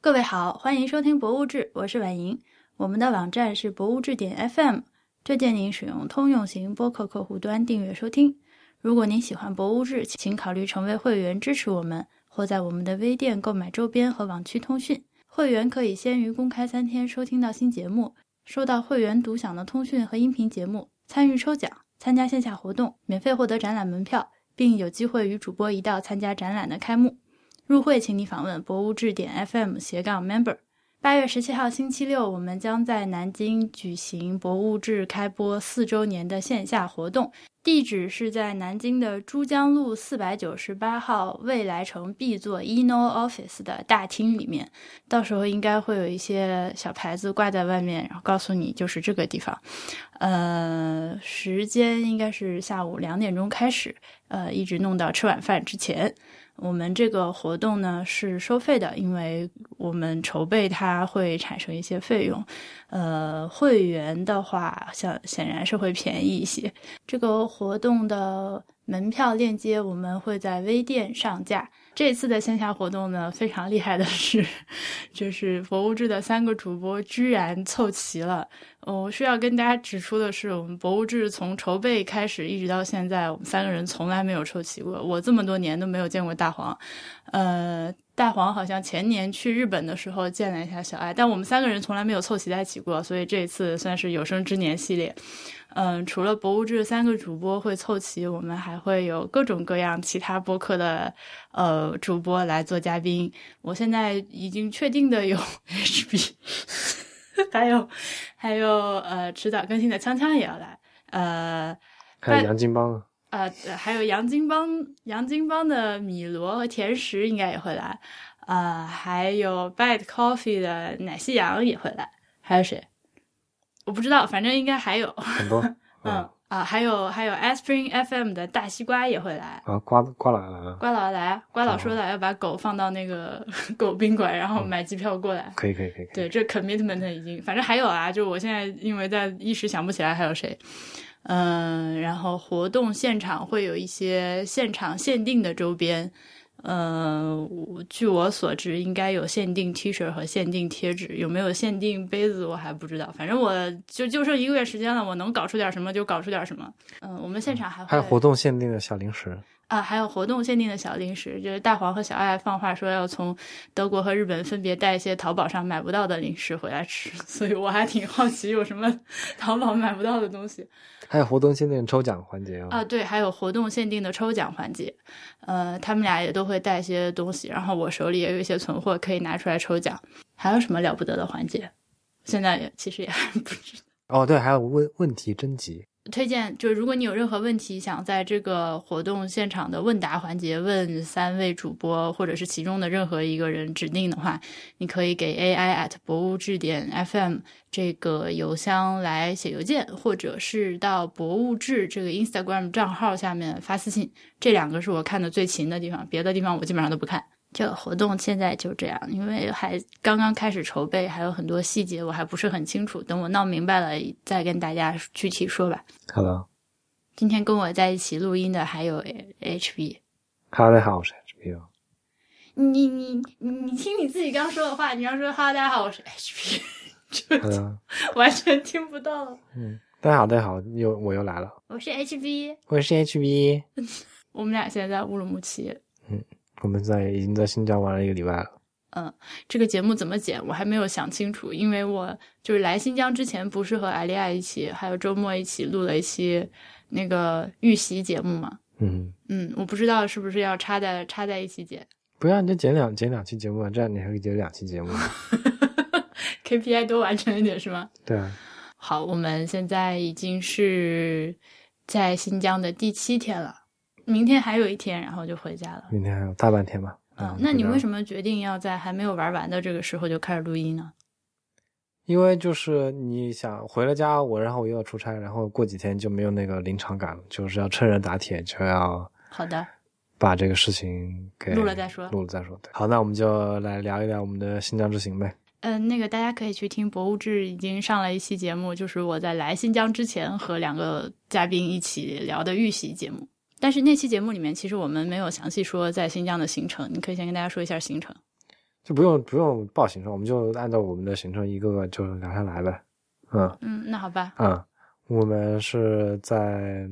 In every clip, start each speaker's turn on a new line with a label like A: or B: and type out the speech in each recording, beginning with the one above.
A: 各位好，欢迎收听《博物志》，我是婉莹。我们的网站是博物志点 FM，推荐您使用通用型播客客户端订阅收听。如果您喜欢《博物志》，请考虑成为会员支持我们，或在我们的微店购买周边和往期通讯。会员可以先于公开三天收听到新节目，收到会员独享的通讯和音频节目，参与抽奖，参加线下活动，免费获得展览门票，并有机会与主播一道参加展览的开幕。入会，请你访问博物志点 FM 斜杠 member。八月十七号星期六，我们将在南京举行博物志开播四周年的线下活动，地址是在南京的珠江路四百九十八号未来城 B 座 Eno Office 的大厅里面。到时候应该会有一些小牌子挂在外面，然后告诉你就是这个地方。呃，时间应该是下午两点钟开始，呃，一直弄到吃晚饭之前。我们这个活动呢是收费的，因为我们筹备它会产生一些费用。呃，会员的话，像显然是会便宜一些。这个活动的门票链接我们会在微店上架。这次的线下活动呢，非常厉害的是， 就是博物志的三个主播居然凑齐了。我呃需要跟大家指出的是，我们博物志从筹备开始一直到现在，我们三个人从来没有凑齐过。我这么多年都没有见过大黄，呃，大黄好像前年去日本的时候见了一下小爱，但我们三个人从来没有凑齐在一起过，所以这一次算是有生之年系列。嗯、除了博物志三个主播会凑齐，我们还会有各种各样其他播客的呃主播来做嘉宾。我现在已经确定的有 HB，还 有还有呃迟早更新的锵锵也要来，呃
B: 还有
A: 那
B: 杨金帮啊，
A: 呃对还有杨金帮杨金帮的米罗和甜食应该也会来，呃还有 Bad Coffee 的奶昔羊也会来，还有谁？我不知道，反正应该还有。
B: 很多，
A: 嗯
B: 啊
A: 啊，还有还有 Aspring FM 的大西瓜也会来。
B: 啊，瓜瓜来了啊，
A: 瓜老来，瓜老说了要把狗放到那个 狗宾馆，然后买机票过来。
B: 可以可以可以，可以
A: 对，这 commitment 已经，反正还有啊，就我现在因为在一时想不起来还有谁，嗯、然后活动现场会有一些现场限定的周边，呃，我据我所知应该有限定 T 恤和限定贴纸，有没有限定杯子我还不知道，反正我就就剩一个月时间了，我能搞出点什么就搞出点什么。嗯、我们现场还会
B: 还有活动限定的小零食，
A: 啊，还有活动限定的小零食，就是大黄和小爱放话说要从德国和日本分别带一些淘宝上买不到的零食回来吃， 所以我还挺好奇有什么 淘宝买不到的东西
B: 还有活动限定抽奖环节
A: 啊。
B: 啊，
A: 对，还有活动限定的抽奖环节，呃，他们俩也都会带一些东西，然后我手里也有一些存货可以拿出来抽奖。还有什么了不得的环节？现在也其实也还不知道。
B: 哦对，还有问问题征集，
A: 推荐就是，如果你有任何问题想在这个活动现场的问答环节问三位主播或者是其中的任何一个人指定的话，你可以给 AI at 博物志点 FM 这个邮箱来写邮件，或者是到博物志这个 Instagram 账号下面发私信。这两个是我看的最勤的地方，别的地方我基本上都不看。这个活动现在就这样，因为还刚刚开始筹备，还有很多细节我还不是很清楚，等我闹明白了再跟大家具体说吧。
B: 好的，
A: 今天跟我在一起录音的还有 HB。
B: 哈喽大家好，我是 HBO，
A: 你你你你听你自己刚说的话，你要说 “Hello，大家好，我是 HB”，
B: 好
A: 就
B: 的，
A: 完全听不到了。
B: 嗯，大家好大家好，又我又来了，
A: 我是 HB，
B: 我是 HB，
A: 我们俩现在在乌鲁木齐。
B: 我们在已经在新疆玩了一个礼拜了，
A: 这个节目怎么剪，我还没有想清楚，因为我就是来新疆之前，不是和艾利亚一起，还有周末一起录了一期那个预习节目嘛。
B: 嗯，
A: 嗯，我不知道是不是要插在插在一起剪
B: 不要你就剪两剪两期节目啊，这样你还可以剪两期节目，
A: ，KPI 多完成一点是吗？
B: 对啊，
A: 好，我们现在已经是在新疆的第七天了，明天还有一天，然后就回家了。
B: 明天还有大半天吧，
A: 嗯，那你为
B: 么？
A: 什么决定要在还没有玩完的这个时候就开始录音呢？
B: 因为就是你想回了家，我然后我又要出差，然后过几天就没有那个临场感了，就是要趁热打铁，就要
A: 好的，
B: 把这个事情给
A: 录了再说
B: 录了再说。对，好，那我们就来聊一聊我们的新疆之行呗。
A: 嗯，那个大家可以去听博物志已经上了一期节目，就是我在来新疆之前和两个嘉宾一起聊的预习节目。但是那期节目里面，其实我们没有详细说在新疆的行程，你可以先跟大家说一下行程。
B: 就不用不用报行程，我们就按照我们的行程一个个就聊下来呗。嗯
A: 嗯，那好吧，
B: 嗯，我们是在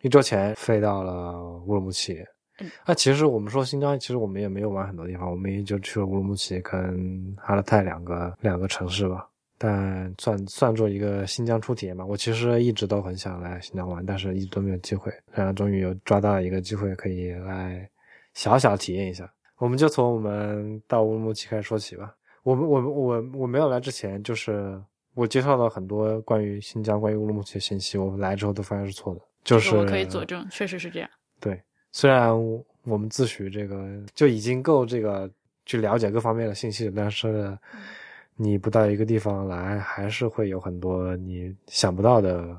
B: 一周前飞到了乌鲁木齐
A: 嗯。
B: 那、其实我们说新疆，其实我们也没有玩很多地方，我们也就去了乌鲁木齐跟哈勒泰两个两个城市吧。但算算作一个新疆初体验吧。我其实一直都很想来新疆玩，但是一直都没有机会。然后终于有抓到一个机会，可以来小小体验一下。我们就从我们到乌鲁木齐开始说起吧。我们我们我我没有来之前，就是我接受了很多关于新疆、关于乌鲁木齐的信息，我来之后都发现是错的。就
A: 这
B: 是
A: 个我可以佐证，确实是这样。
B: 对，虽然我们自诩这个就已经够这个去了解各方面的信息了，但是你不到一个地方来，还是会有很多你想不到的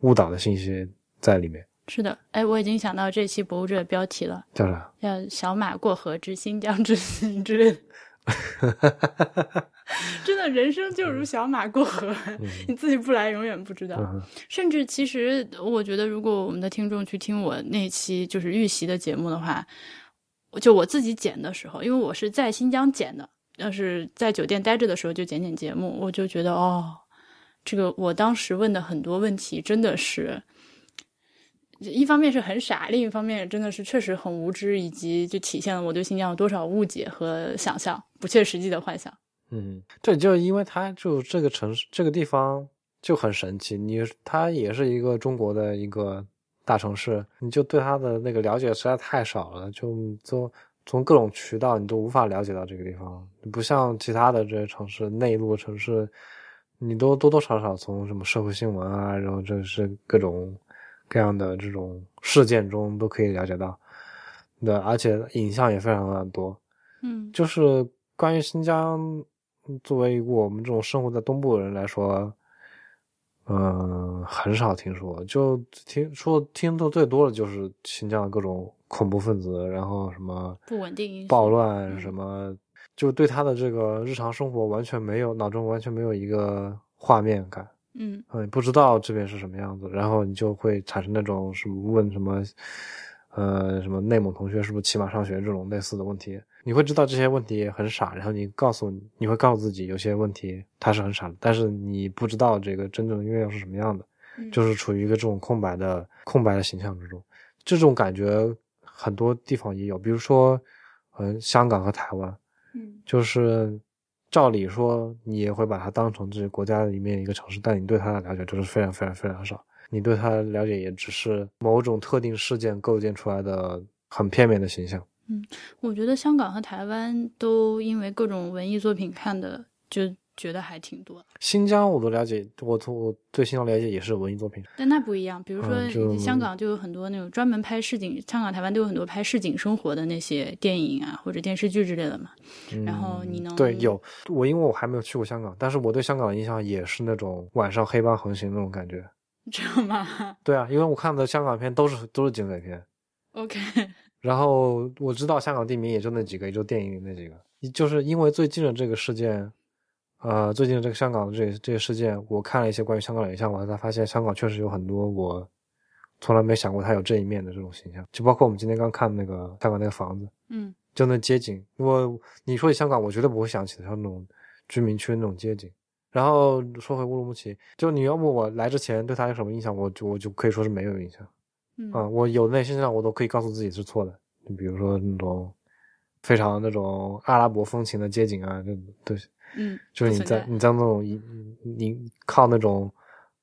B: 误导的信息在里面，
A: 是的，哎，我已经想到这期博物志的标题了，
B: 叫啥？
A: 叫“小马过河之新疆之行”之类的。 真的，人生就如小马过河，你自己不来永远不知道。
B: 嗯哼，
A: 甚至其实，我觉得如果我们的听众去听我那期就是预习的节目的话，就我自己剪的时候，因为我是在新疆剪的，但是在酒店待着的时候就剪剪节目，我就觉得哦，这个我当时问的很多问题真的是。一方面是很傻，另一方面真的是确实很无知，以及就体现了我对新疆有多少误解和想象，不切实际的幻想。
B: 嗯，对，就是因为它就这个城市这个地方就很神奇，你它也是一个中国的一个大城市，你就对它的那个了解实在太少了，就从从各种渠道你都无法了解到这个地方，不像其他的这些城市，内陆城市，你都多多少少从什么社会新闻啊，然后这是各种各样的这种事件中都可以了解到，对，而且影像也非常的多，
A: 嗯，
B: 就是关于新疆，嗯作为我们这种生活在东部的人来说，嗯、很少听说，就听说听的最多的就是新疆的各种恐怖分子，然后什么
A: 不稳定因素嗯
B: 暴乱什么，就对他的这个日常生活完全没有脑中完全没有一个画面感。
A: 嗯，
B: 嗯，不知道这边是什么样子，然后你就会产生那种什么问什么，呃，什么内蒙同学是不是骑马上学这种类似的问题，你会知道这些问题很傻，然后你告诉你你会告诉自己有些问题它是很傻的，但是你不知道这个真正的月亮是什么样的，
A: 嗯
B: 就是处于一个这种空白的空白的形象之中，这种感觉很多地方也有，比如说，嗯、香港和台湾，
A: 嗯
B: 就是照理说你也会把它当成这个国家里面一个城市，但你对它的了解就是非常非常非常少，你对它的了解也只是某种特定事件构建出来的很片面的形象。
A: 我觉得香港和台湾都因为各种文艺作品看的，就觉得还挺多。
B: 新疆我都了解，我从我对新疆了解也是文艺作品。
A: 但那不一样，比如
B: 嗯就
A: 说香港就有很多那种专门拍市井，香港、台湾都有很多拍市井生活的那些电影啊或者电视剧之类的嘛。
B: 嗯
A: 然后你能
B: 对有我，因为我还没有去过香港，但是我对香港的印象也是那种晚上黑帮横行那种感觉。
A: 知道吗
B: 对啊，因为我看的香港片都是都是警匪片，
A: ？OK，
B: 然后我知道香港地名也就那几个，也就电影里那几个。就是因为最近的这个事件，呃，最近的这个香港的这这些事件，我看了一些关于香港的影像，我才发现香港确实有很多我从来没想过它有这一面的这种形象。就包括我们今天刚看那个香港那个房子，
A: 嗯
B: 就那街景，我你说起香港，我绝对不会想起它那种居民区那种街景。然后说回乌鲁木齐，就你要问我来之前对它有什么印象，我就我就可以说是没有印象。
A: 嗯
B: 啊，我有内心上我都可以告诉自己是错的。就比如说那种非常那种阿拉伯风情的街景啊，就对，
A: 嗯，
B: 就是你
A: 不存
B: 在
A: 在
B: 你在那种影你靠那种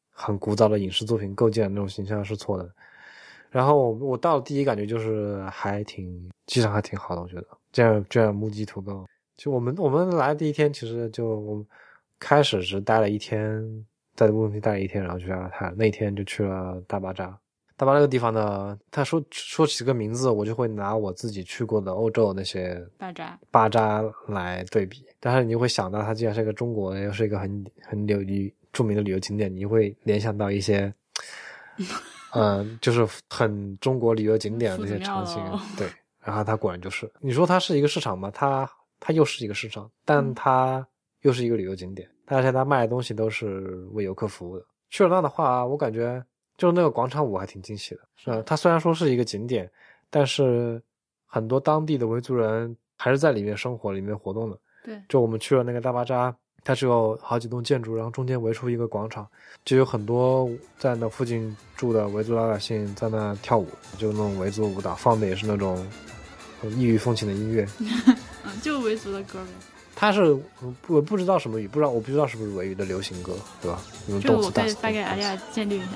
B: 很古早的影视作品构建的那种形象是错的。然后我我到了第一感觉就是还挺机场还挺好的，我觉得这样这样目击图更。就我们我们来第一天，其实就我们开始只待了一天，在乌鲁木齐待了一天，然后去加拿大。那天就去了大巴扎。大巴扎这个地方呢，他说说起这个名字，我就会拿我自己去过的欧洲那些
A: 巴扎，
B: 巴扎来对比，但是你就会想到它既然是一个中国的，又是一个很很有旅著名的旅游景点，你会联想到一 些，嗯、就是很中国旅游景点的那些场景
A: 夫子庙哦。
B: 对，然后它果然就是，你说它是一个市场吗？它它又是一个市场，但它又是一个旅游景点，而且它卖的东西都是为游客服务的。去了那的话，我感觉就是那个广场舞还挺惊喜的。呃，它虽然说是一个景点，但是很多当地的维族人还是在里面生活、里面活动的。
A: 对，
B: 就我们去了那个大巴扎，它是有好几栋建筑，然后中间围出一个广场，就有很多在那附近住的维族老百姓在那跳舞，就那种维族舞蹈，放的也是那种呃异域风情的音乐。
A: 嗯，就维族的歌呗。
B: 它是我不我不知道什么语，不知道我不知道是不是维语的流行歌，对吧？那种
A: 这个
B: 动
A: 我
B: 次
A: 可
B: 打
A: 以
B: 次。
A: 发给阿利亚鉴定一下，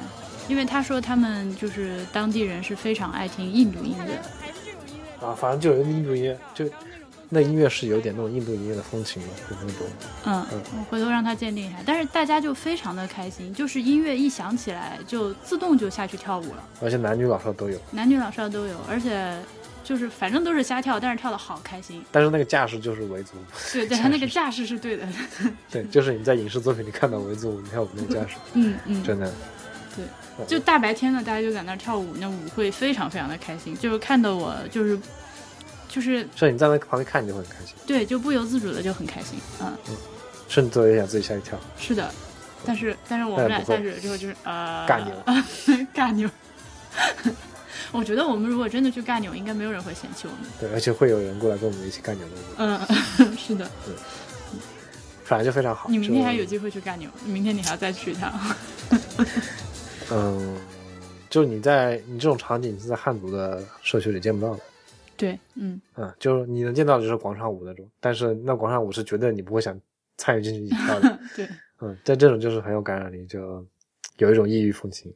A: 因为他说他们就是当地人是非常爱听印度音乐的。
B: 啊，反正就有印度音乐，就那音乐是有点那种印度音乐的风情的，就是那种。
A: 嗯，我回头让他鉴定一下。但是大家就非常的开心，就是音乐一响起来就自动就下去跳舞了，
B: 而且男女老少都有，
A: 男女老少都有，而且就是反正都是瞎跳，但是跳的好开 心。
B: 但是那个架势就是维族，
A: 对对，他那个架势是对的。
B: 对，就是你在影视作品里看到维族舞跳舞那个架势，
A: 嗯嗯，
B: 真的。
A: 就大白天的，大家就在那儿跳舞，那舞会非常非常的开心，就是看得我就是就是
B: 是你站在旁边看你就会很开心，
A: 对，就不由自主的就很开心。嗯，
B: 甚至都有点自己吓一跳。
A: 是的，但是但是我们俩下去了之后就是呃
B: 尬牛，
A: 尬牛。 我觉得我们如果真的去尬牛，应该没有人会嫌弃我们。
B: 对，而且会有人过来跟我们一起干牛的舞，
A: 嗯， 是的，
B: 反正就非常好。
A: 你明
B: 就
A: 天还有机会去尬牛，明天你还要再去一趟。
B: 嗯，就是你在你这种场景是在汉族的社区里见不到的。
A: 对，嗯，
B: 嗯，就是你能见到的就是广场舞那种，但是那广场舞是绝对你不会想参与进去一起跳的。
A: 对。
B: 嗯，但这种就是很有感染力，就有一种异域风情。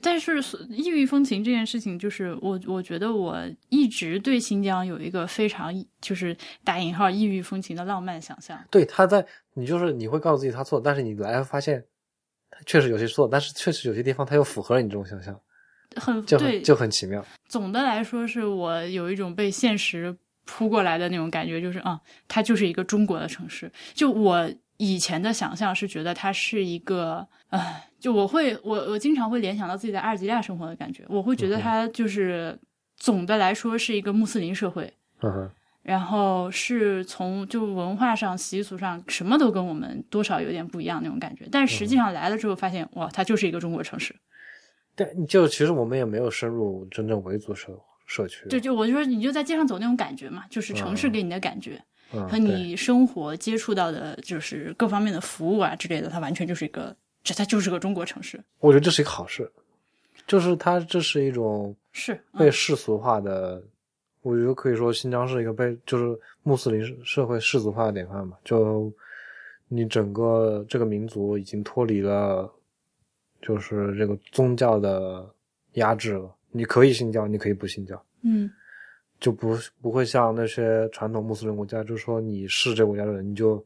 A: 但是所异域风情这件事情，就是我我觉得我一直对新疆有一个非常就是打引号异域风情的浪漫想象。
B: 对，他在你就是你会告诉自己他错，但是你来了发现，他确实有些错，但是确实有些地方他又符合了你这种想象，
A: 很
B: 就
A: 对
B: 很，就很奇妙。
A: 总的来说是我有一种被现实扑过来的那种感觉，就是啊、它就是一个中国的城市。就我以前的想象是觉得它是一个，呃，就我会我我经常会联想到自己在阿尔及利亚生活的感觉，我会觉得它就是总的来说是一个穆斯林社会。
B: 嗯哼，
A: 然后是从就文化上、习俗上，什么都跟我们多少有点不一样那种感觉。但实际上来了之后，发现哇，它就是一个中国城市。
B: 但就其实我们也没有深入真正维族社社区。
A: 对，就我就说，你就在街上走那种感觉嘛，就是城市给你的感觉、
B: 嗯，
A: 和你生活接触到的，就是各方面的服务啊之类的，它完全就是一个，这它就是个中国城市。
B: 我觉得这是一个好事，就是它这是一种
A: 是，
B: 被
A: 嗯、
B: 世俗化的，我觉得可以说新疆是一个被就是穆斯林社会世俗化的典范吧。就你整个这个民族已经脱离了，就是这个宗教的压制了。你可以信教，你可以不信教，
A: 嗯，
B: 就不不会像那些传统穆斯林国家，就是说你是这个国家的人，你就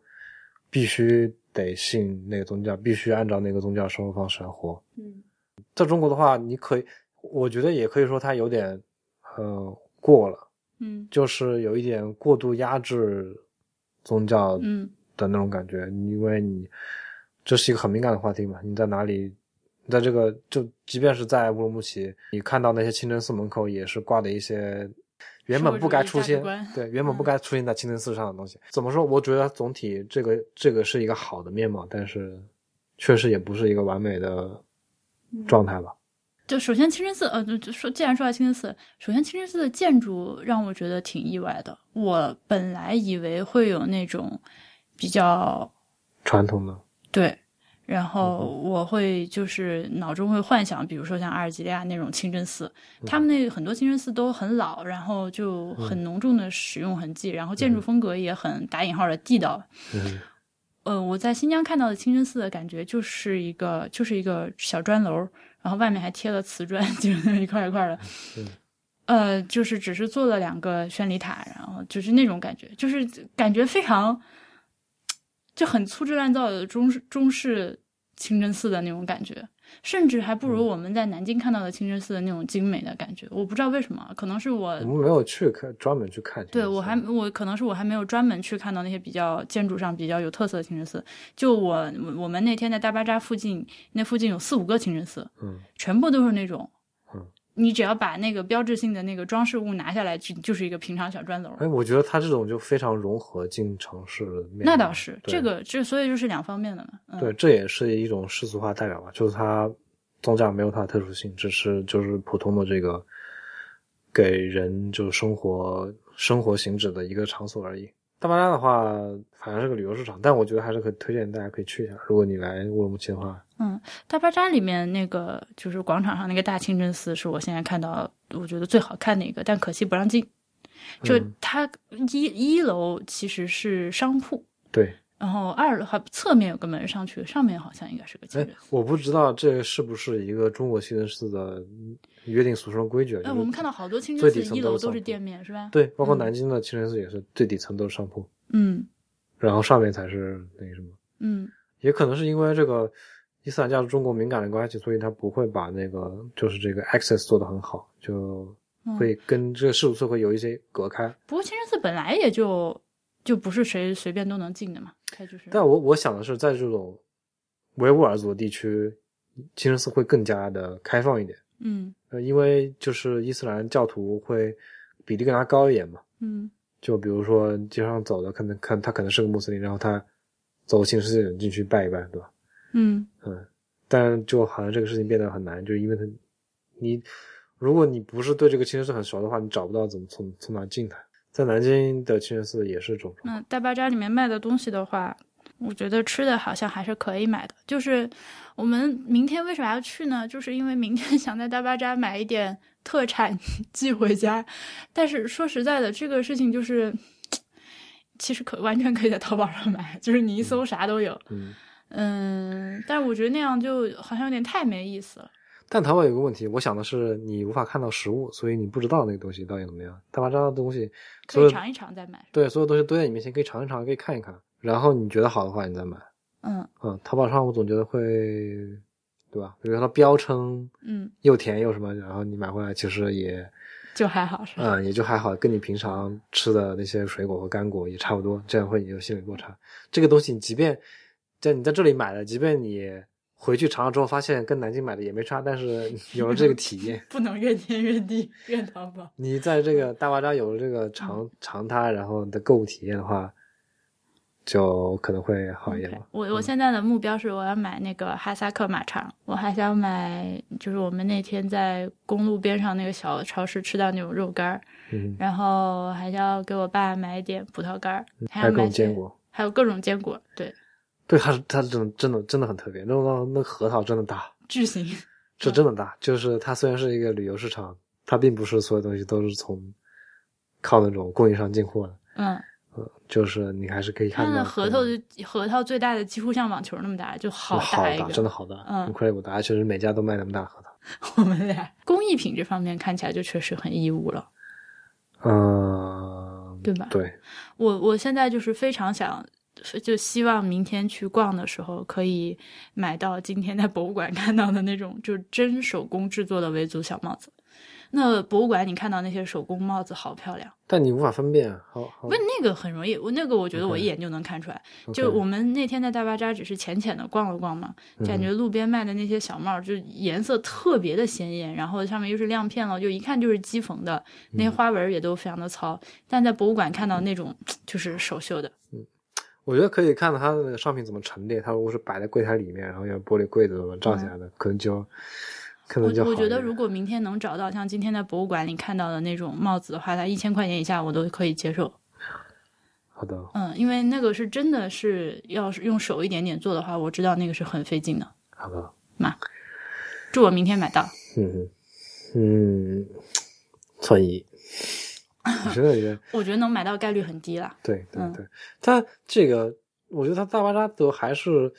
B: 必须得信那个宗教，必须按照那个宗教生活方式来活。
A: 嗯，
B: 在中国的话，你可以，我觉得也可以说它有点，呃，过了，
A: 嗯，
B: 就是有一点过度压制宗教
A: 嗯，
B: 的那种感觉，因为你这是一个很敏感的话题嘛，你在哪里，你在这个就即便是在乌鲁木齐，你看到那些清真寺门口也是挂的一些。原本不该
A: 社
B: 出
A: 会主义价值
B: 现，
A: 观嗯
B: 对，原本不该出现在清真寺上的东西，怎么说？我觉得总体这个这个是一个好的面貌，但是确实也不是一个完美的
A: 嗯
B: 状态吧。
A: 就首先清真寺，呃，就就说，既然说到清真寺，首先清真寺的建筑让我觉得挺意外的。我本来以为会有那种比较
B: 传统的，
A: 对，然后我会就是脑中会幻想，比如说像阿尔及利亚那种清真寺，他们那很多清真寺都很老，然后就很浓重的使用痕迹，然后建筑风格也很打引号的地道。
B: 嗯
A: 呃，我在新疆看到的清真寺的感觉就是一个就是一个小砖楼，然后外面还贴了瓷砖， 就是那一块一块的。
B: 嗯
A: 呃，就是只是做了两个宣礼塔，然后就是那种感觉，就是感觉非常就很粗制滥造的中式中式清真寺的那种感觉，甚至还不如我们在南京看到的清真寺的那种精美的感觉。我不知道为什么，可能是我
B: 我们没有去看，专门去看这个
A: 呃对
B: 东西。
A: 我还我可能是我还没有专门去看到那些比较建筑上比较有特色的清真寺。就我我我们那天在大巴扎附近，那附近有四五个清真寺，
B: 嗯，
A: 全部都是那种，
B: 嗯
A: 你只要把那个标志性的那个装饰物拿下来，就就是一个平常小砖楼。
B: 哎，我觉得它这种就非常融合进城市的面貌。
A: 那倒是，
B: 对
A: 这个这所以就是两方面的嘛。嗯、
B: 对，这也是一种世俗化代表吧，就是它宗教没有它的特殊性，只是就是普通的这个给人就是生活生活行止的一个场所而已。大巴扎的话，反正是个旅游市场，但我觉得还是可以推荐大家可以去一下。如果你来乌鲁木齐的话，
A: 大巴扎里面那个就是广场上那个大清真寺，是我现在看到我觉得最好看的一个，但可惜不让进。就
B: 嗯
A: 它一一楼其实是商铺，
B: 对，
A: 然后二楼还侧面有个门上去，上面好像应该是个清
B: 哎
A: 真寺。，
B: 我不知道这是不是一个中国清真寺的嗯约定俗成规矩。啊
A: 哎、
B: 就是
A: 我们看到好多清真
B: 最底
A: 寺
B: 层
A: 一
B: 都是
A: 楼都
B: 商
A: 是
B: 铺
A: 店面，是吧？
B: 对，包括
A: 嗯
B: 南京的清真寺也是最底层都是商铺，
A: 嗯
B: 然后上面才是那个什么。
A: 嗯
B: 也可能是因为这个伊斯兰教中国敏感的关系，所以他不会把那个就是这个 access 做得很好，就
A: 嗯。
B: 会跟这个事务所会有一些隔开。
A: 不过清真寺本来也就就不是谁随便都能进的嘛，它就是。
B: 但我我想的是，在这种维吾尔族地区，清真寺会更加的开放一点，
A: 嗯
B: 呃，因为就是伊斯兰教徒会比例更加高一点嘛。
A: 嗯
B: 就比如说街上走的，可能看他可能是个穆斯林，然后他走清真寺进去拜一拜，对吧？
A: 嗯
B: 嗯，但就好像这个事情变得很难，就是因为它，你如果你不是对这个清真寺很熟的话，你找不到怎么从从哪进它。在南京的清真寺也是这种状
A: 那大巴扎里面卖的东西的话，我觉得吃的好像还是可以买的。就是我们明天为什么要去呢？就是因为明天 想在大巴扎买一点特产 寄回家，但是说实在的，这个事情就是。其实可完全可以在淘宝上买，就是你一搜啥都有。
B: 况，嗯。
A: 嗯，但我觉得那样就好像有点太没意思了。
B: 但淘宝有个问题，我想的是你无法看到实物，所以你不知道那个东西到底怎么样。大巴扎的东西，
A: 可
B: 所有
A: 以尝一尝再买。
B: 对所有东西堆在你面前，可以尝一尝，可以看一看，然后你觉得好的话，你再买。
A: 嗯
B: 嗯，淘宝上我总觉得会，对吧？比如说它标称
A: 嗯，
B: 又甜又什么，然后你买回来其实也
A: 就还好是吧？，
B: 嗯，也就还好，跟你平常吃的那些水果和干果也差不多，这样会有心理落差。这个东西，即便在你在这里买的，即便你回去尝了之后发现跟南京买的也没差，但是有了这个体验
A: 不能怨天怨地怨淘宝。
B: 你在这个大巴扎有了这
A: 嗯
B: 个尝尝它，然后的购物体验的话，就可能会好一点
A: OK，
B: 吧。
A: 我我现在的目标是我要买那个哈萨克马肠，我还想买就是我们那天在公路边上那个小超市吃到那种肉干儿，
B: 嗯，
A: 然后还要给我爸买一点葡萄干儿，还
B: 还有
A: 要
B: 各
A: 买
B: 种
A: 些
B: 坚，果，
A: 还有各种坚果，对，
B: 对，它是它真的真的真的很特别，那那那核桃真的大，
A: 巨型。
B: 这真的大，就是它虽然是一个旅游市场，它并不是所有东西都是从靠那种供应商进货的，
A: 嗯，
B: 呃，就是你还是可以
A: 它
B: 看
A: 的
B: 到
A: 核桃就核桃最大的几乎像网球那么大，就
B: 好
A: 好
B: 好
A: 一
B: 大，真
A: 个。
B: 的好大
A: 嗯
B: ，incredible 大，而且是每家都卖那么大核桃。
A: 我们俩工艺品这方面看起来就确实很义乌了。
B: 嗯，
A: 对吧
B: 对，
A: 我我现在就是非常想，就希望明天去逛的时候可以买到今天在博物馆看到的那种，就是真手工制作的维族小帽子。那博物馆你看到那些手工帽子好漂亮，
B: 但你无法分辨，啊好好
A: 不是那个很容易，我那个我觉得我一眼就能看出来。就我们那天在大巴扎只是浅浅的逛了逛嘛，
B: 嗯
A: 感觉路边卖的那些小帽儿，就颜色特别的鲜艳，然后上面又是亮片了，就一看就是机缝的，那些花纹儿也都非常的糙。但在博物馆看到那种就是手绣的，
B: 我觉得可以看到它的那个商品怎么陈列，它如果是摆在柜台里面，然后用玻璃柜子怎么罩起来的，可能就可能就
A: 我
B: 好
A: 嗯我
B: 一
A: 觉
B: 点。
A: 得如果明天能找到像今天在博物馆里看到的那种帽子的话，它一千块钱以下我都可以接受。
B: 好的，
A: 嗯，因为那个是真的是要是用手一点点做的话，我知道那个是很费劲的。
B: 好的。
A: 祝我明天买到。
B: 嗯嗯，存疑。我觉得也
A: 我觉得能买到概率很低啦。
B: 对对
A: 嗯
B: 对，它这个我觉得它大巴扎德还是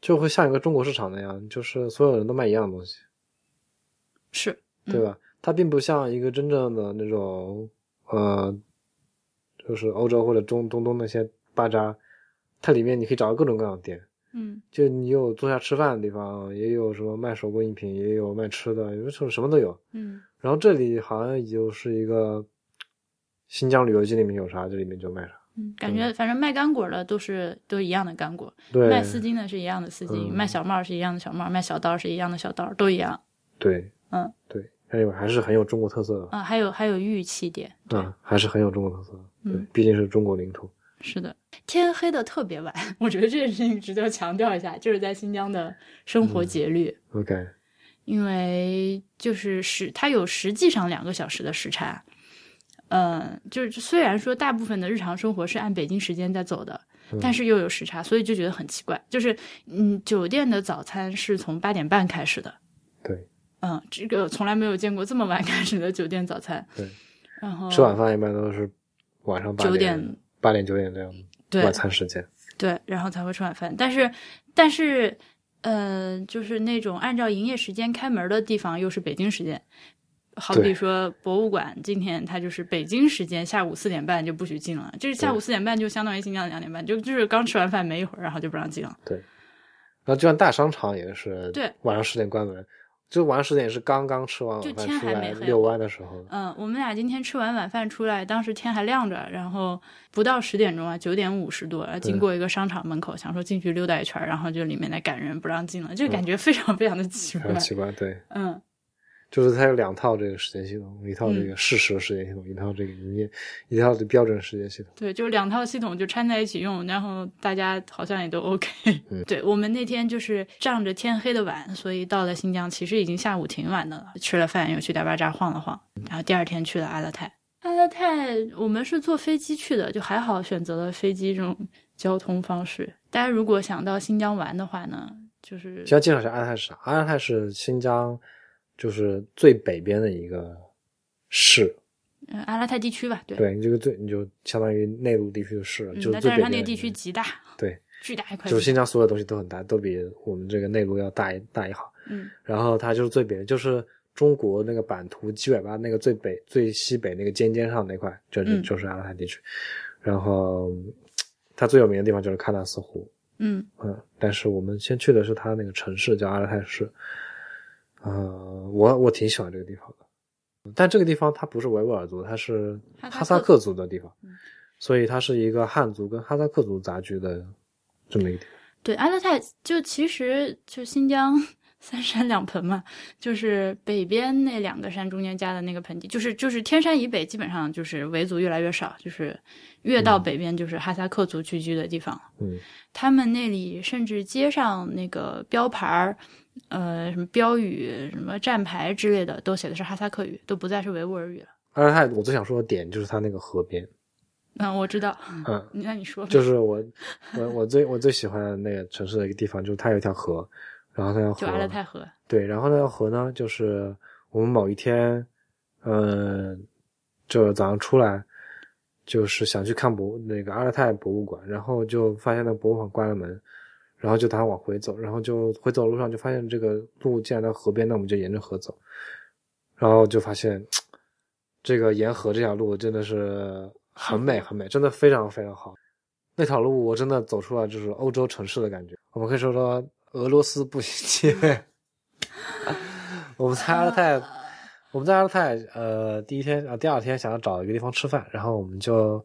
B: 就会像一个中国市场那样，就是所有人都卖一样的东西，
A: 是，嗯
B: 对吧？它并不像一个真正的那种呃，就是欧洲或者中东东那些巴扎，它里面你可以找到各种各样的店，
A: 嗯
B: 就你有坐下吃饭的地方，也有什么卖手工艺品，也有卖吃的，有什么什么都有。
A: 嗯
B: 然后这里好像也就是一个新疆旅游季里面有啥，这里面就卖啥。
A: 嗯，感觉反正卖干果的都是都一样的干果，
B: 对，
A: 卖丝巾的是一样的丝巾，
B: 嗯
A: 卖小帽儿是一样的小帽儿，卖小刀儿是一样的小刀儿，都一样。
B: 对，
A: 嗯，
B: 对，还有还是很有中国特色的，
A: 啊、还有还有玉器店，对，
B: 嗯，还是很有中国特色的。对
A: 嗯，
B: 毕竟是中国领土。
A: 是的，天黑的特别晚， 我觉得这件事情值得强调一下，就是在新疆的生活节律，
B: OK，
A: 因为就是时它有实际上两个小时的时差，呃，就是虽然说大部分的日常生活是按北京时间在走的
B: 嗯，
A: 但是又有时差，所以就觉得很奇怪。就是嗯，酒店的早餐是从八点半开始的，
B: 对，
A: 嗯，这个从来没有见过这么晚开始的酒店早餐。
B: 对，
A: 然后
B: 吃晚饭一般都是晚上八
A: 哦九
B: 点
A: 点、
B: 八点九点这样的
A: 对
B: 晚餐时间。
A: 对，然后才会吃晚饭。但是，但是，呃，就是那种按照营业时间开门的地方，又是北京时间。好
B: 对
A: 比说博物馆，今天它就是北京时间下午四点半就不许进了，就是下午
B: 对
A: 四点半就相当于新疆两点半，就就是刚吃完饭没一会儿，然后就不让进了。
B: 然后就像大商场也是，
A: 对，
B: 晚上十点关门，就晚上十点是刚刚吃完晚
A: 就
B: 饭
A: 天
B: 出
A: 还
B: 来
A: 没黑
B: 遛弯的时候，
A: 嗯，我们俩今天吃完晚饭出来，当时天还亮着，然后不到十点钟啊，九点五十多，然后经
B: 对
A: 过一个商场门口，想说进去溜达一圈儿，然后就里面在赶人，不让进了，这个感觉非常非常的奇怪
B: 很。嗯奇怪。对，
A: 嗯，
B: 就是它有两套这个时间系统，一套这个事实时间系统，一套这个营业，一套这标准时间系统。
A: 对，就是两套系统就掺在一起用，然后大家好像也都 OK。
B: 嗯
A: 对我们那天就是仗着天黑的晚，所以到了新疆其实已经下午挺晚的了，吃了饭又去大巴扎晃了晃，然后第二天去了阿勒泰。阿勒泰我们是坐飞机去的，就还好选择了飞机这种交通方式。大家如果想到新疆玩的话呢，就是
B: 先介绍一下阿勒泰是啥？阿勒泰是新疆，就是最北边的一个市，
A: 呃阿勒泰地区吧，对，
B: 对，你这个最你就相当于内陆地区的市，
A: 嗯
B: 就，是最
A: 但是
B: 北
A: 它
B: 边的
A: 那
B: 一
A: 个地区极大，
B: 对，
A: 巨大一块地，
B: 就是新疆所有东西都很大，都比我们这个内陆要大一大一号。
A: 嗯，
B: 然后它就是最北，就是中国那个版图七百八那个最北最西北那个尖尖上那块，就是、
A: 嗯
B: 就是阿勒泰地区。然后嗯它最有名的地方就是喀纳斯湖，
A: 嗯
B: 嗯，但是我们先去的是它那个城市叫阿勒泰市，呃，我我挺喜欢这个地方的，但这个地方它不是维吾尔族，它是
A: 哈萨克
B: 哈萨克族的地方
A: 嗯，
B: 所以它是一个汉族跟哈萨克族杂居的这么一个地方。
A: 对，阿勒泰就其实就新疆三山两盆嘛，就是北边那两个山中间加的那个盆地，就是就是天山以北基本上就是维族越来越少，就是越到
B: 嗯
A: 北边就是哈萨克族聚居的地方。
B: 嗯，
A: 他们那里甚至街上那个标牌儿，呃，什么标语、什么站牌之类的，都写的是哈萨克语，都不再是维吾尔语了。
B: 阿勒泰我最想说的点就是它那个河边，
A: 嗯，我知道，
B: 嗯，
A: 那你 说吧。
B: 就是我，我我最我最喜欢的那个城市的一个地方，就是它有一条河，然后那条
A: 就阿勒泰
B: 河，
A: 河，
B: 对，然后那条河呢，就是我们某一天，呃，就是早上出来，就是想去看博那个阿勒泰博物馆，然后就发现那博物馆关了门，然后就打算往回走，然后就回走路上就发现这个路竟然到河边，那我们就沿着河走，然后就发现这个沿河这条路真的是很美很美，真的非常非常好。那条路我真的走出来就是欧洲城市的感觉，我们可以说说俄罗斯步行街。 我们在阿勒泰，我们在阿勒泰，呃，第一天啊、呃第二天想要找一个地方吃饭，然后我们就，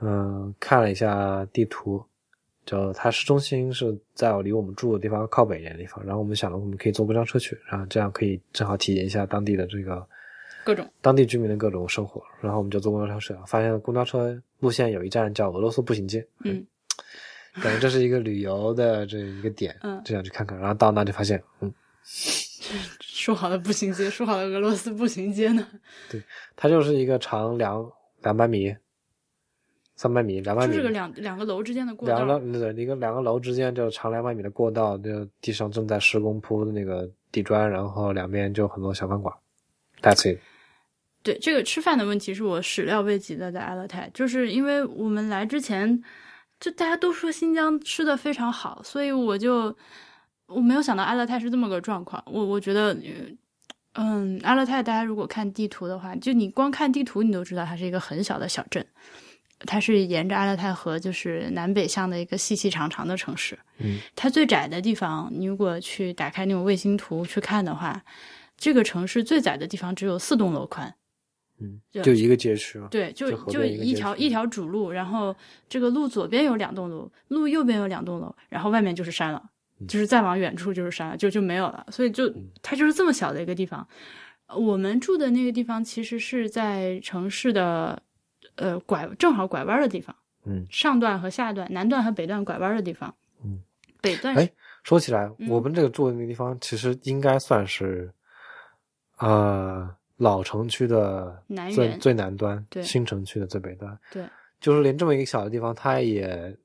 B: 嗯、看了一下地图，就它市中心是在离我们住的地方靠北一点的地方，然后我们想着我们可以坐公交车去，然后这样可以正好体验一下当地的这个
A: 各种
B: 当地居民的各种生活。然后我们就坐公交车去了，发现公交车路线有一站叫俄罗斯步行街，
A: 嗯，
B: 感觉这是一个旅游的这一个点，
A: 嗯
B: 就想去看看。然后到那就发现，嗯，
A: 说好的步行街，说好的俄罗斯步行街呢？
B: 它就是一个长两两百米、三百米、两百
A: 就
B: 米，
A: 是个两两个楼之间的过道。
B: 两个楼对一个两个楼之间就长两百米的过道，就地上正在施工铺的那个地砖，然后两边就很多小饭馆。That's it。
A: 对这个吃饭的问题是我始料未及的，在阿勒泰，就是因为我们来之前，就大家都说新疆吃的非常好，所以我就我没有想到阿勒泰是这么个状况。我我觉得，呃嗯，阿勒泰大家如果看地图的话，就你光看地图，你都知道它是一个很小的小镇，它是沿着阿勒泰河就是南北向的一个细细长长的城市。
B: 嗯，
A: 它最窄的地方，你如果去打开那种卫星图去看的话。这个城市最窄的地方只有四栋楼宽，
B: 嗯，
A: 对
B: 就一个街区啊。
A: 对，就
B: 就河
A: 就
B: 边一个
A: 一
B: 街
A: 条
B: 区
A: 一条主路，然后这个路左边有两栋楼，路右边有两栋楼，然后外面就是山了，
B: 嗯
A: 就是再往远处就是山了，就就没有了。所以就它就是这么小的一个地方。呃我们住的那个地方其实是在城市的呃拐正好拐弯的地方，
B: 嗯，
A: 上段和下段、南段和北段拐弯的地方，
B: 嗯，
A: 北段
B: 哎，说起来，
A: 嗯
B: 我们这个住的那个地方其实应该算是，呃，老城区的
A: 南
B: 最
A: 园
B: 最南端，
A: 对
B: 新城区的最北端，
A: 对，
B: 就是连这么一个小的地方，它也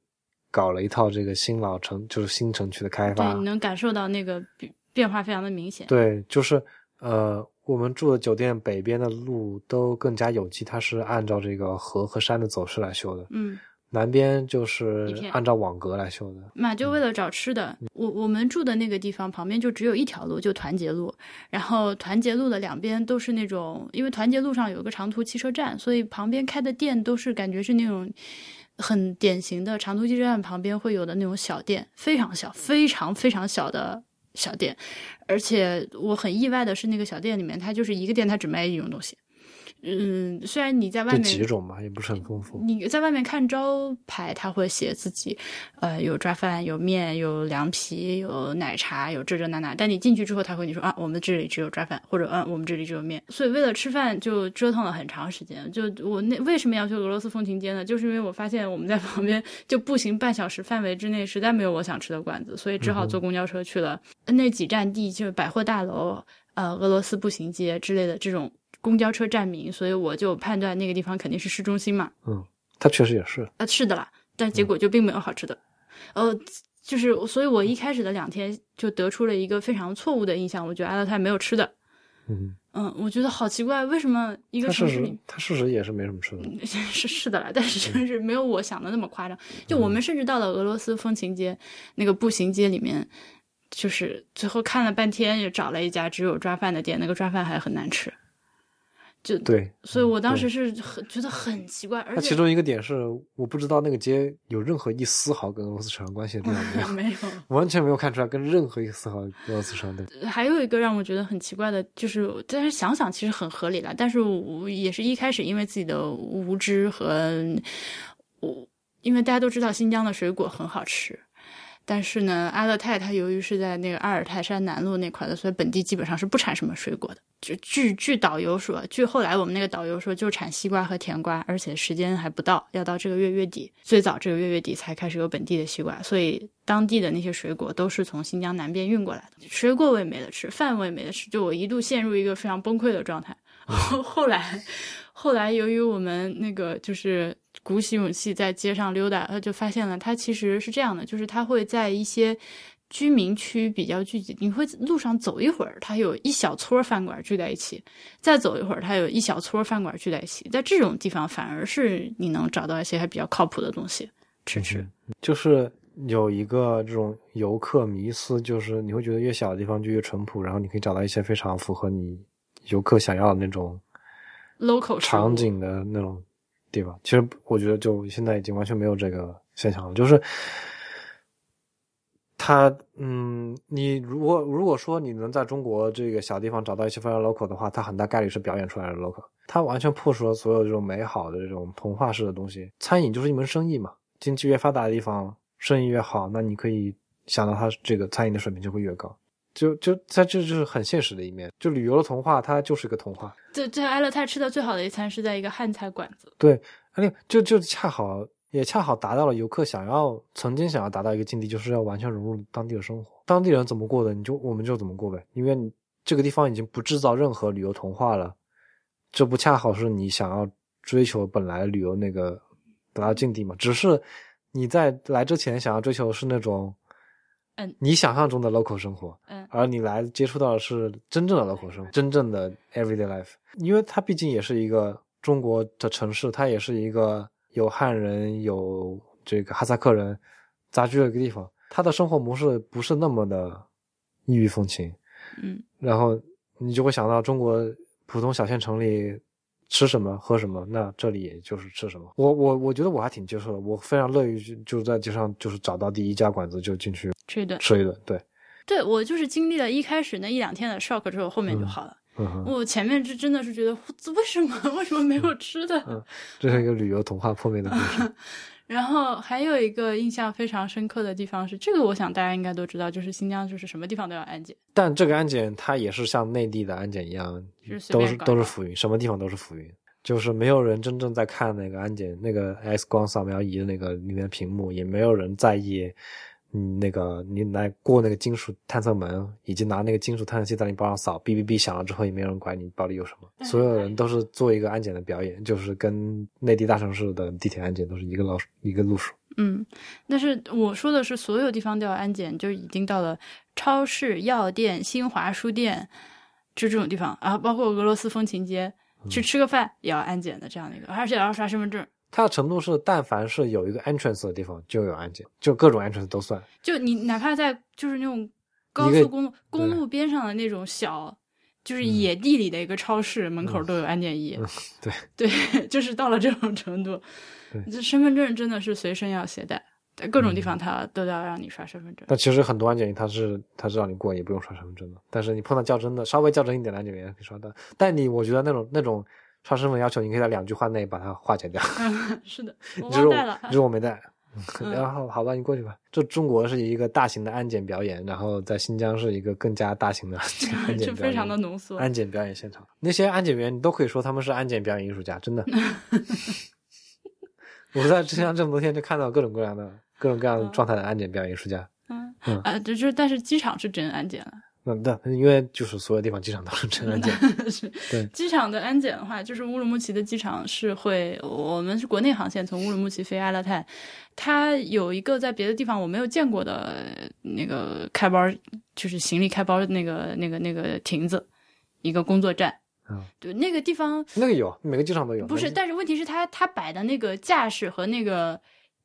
B: 搞了一套这个新老城，就是新城区的开发
A: 对，，你能感受到那个比变化非常的明显。
B: 对，就是呃，我们住的酒店北边的路都更加有机，它是按照这个河和山的走势来修的，
A: 嗯，
B: 南边就是
A: 一片
B: 按照网格来修的。
A: 马就为了找吃的，我我们住的那个地方旁边就只有一条路，就团结路。然后团结路的两边都是那种，因为团结路上有一个长途汽车站，所以旁边开的店都是感觉是那种很典型的长途汽车站旁边会有的那种小店，非常小，非常非常小的小店。而且我很意外的是，那个小店里面它就是一个店，它只卖一种东西。嗯，虽然你在外
B: 就
A: 面嗯
B: 几种吧，也不是很丰富。
A: 你在外面看招牌，它会写自己，呃，有抓饭，有面，有凉皮，有奶茶，有这这那那。但你进去之后，他会跟你说啊，我们这里只有抓饭，或者嗯、啊，我们这里只有面。所以为了吃饭就折腾了很长时间。就我那为什么要去俄罗斯风情街呢？就是因为我发现我们在旁边就步行半小时范围之内，实在没有我想吃的馆子，所以只好坐公交车去了那几站地，就是百货大楼、呃俄罗斯步行街之类的这种。公交车站名，所以我就判断那个地方肯定是市中心嘛。
B: 它确实也是，
A: 啊，是的啦，但
B: 嗯
A: 结果就并没有好吃的。呃，就是，所以我一开始的两天就得出了一个非常错误的印象，我觉得阿勒泰没有吃的。
B: 嗯，
A: 嗯，我觉得好奇怪，为什么一个
B: 它
A: 城
B: 事
A: 市
B: 实
A: 里嗯
B: 它事实也是没什么吃的。
A: 是是的啦，但是
B: 嗯
A: 就是没有我想的那么夸张。就我们甚至到了俄罗斯风情街那个步行街里面，就是最后看了半天，也找了一家只有抓饭的店，那个抓饭还很难吃。就，
B: 对，
A: 所以我当
B: 嗯对
A: 时是很觉得很奇怪，而
B: 它
A: 且
B: 其中一个点是，我不知道那个街有任何一丝毫跟俄罗斯扯上关系的地 方没有，
A: 没有。
B: 完全没有看出来跟任何一丝毫俄罗斯扯上的。
A: 还有一个让我觉得很奇怪的，就是，但是想想其实很合理了，但是我也是一开始因为自己的无知和我，因为大家都知道新疆的水果很好吃，但是呢，阿勒泰它由于是在那个阿尔泰山南麓那块的，所以本地基本上是不产什么水果的。就据据导游说，据后来我们那个导游说，就产西瓜和甜瓜，而且时间还不到，要到这个月月底，最早这个月月底才开始有本地的西瓜。所以当地的那些水果都是从新疆南边运过来的，水果我也没得吃，饭我也没得吃，就我一度陷入一个非常崩溃的状态。后后来，后来由于我们那个就是鼓起勇气在街上溜达，呃，就发现了它其实是这样的，就是它会在一些居民区比较聚集，你会路上走一会儿，它有一小撮饭馆聚在一起，再走一会儿，它有一小撮饭馆聚在一起，在这种地方反而是你能找到一些还比较靠谱的东西吃吃。
B: 嗯就是有一个这种游客迷思，就是你会觉得越小的地方就越淳朴，然后你可以找到一些非常符合你游客想要的那种
A: local 食物
B: 场景的那种地方。其实我觉得就现在已经完全没有这个现象了，就是它，嗯，你如果如果说你能在中国这个小地方找到一些非常 local 的话，它很大概率是表演出来的 local，它完全破除了所有这种美好的这种童话式的东西。餐饮就是一门生意嘛，经济越发达的地方，生意越好，那你可以想到它这个餐饮的水平就会越高。就就它这就是很现实的一面，就旅游的童话，它就是个童话。
A: 对对，埃勒泰吃的最好的一餐是在一个汉菜馆子。
B: 哎，就就恰好也恰好达到了游客想要曾经想要达到一个境地，就是要完全融入当地的生活，当地人怎么过的，你就我们就怎么过呗，因为你这个地方已经不制造任何旅游童话了，这不恰好是你想要追求本来旅游那个达到境地嘛？只是你在来之前想要追求的是那种。
A: 嗯
B: 你想象中的 local 生活，
A: 嗯
B: 而你来接触到的是真正的 local 生活，真正的 everyday life，因为它毕竟也是一个中国的城市，它也是一个有汉人、有这个哈萨克人杂居的一个地方，它的生活模式不是那么的异域风情，
A: 嗯，
B: 然后你就会想到中国普通小县城里吃什么喝什么，那这里也就是吃什么。我我我觉得我还挺接受的，我非常乐于就就在街上就是找到第一家馆子就进去
A: 吃一顿。
B: 吃一顿，对，
A: 对我就是经历了一开始那一两天的 shock 之后，后面就
B: 嗯
A: 好了。
B: 嗯哼。
A: 我前面这真的是觉得我为什么 为什么没有吃的？
B: 嗯这是一个旅游童话破灭的故 事。
A: 然后还有一个印象非常深刻的地方是，这个我想大家应该都知道，就是新疆就是什么地方都要安检，
B: 但这个安检它也是像内地的安检一样
A: 是，随
B: 都
A: 便
B: 是
A: 搞
B: 都是
A: 搞
B: 浮云，什么地方都是浮云，就是没有人真正在看那个安检那个 X 光扫描仪的那个里面屏幕，也没有人在意嗯，那个你来过那个金属探测门，以及拿那个金属探测器在你包上扫，哔哔哔响了之后，也没有人管你包里有什么，所有人都是做一个安检的表演，就是跟内地大城市的地铁安检都是一个老鼠一个路数。
A: 嗯，但是我说的是所有地方都要安检，就已经到了超市、药店、新华书店，就这种地方啊，包括俄罗斯风情街，
B: 嗯
A: 去吃个饭也要安检的这样的一个，而且也要刷身份证。
B: 它的程度是，但凡是有一个 entrance 的地方就有安检，就各种 entrance 都算。
A: 就你哪怕在就是那种高
B: 一个嗯
A: 速公路公路边上的那种小，就是野地里的一个超市门口都有安检仪。
B: 对
A: 对， 就是到了这种程度
B: 对，
A: 这身份证真的是随身要携带，在各种地
B: 嗯
A: 方它都要让你刷身份证。
B: 但其实很多安检仪它是它是让你过，也不用刷身份证的。但是你碰到较真的，稍微较真一点的安检员可以刷到。但你我觉得那种那种刷身份要求，你可以在两句话内把它化解掉。
A: 嗯，是的，我
B: 你就是
A: 忘
B: 我
A: 带了
B: 你。就是我没带。
A: 嗯
B: 然后好吧，你过去吧。这中国是一个大型的安检表演，然后在新疆是一个更加大型的安检 安
A: 这
B: 检表
A: 非
B: 演，
A: 常的浓缩。
B: 安检表演现场。那些安检员，你都可以说他们是安检表演艺术家，真的。我在新疆这么多天，就看到各种各样的、各种各样状态的安检表演艺术家。
A: 嗯
B: 嗯
A: 啊，就是但是机场是真安检了。
B: 那那因为就是所有地方机场都是 真安检，
A: 是
B: 对
A: 机场的安检的话，就是乌鲁木齐的机场是会，我们是国内航线从乌鲁木齐飞阿勒泰，它有一个在别的地方我没有见过的那个开包，就是行李开包的那个那个那个亭子，一个工作站。
B: 嗯
A: 对，那个地方
B: 那个有，每个机场都有。
A: 不是，
B: 那个
A: 但是问题是它它摆的那个架势和那个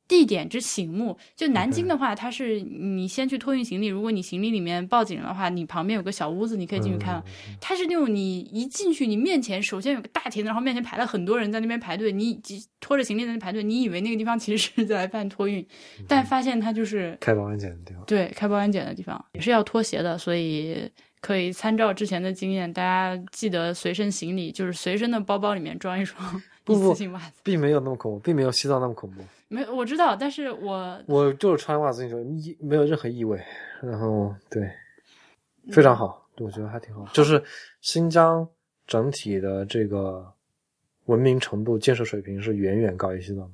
A: 地点之醒目。就南京的话，它是你先去托运行李，如果你行李里面报警的话，你旁边有个小屋子，你可以进去看。
B: 嗯
A: 它是那种你一进去，你面前首先有个大亭子，然后面前排了很多人在那边排队，你几拖着行李在那排队，你以为那个地方其实是在办托运，
B: 嗯
A: 但发现它就是
B: 开包安检的地方。
A: 对开包安检的地方，也是要脱鞋的，所以可以参照之前的经验，大家记得随身行李就是随身的包包里面装一双 一
B: 不不
A: 次性袜子。
B: 并没有那么恐怖，并没有西藏那么恐怖。
A: 没有，我知道，但是我
B: 我就是穿袜子进去，一没有任何异味，然后对，
A: 嗯
B: 非常好，我觉得还挺好。就是新疆整体的这个文明程度、建设水平是远远高于西藏的，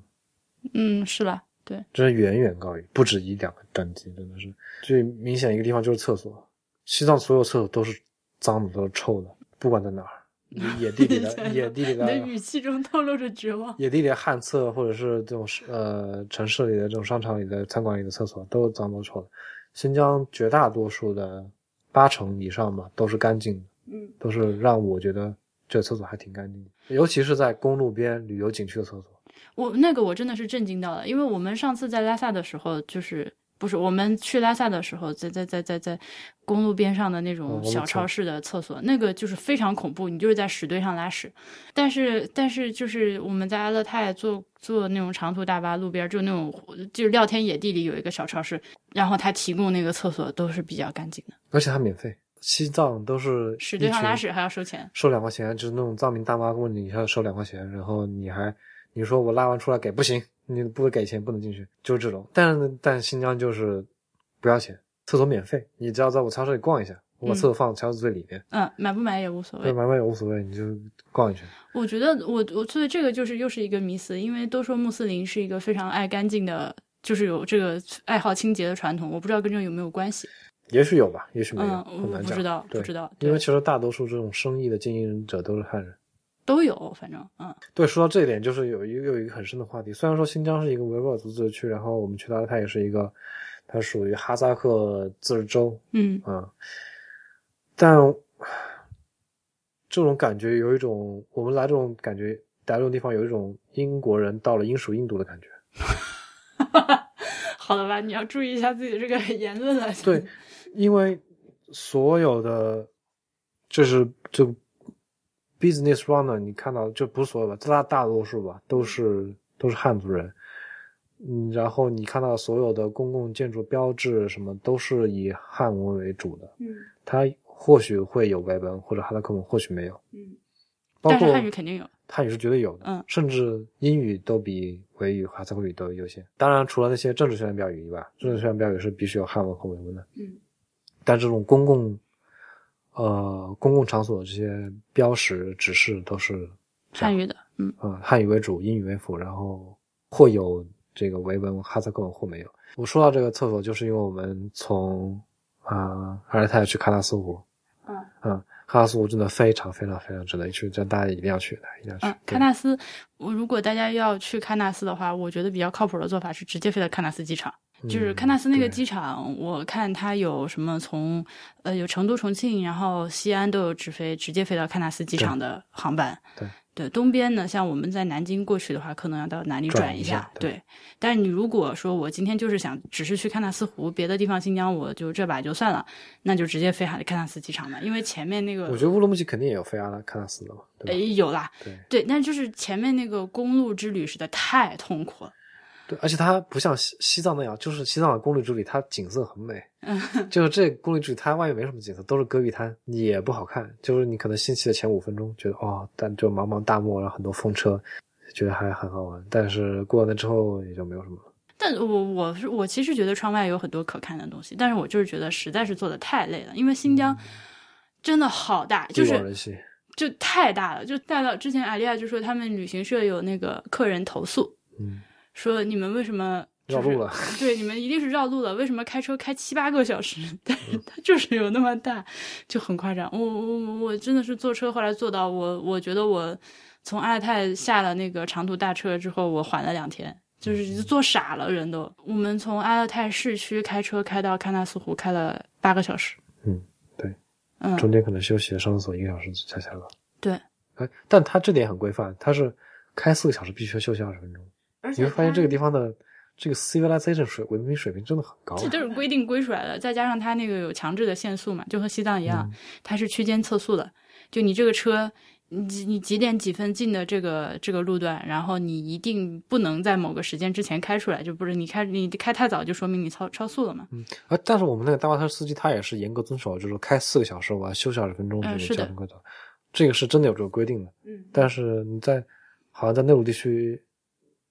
A: 嗯是了，对，
B: 真是远远高于，不止一两个等级，真的是最明显一个地方就是厕所，西藏所有厕所都是脏的，都是臭的，不管 在哪儿，野地里的野地里
A: 你的
B: 的
A: 语气中透露着绝望。
B: 野地里的旱厕，或者是这种呃城市里的这种商场里的餐馆里的厕所，都是脏都臭的。新疆绝大多数的八成以上吧，都是干净的，
A: 嗯，
B: 都是让我觉得这厕所还挺干净的，尤其是在公路边旅游景区的厕所。
A: 我那个我真的是震惊到了，因为我们上次在拉萨的时候，就是不是我们去拉萨的时候，在在在在在公路边上的那
B: 嗯我
A: 种
B: 们
A: 小
B: 从
A: 超市的厕所，那个就是非常恐怖，你就是在屎堆上拉屎。但是但是就是我们在阿勒泰坐坐那种长途大巴，路边就那种就是廖天野地里有一个小超市，然后他提供那个厕所都是比较干净的，
B: 而且它免费。西藏都是
A: 屎堆上
B: 一群
A: 拉屎还要收钱。
B: 收两块钱，就是那种藏民大妈问你要收两块钱，然后你还你说我拉完出来给不行，你不给钱不能进去，就是这种。但是但新疆就是不要钱，厕所免费，你只要在我超市里逛一下，我
A: 嗯
B: 把厕所放超市最里面，
A: 嗯，买不买也无所谓
B: 对，。买卖也无所谓，你就逛一圈。
A: 我觉得我我所以这个就是又是一个迷思，因为都说穆斯林是一个非常爱干净的，就是有这个爱好清洁的传统，我不知道跟这个有没有关系。
B: 也许有吧，也许没有，
A: 嗯，
B: 很
A: 我
B: 难
A: 不
B: 讲。
A: 知道，不
B: 对
A: 知道，
B: 因
A: 对
B: 为，其实大多数这种生意的经营者都是汉人。
A: 都有，反正嗯
B: 对，说到这一点，就是有一个有一个很深的话题。虽然说新疆是一个维吾尔族自治区，然后我们去到它也是一个，它属于哈萨克自治州，
A: 嗯，
B: 啊，但这种感觉有一种，我们来这种感觉，来这种地方有一种英国人到了英属印度的感觉。
A: 好了吧，你要注意一下自己的这个 言论了。
B: 对，因为所有的就是就 business runner，你看到就不是所有吧，大大多数吧，都是都是汉族人。嗯，然后你看到所有的公共建筑标志什么都是以汉文为主的，
A: 嗯
B: 它或许会有维文或者哈萨克文，或许没有。
A: 嗯，
B: 包
A: 但
B: 括
A: 是汉语肯定有，
B: 汉语是绝对有的，
A: 嗯
B: 甚至英语都比维语、哈萨克语都优先。当然，除了那些政治宣传标语以外，政治宣传标语是必须有汉文和维文的。
A: 嗯，
B: 但这种公共，呃，公共场所的这些标识、指示都是这
A: 汉
B: 样
A: 语的，嗯
B: 呃汉语为主，英语为辅，然后或有这个维文哈萨克文户没有。我说到这个厕所，就是因为我们从啊阿尔泰去喀纳斯湖，
A: 嗯
B: 嗯，喀纳斯湖真的非常非常非常值得一去，这大家一定要去，大家一定要去。
A: 嗯，
B: 啊对
A: 喀纳斯，我如果大家要去喀纳斯的话，我觉得比较靠谱的做法是直接飞到喀纳斯机场。就是
B: 嗯
A: 喀纳斯那个
B: 对
A: 机场，我看它有什么从呃有成都、重庆，然后西安都有直飞，直接飞到喀纳斯机场的航班。
B: 对
A: 东边呢，像我们在南京过去的话，可能要到南里
B: 转
A: 转
B: 一
A: 下。
B: 下对
A: 对，但是你如果说我今天就是想只是去喀纳斯湖，别的地方新疆我就这把就算了，那就直接飞喀纳斯机场吧，因为前面那个
B: 我觉得乌鲁木齐肯定也有飞阿拉喀纳斯的嘛，
A: 哎
B: 对吧？
A: 有啦，
B: 对
A: 对，但就是前面那个公路之旅实在太痛苦了。
B: 对，而且它不像西西藏那样，就是西藏的公路之旅，它景色很美，
A: 嗯，
B: 就是这公路之旅它外面没什么景色，都是戈壁滩，也不好看。就是你可能兴起的前五分钟觉得哦，但就茫茫大漠，然后很多风车，觉得还很好玩。但是过了那之后也就没有什么了。
A: 但我我是我其实觉得窗外有很多可看的东西，但是我就是觉得实在是做的太累了，因为新疆真的好大，就
B: 地广人
A: 是
B: 稀，
A: 就太大了，就大到之前艾丽亚就说他们旅行社有那个客人投诉
B: 嗯，
A: 说你们为什么、就
B: 绕
A: 是、
B: 路了，
A: 对，你们一定是绕路了，为什么开车开七八个小时？
B: 嗯
A: 但是它就是有那么大，就很夸张。我我我我真的是坐车，后来坐到我，我觉得我从阿勒泰下了那个长途大车之后，我缓了两天，
B: 嗯
A: 就是坐傻了，人都。我们从阿勒泰市区开车开到喀纳斯湖，开了八个小时。
B: 嗯，对，
A: 嗯，
B: 中间可能休息上厕所一个小时就下下了。
A: 对，
B: 哎，但它这点很规范，它是开四个小时必须休息二十分钟。
A: 而
B: 你会发现这个地方的这个 civilization 水文明水平真的很高啊、
A: 这都是规定归出来的，再加上它那个有强制的限速嘛，就和西藏一样，它是区间测速的。就你这个车，你几你几点几分进的这个这个路段，然后你一定不能在某个时间之前开出来，就不是你开你开太早就说明你超超速了嘛。
B: 啊，但是我们那个大巴车司机他也是严格遵守，就是开四个小时，我要休息二十分钟这
A: 嗯
B: 个
A: 是
B: 交
A: 的
B: 通规则，这个是真的有这个规定的。
A: 嗯，
B: 但是你在好像在内陆地区，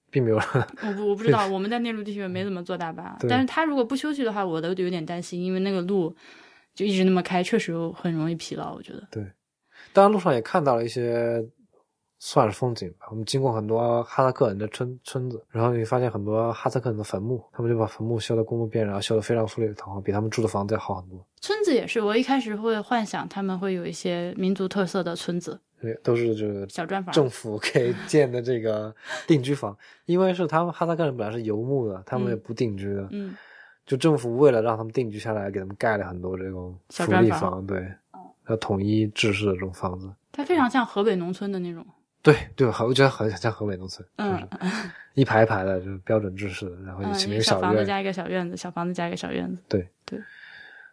B: 并没有
A: 我不我不知道，我们在内陆地区也没怎么坐大巴，
B: 对
A: 但是他如果不休息的话，我都有点担心，因为那个路就一直那么开，确实很容易疲劳，我觉得。
B: 对， 当然路上也看到了一些算是风景吧。我们经过很多哈萨克人的村村子，然后你发现很多哈萨克人的坟墓，他们就把坟墓修到公路边，然后修得非常富丽堂皇，比他们住的房子要好很多。
A: 村子也是，我一开始会幻想他们会有一些民族特色的村子，
B: 对，都是这个
A: 小砖房
B: 政府给建的这个定居房，因为是他们哈萨克人本来是游牧的，他们也
A: 嗯
B: 不定居的，
A: 嗯，
B: 就政府为了让他们定居下来，给他们盖了很多这种
A: 小
B: 福
A: 砖
B: 利
A: 房
B: 房，对，
A: 哦
B: 要统一制式的这种房子，
A: 它非常像河北农村的那种。
B: 对对，很我觉得很像河北农村，就
A: 嗯
B: 是，一排一排的，就是标准制式的，然后
A: 嗯，
B: 前
A: 一
B: 面
A: 个
B: 有
A: 小房子
B: 院，
A: 加一个小院子，小房子加一个小院子。
B: 对
A: 对。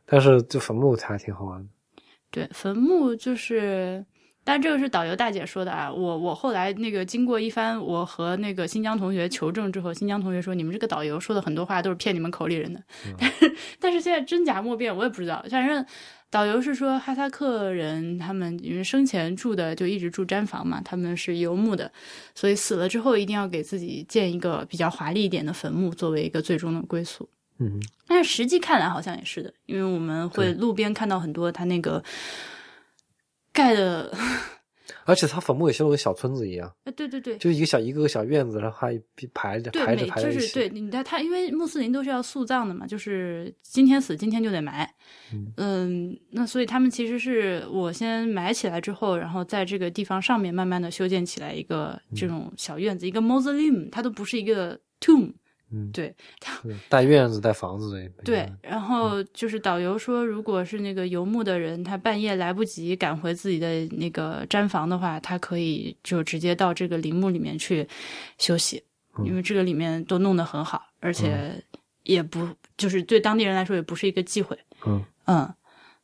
B: 但是就坟墓还挺好玩的，
A: 对，坟墓就是，但这个是导游大姐说的啊。我我后来那个经过一番我和那个新疆同学求证之后，新疆同学说你们这个导游说的很多话都是骗你们口里人的，但是但是现在真假莫辨，我也不知道。反正导游是说哈萨克人他们因为生前住的就一直住毡房嘛，他们是游牧的，所以死了之后一定要给自己建一个比较华丽一点的坟墓作为一个最终的归宿。
B: 嗯，
A: 但是实际看来好像也是的，因为我们会路边看到很多他那个盖的，
B: 而且他坟墓也修得跟小村子一样，
A: 呃对对对。
B: 就一个小一个个小院子，然后还一排着
A: 对，
B: 排着
A: 每
B: 排
A: 就
B: 在一
A: 是
B: 起，
A: 对你他他，因为穆斯林都是要树葬的嘛，就是今天死今天就得埋，
B: 嗯
A: 嗯，那所以他们其实是我先埋起来之后，然后在这个地方上面慢慢的修建起来一个
B: 嗯
A: 这种小院子，一个 mausoleum，它都不是一个 tomb，
B: 嗯，
A: 对，
B: 是带院子带房子这一类的，嗯
A: 对，然后就是导游说，如果是那个游牧的人，他半夜来不及赶回自己的那个毡房的话，他可以就直接到这个陵墓里面去休息，
B: 嗯
A: 因为这个里面都弄得很好，而且也不就是对当地人来说也不是一个忌讳。
B: 嗯。
A: 嗯，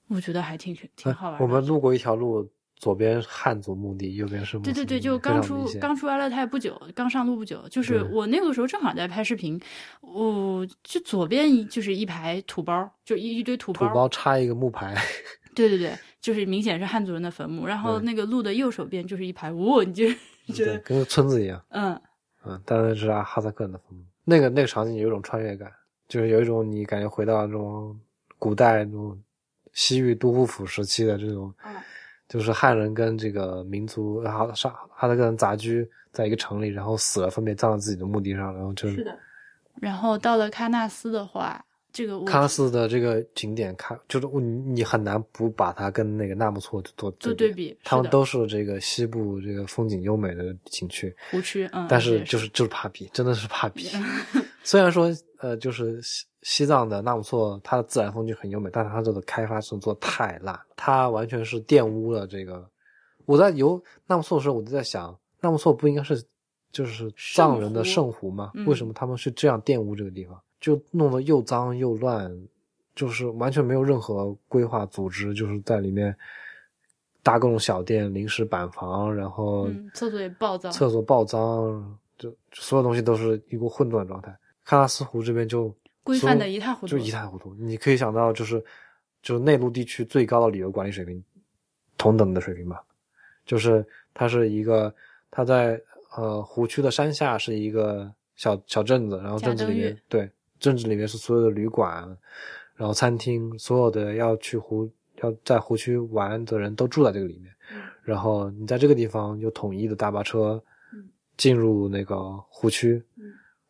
A: 我觉得还挺挺好玩的。
B: 哎我们路过一条路，左边汉族墓地，右边是穆斯
A: 对
B: 林
A: 对对，就
B: 嗯非
A: 刚
B: 常
A: 出
B: 明显
A: 刚出阿勒泰不久，刚上路不久，就是
B: 对
A: 我那个时候正好在拍视频，我就左边一就是一排土包，就一一堆土
B: 土
A: 包，
B: 包插一个木牌，
A: 对对对，就是明显是汉族人的坟墓，然后
B: 对
A: 那个路的右手边就是一排屋， 你就觉
B: 对，
A: 得
B: 跟村子一样，
A: 嗯，
B: 嗯，当然是阿哈萨克人的坟墓。那个那个场景有一种穿越感，就是有一种你感觉回到那种古代那种西域都护府时期的这种，
A: 嗯
B: 就是汉人跟这个民族哈萨哈萨克人杂居在一个城里，然后死了分别葬在自己的墓地上，然后就是
A: 的，然后到了喀纳斯的话，这个我
B: 喀纳斯的这个景点，看就是你你很难不把它跟那个纳木错做
A: 做
B: 对
A: 对比，
B: 他
A: 是
B: 们
A: 的
B: 都是这个西部这个风景优美的景区，
A: 湖区，嗯，这
B: 但是
A: 也
B: 就是就是怕比，真的是怕 比。虽然说呃，就是西西藏的纳木错，它的自然风景很优美，但是它这个开发真的做得太烂了，它完全是玷污了这个。我在游纳木错的时候，我就在想，纳木错不应该是就是藏人的
A: 圣
B: 圣湖吗？
A: 嗯
B: 为什么他们是这样玷污这个地方？就弄得又脏又乱，就是完全没有任何规划组织，就是在里面搭各种小店、临时板房，然后
A: 嗯，厕所也暴躁，
B: 厕所暴脏，就就所有东西都是一股混沌状态。喀纳斯湖这边就
A: 规
B: 所
A: 范
B: 有
A: 得一塌糊涂
B: 就一塌糊涂。你可以想到，就是就是内陆地区最高的旅游管理水平，同等的水平吧，就是它是一个，它在呃湖区的山下是一个小小镇子，然后
A: 假
B: 镇子里
A: 登
B: 面
A: 月
B: 对镇子里面是所有的旅馆，然后餐厅，所有的要去湖要在湖区玩的人都住在这个里面，然后你在这个地方有统一的大巴车
A: 嗯
B: 进入那个湖区，
A: 嗯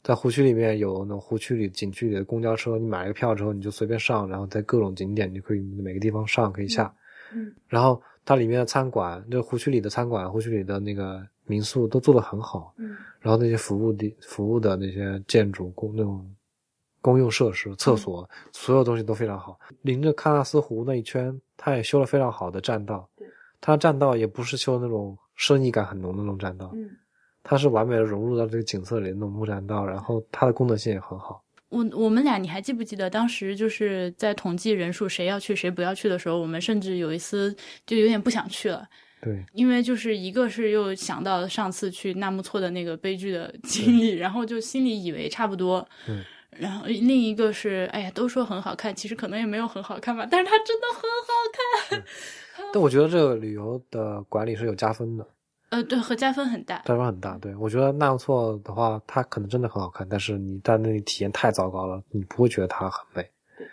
B: 在湖区里面有那种湖区里景区里的公交车，你买了个票之后你就随便上，然后在各种景点你可以每个地方上可以下，
A: 嗯
B: 然后它里面的餐馆，就湖区里的餐馆、湖区里的那个民宿都做得很好，
A: 嗯
B: 然后那些服务的服务的那些建筑公那种公用设施、
A: 嗯
B: 厕所，所有东西都非常好。临着喀纳斯湖那一圈，它也修了非常好的栈道
A: 对，
B: 它栈道也不是修那种生意感很浓的那种栈道，
A: 嗯，
B: 它是完美的融入到这个景色里的那种木栈道，然后它的功能性也很好。
A: 我我们俩，你还记不记得当时就是在统计人数谁要去谁不要去的时候，我们甚至有一丝就有点不想去了，
B: 对，
A: 因为就是一个是又想到上次去纳木错的那个悲剧的经历，然后就心里以为差不多，
B: 嗯
A: 然后另一个是哎呀，都说很好看，其实可能也没有很好看吧，但是它真的很好看，
B: 但我觉得这个旅游的管理是有加分的，
A: 呃，对，和加分很大，
B: 加分很大。对我觉得纳木错的话，它可能真的很好看，但是你在那里体验太糟糕了，你不会觉得它很美。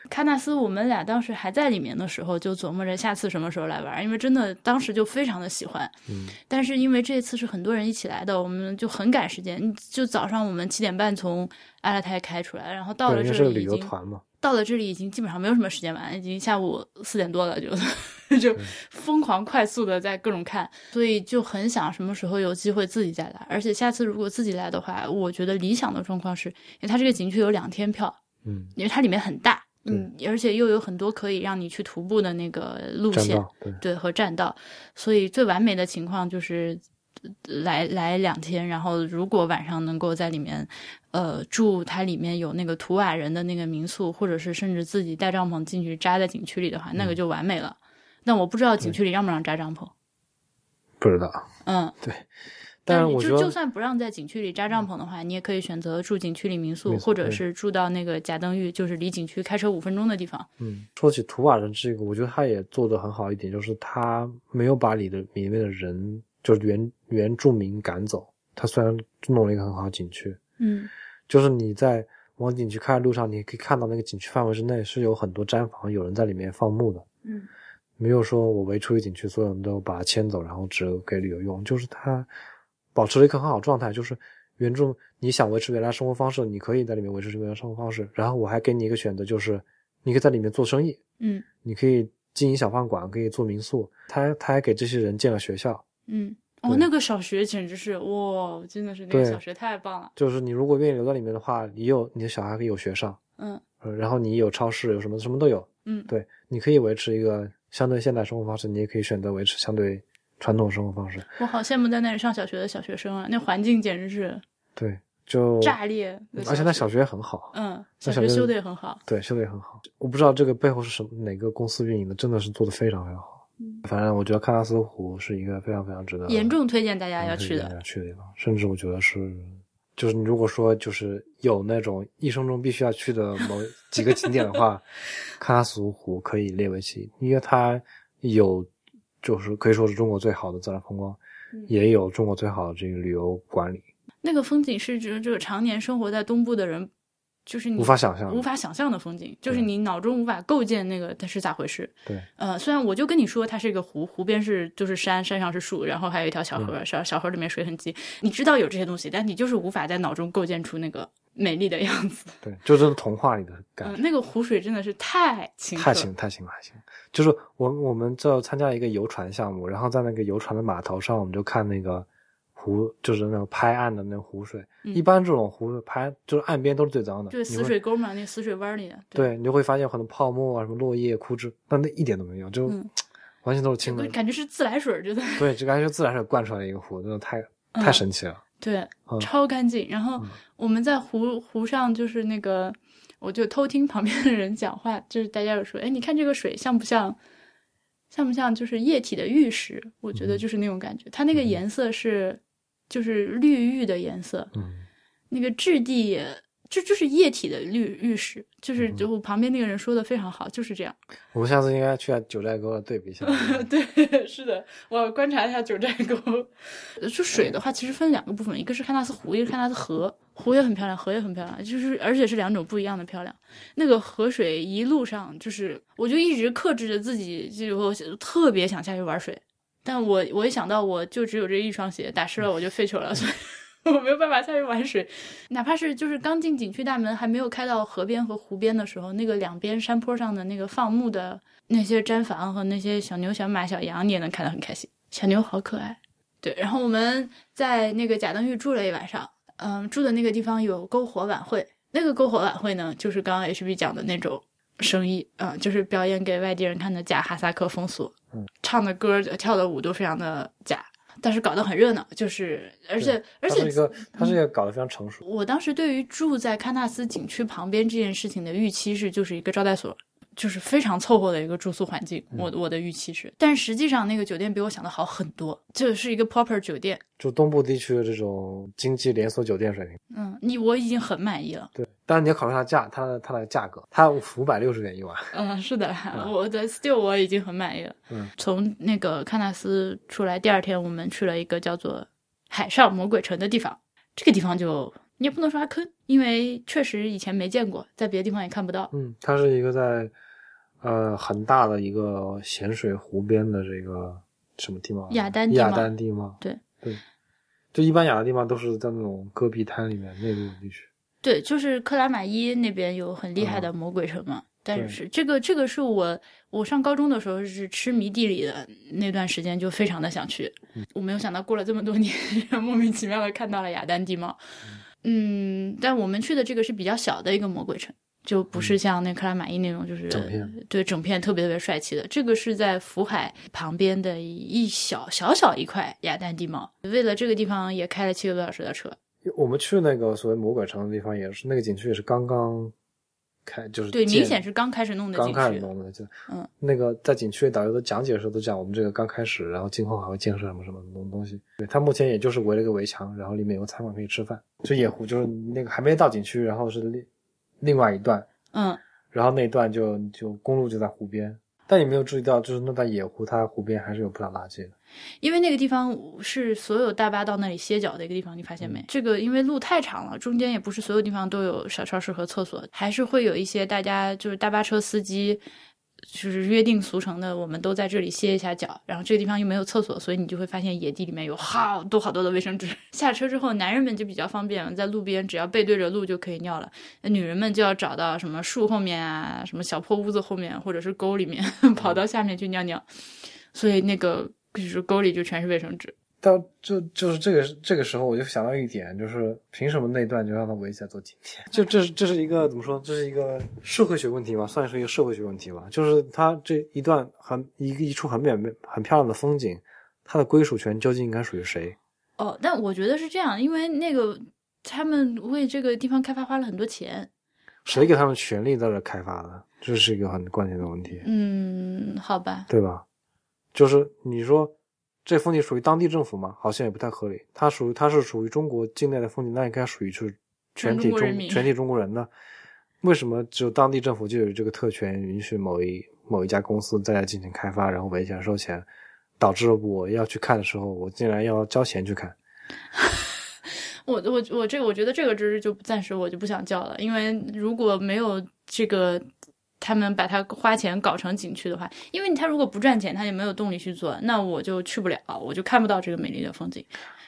A: 喀纳斯，我们俩当时还在里面的时候，就琢磨着下次什么时候来玩，因为真的当时就非常的喜欢。
B: 嗯，
A: 但是因为这次是很多人一起来的，我们就很赶时间，就早上我们七点半从阿拉泰开出来，然后到
B: 对，
A: 了这
B: 因为是个
A: 里
B: 旅
A: 已
B: 游
A: 经
B: 团嘛。
A: 到了这里已经基本上没有什么时间玩，已经下午四点多了，就 就疯狂快速的在各种看，所以就很想什么时候有机会自己再来。而且下次如果自己来的话，我觉得理想的状况是，因为它这个景区有两天票，
B: 嗯，
A: 因为它里面很大，
B: 对
A: 嗯，而且又有很多可以让你去徒步的那个路
B: 栈
A: 线，
B: 道，对，
A: 对和栈道，所以最完美的情况就是呃来来两天，然后如果晚上能够在里面，呃，住它里面有那个图瓦人的那个民宿，或者是甚至自己带帐篷进去扎在景区里的话，那
B: 嗯
A: 个就完美了。但我不知道景区里让不让扎帐篷，
B: 不知道。
A: 嗯，
B: 但是
A: 你
B: 我觉
A: 就就
B: 得，
A: 算不让在景区里扎帐篷的话，你也可以选择住景区里民宿，
B: 没错
A: 或者
B: 对
A: 是住到那个贾登峪，就是离景区开车五分钟的地方。
B: 嗯，说起图瓦人这个，我觉得他也做得很好一点，就是他没有把里的里面的人，就是原原住民赶走。他虽然弄了一个很好的景区，
A: 嗯
B: 就是你在往景区开的路上，你可以看到那个景区范围之内是有很多毡房，有人在里面放牧的，
A: 嗯
B: 没有说我围出一景区，所有人都把它迁走，然后只给旅游用，就是它保持了一个很好的状态，就是原住你想维持原来生活方式，你可以在里面维持原来生活方式，然后我还给你一个选择，就是你可以在里面做生意，
A: 嗯
B: 你可以经营小饭馆，可以做民宿，他他还给这些人建了学校，
A: 嗯，哦，
B: 对
A: 那个小学简直是哇，真的是那个
B: 对
A: 小学太棒了。
B: 就是你如果愿意留在里面的话，你有你的小孩可以有学上，
A: 嗯
B: 呃然后你有超市，有什么什么都有，
A: 嗯，
B: 对，你可以维持一个相对现代生活方式，你也可以选择维持相对传统生活方式，
A: 我好羡慕在那里上小学的小学生啊，那环境简直是
B: 对，就
A: 炸裂的小
B: 嗯
A: 学。
B: 而且那小学很好，
A: 嗯，小
B: 那小
A: 学
B: 学
A: 修的也很好。
B: 对，修的也很好。我不知道这个背后是什么哪个公司运营的，真的是做的非常非常好。
A: 嗯
B: 反正我觉得喀纳斯湖是一个非常非常值得嗯
A: 严重推荐大
B: 大
A: 家要去的，
B: 要去的地方，甚至我觉得是。就是你如果说就是有那种一生中必须要去的 某几个景点的话，喀纳斯湖可以列为其一，因为它有就是可以说是中国最好的自然风光，
A: 嗯
B: 也有中国最好的这个旅游管理，
A: 那个风景是指就是常年生活在东部的人，就是你
B: 无法想象的。
A: 无法想象的风景，就是
B: 对
A: 你脑中无法构建那个它是咋回事。
B: 对，
A: 呃，虽然我就跟你说它是一个湖，湖边是就是山，山上是树，然后
B: 嗯
A: 还有一条小河，小小河里面水很急，你知道有这些东西，但你就是无法在脑中构建出那个美丽的样子。
B: 对，就真的童话里的感
A: 嗯
B: 觉，，
A: 那个湖水真的是太清澈，
B: 太行太行太行。就是我我们就参加一个游船项目，然后在那个游船的码头上，我们就看那个湖，就是那种拍岸的那种湖水。
A: 嗯
B: 一般这种湖水拍就是岸边都是最脏的，
A: 就是
B: 你
A: 死
B: 会
A: 水沟嘛，那个死水湾里的。
B: 对，你就会发现很多泡沫啊，什么落叶、枯枝，但那一点都没有，就
A: 嗯
B: 完全都是清的
A: 就。感觉是自来水儿，真的。
B: 对，这感觉就自然水灌出来的一个湖，真的太
A: 嗯
B: 太神奇了。
A: 对，
B: 嗯
A: 超干净。然后
B: 嗯
A: 我们在湖湖上，就是那个，我就偷听旁边的人讲话，就是大家有说，哎，你看这个水像不像，像不像就是液体的玉石？我觉得
B: 嗯
A: 就是那种感觉，它那个
B: 嗯
A: 颜色是就是绿玉的颜色，
B: 嗯
A: 那个质地也就就是液体的绿玉石，就是
B: 嗯
A: 就我旁边那个人说的非常好，就是这样。
B: 我们下次应该去九寨沟对比一 下。
A: 对，是的，我观察一下九寨沟。呃就水的话，其实分两个部分，一个是喀纳斯湖，一个是喀纳斯河。湖也很漂亮，河也很漂亮，就是而且是两种不一样的漂亮。那个河水一路上就是，我就一直克制着自己，就我特别想下去玩水，但我我一想到我就只有这一双鞋，打湿了我就废球了，所以 我没有办法下去玩水。哪怕是就是刚进景区大门还没有开到河边和湖边的时候，那个两边山坡上的那个放牧的那些毡房和那些小牛、小马、小羊，你也能看得很开心。小牛好可爱，对。然后我们在那个贾登峪住了一晚上，嗯，住的那个地方有篝火晚会。那个篝火晚会呢，就是刚刚 HB 讲的那种生意啊、嗯就是表演给外地人看的假哈萨克风俗，
B: 嗯
A: 唱的歌、跳的舞都非常的假，但是搞得很热闹，就是而且而
B: 它
A: 且嗯
B: 是一个，它是一个搞得非常成熟。
A: 我当时对于住在喀纳斯景区旁边这件事情的预期是，就是一个招待所，就是非常凑合的一个住宿环境。我我的预期是，但实际上那个酒店比我想的好很多，就是一个 proper 酒店。
B: 就东部地区的这种经济连锁酒店水平。
A: 嗯，你我已经很满意了。
B: 对，当然你要考虑它的价，它的它的价格，它五百六十元一晚。
A: 嗯，是的，我的 still 我已经很满意了。
B: 嗯，
A: 从那个喀纳斯出来，第二天我们去了一个叫做海上魔鬼城的地方。这个地方就你也不能说它坑，因为确实以前没见过，在别的地方也看不到。
B: 嗯，它是一个在呃很大的一个咸水湖边的这个什么地貌？啊
A: 雅丹地貌
B: 雅丹地貌。
A: 对
B: 对，就一般雅丹地貌都是在那种戈壁滩里面内陆地区。
A: 对，就是克拉玛依那边有很厉害的魔鬼城嘛。但
B: 嗯对
A: 是这个这个是我我上高中的时候是痴迷地理的那段时间，就非常的想去。
B: 嗯
A: 我没有想到过了这么多年，莫名其妙的看到了雅丹地貌。嗯，但我们去的这个是比较小的一个魔鬼城，就不是像那克拉玛依那种就是
B: 嗯整片
A: 对整片特别特别帅气的。这个是在福海旁边的一小小小一块雅丹地貌，为了这个地方也开了七个多小时的车。
B: 我们去那个所谓魔鬼城的地方，也是那个景区也是刚刚开，就是
A: 对，
B: 建
A: 明显是刚开始弄的景
B: 刚
A: 区。
B: 开始弄的。就
A: 嗯，
B: 那个在景区导游的讲解的时候都讲，我们这个刚开始，然后今后还会建设什么什么东东西。对，它目前也就是围了个围墙，然后里面有个餐馆可以吃饭。就野湖就是那个还没到景区，然后是另另外一段，
A: 嗯，
B: 然后那段就就公路就在湖边。但你没有注意到，就是那段野湖，它湖边还是有不少垃圾的。
A: 因为那个地方是所有大巴到那里歇脚的一个地方，你发现没？这个因为路太长了，中间也不是所有地方都有小超市和厕所，还是会有一些大家就是大巴车司机。就是约定俗成的，我们都在这里歇一下脚，然后这个地方又没有厕所，所以你就会发现野地里面有好多好多的卫生纸。 下车之后，男人们就比较方便了，在路边只要背对着路就可以尿了，那女人们就要找到什么树后面啊，什么小破屋子后面，或者是沟里面， 跑到下面去尿尿。所以那个就是沟里就全是卫生纸。
B: 到就就是这个这个时候，我就想到一点，就是凭什么那段就让它围起来做景 点？就这是这是一个怎么说？这是一个社会学问题吧，算是一个社会学问题吧。就是它这一段很一个一处很美很漂亮的风景，它的归属权究竟应该属于谁？
A: 哦，但我觉得是这样，因为那个他们为这个地方开发花了很多钱。
B: 谁给他们权利在这开发的？这是一个很关键的问题，
A: 嗯，好吧，
B: 对吧？就是你说这风景属于当地政府吗？好像也不太合理。它属于它是属于中国境内的风景，那应该属于就是全体
A: 全中国人民
B: 全体中国人的。为什么只有当地政府就有这个特权，允许某一某一家公司在这进行开发，然后围起来收钱，导致我要去看的时候，我竟然要交钱去看？
A: 我我我这个我觉得这个知识就暂时我就不想叫了，因为如果没有这个。他们把它花钱搞成景区的话，因为他如果不赚钱，他就没有动力去做，那我就去不了，我就看不到这个美丽的风景。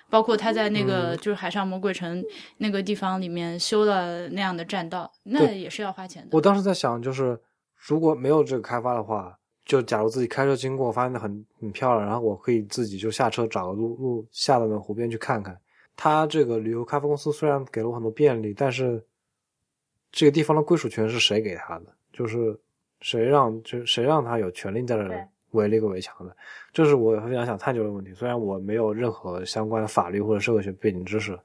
A: 包括他在那个
B: 嗯
A: 就是海上魔鬼城那个地方里面修了那样的栈道，那
B: 对
A: 也是要花钱的
B: 我。当时在想，就是如果没有这个开发的话，就假如自己开车经过，发现很很漂亮，然后我可以自己就下车找个路路下到那湖边去看看。它这个旅游开发公司虽然给了我很多便利，但是这个地方的归属权是谁给他的？就是谁让就是谁让他有权利在这
C: 对
B: 儿围了一个围墙的？这是我非常想探究的问题。虽然我没有任何相关的法律或者社会学背景知识，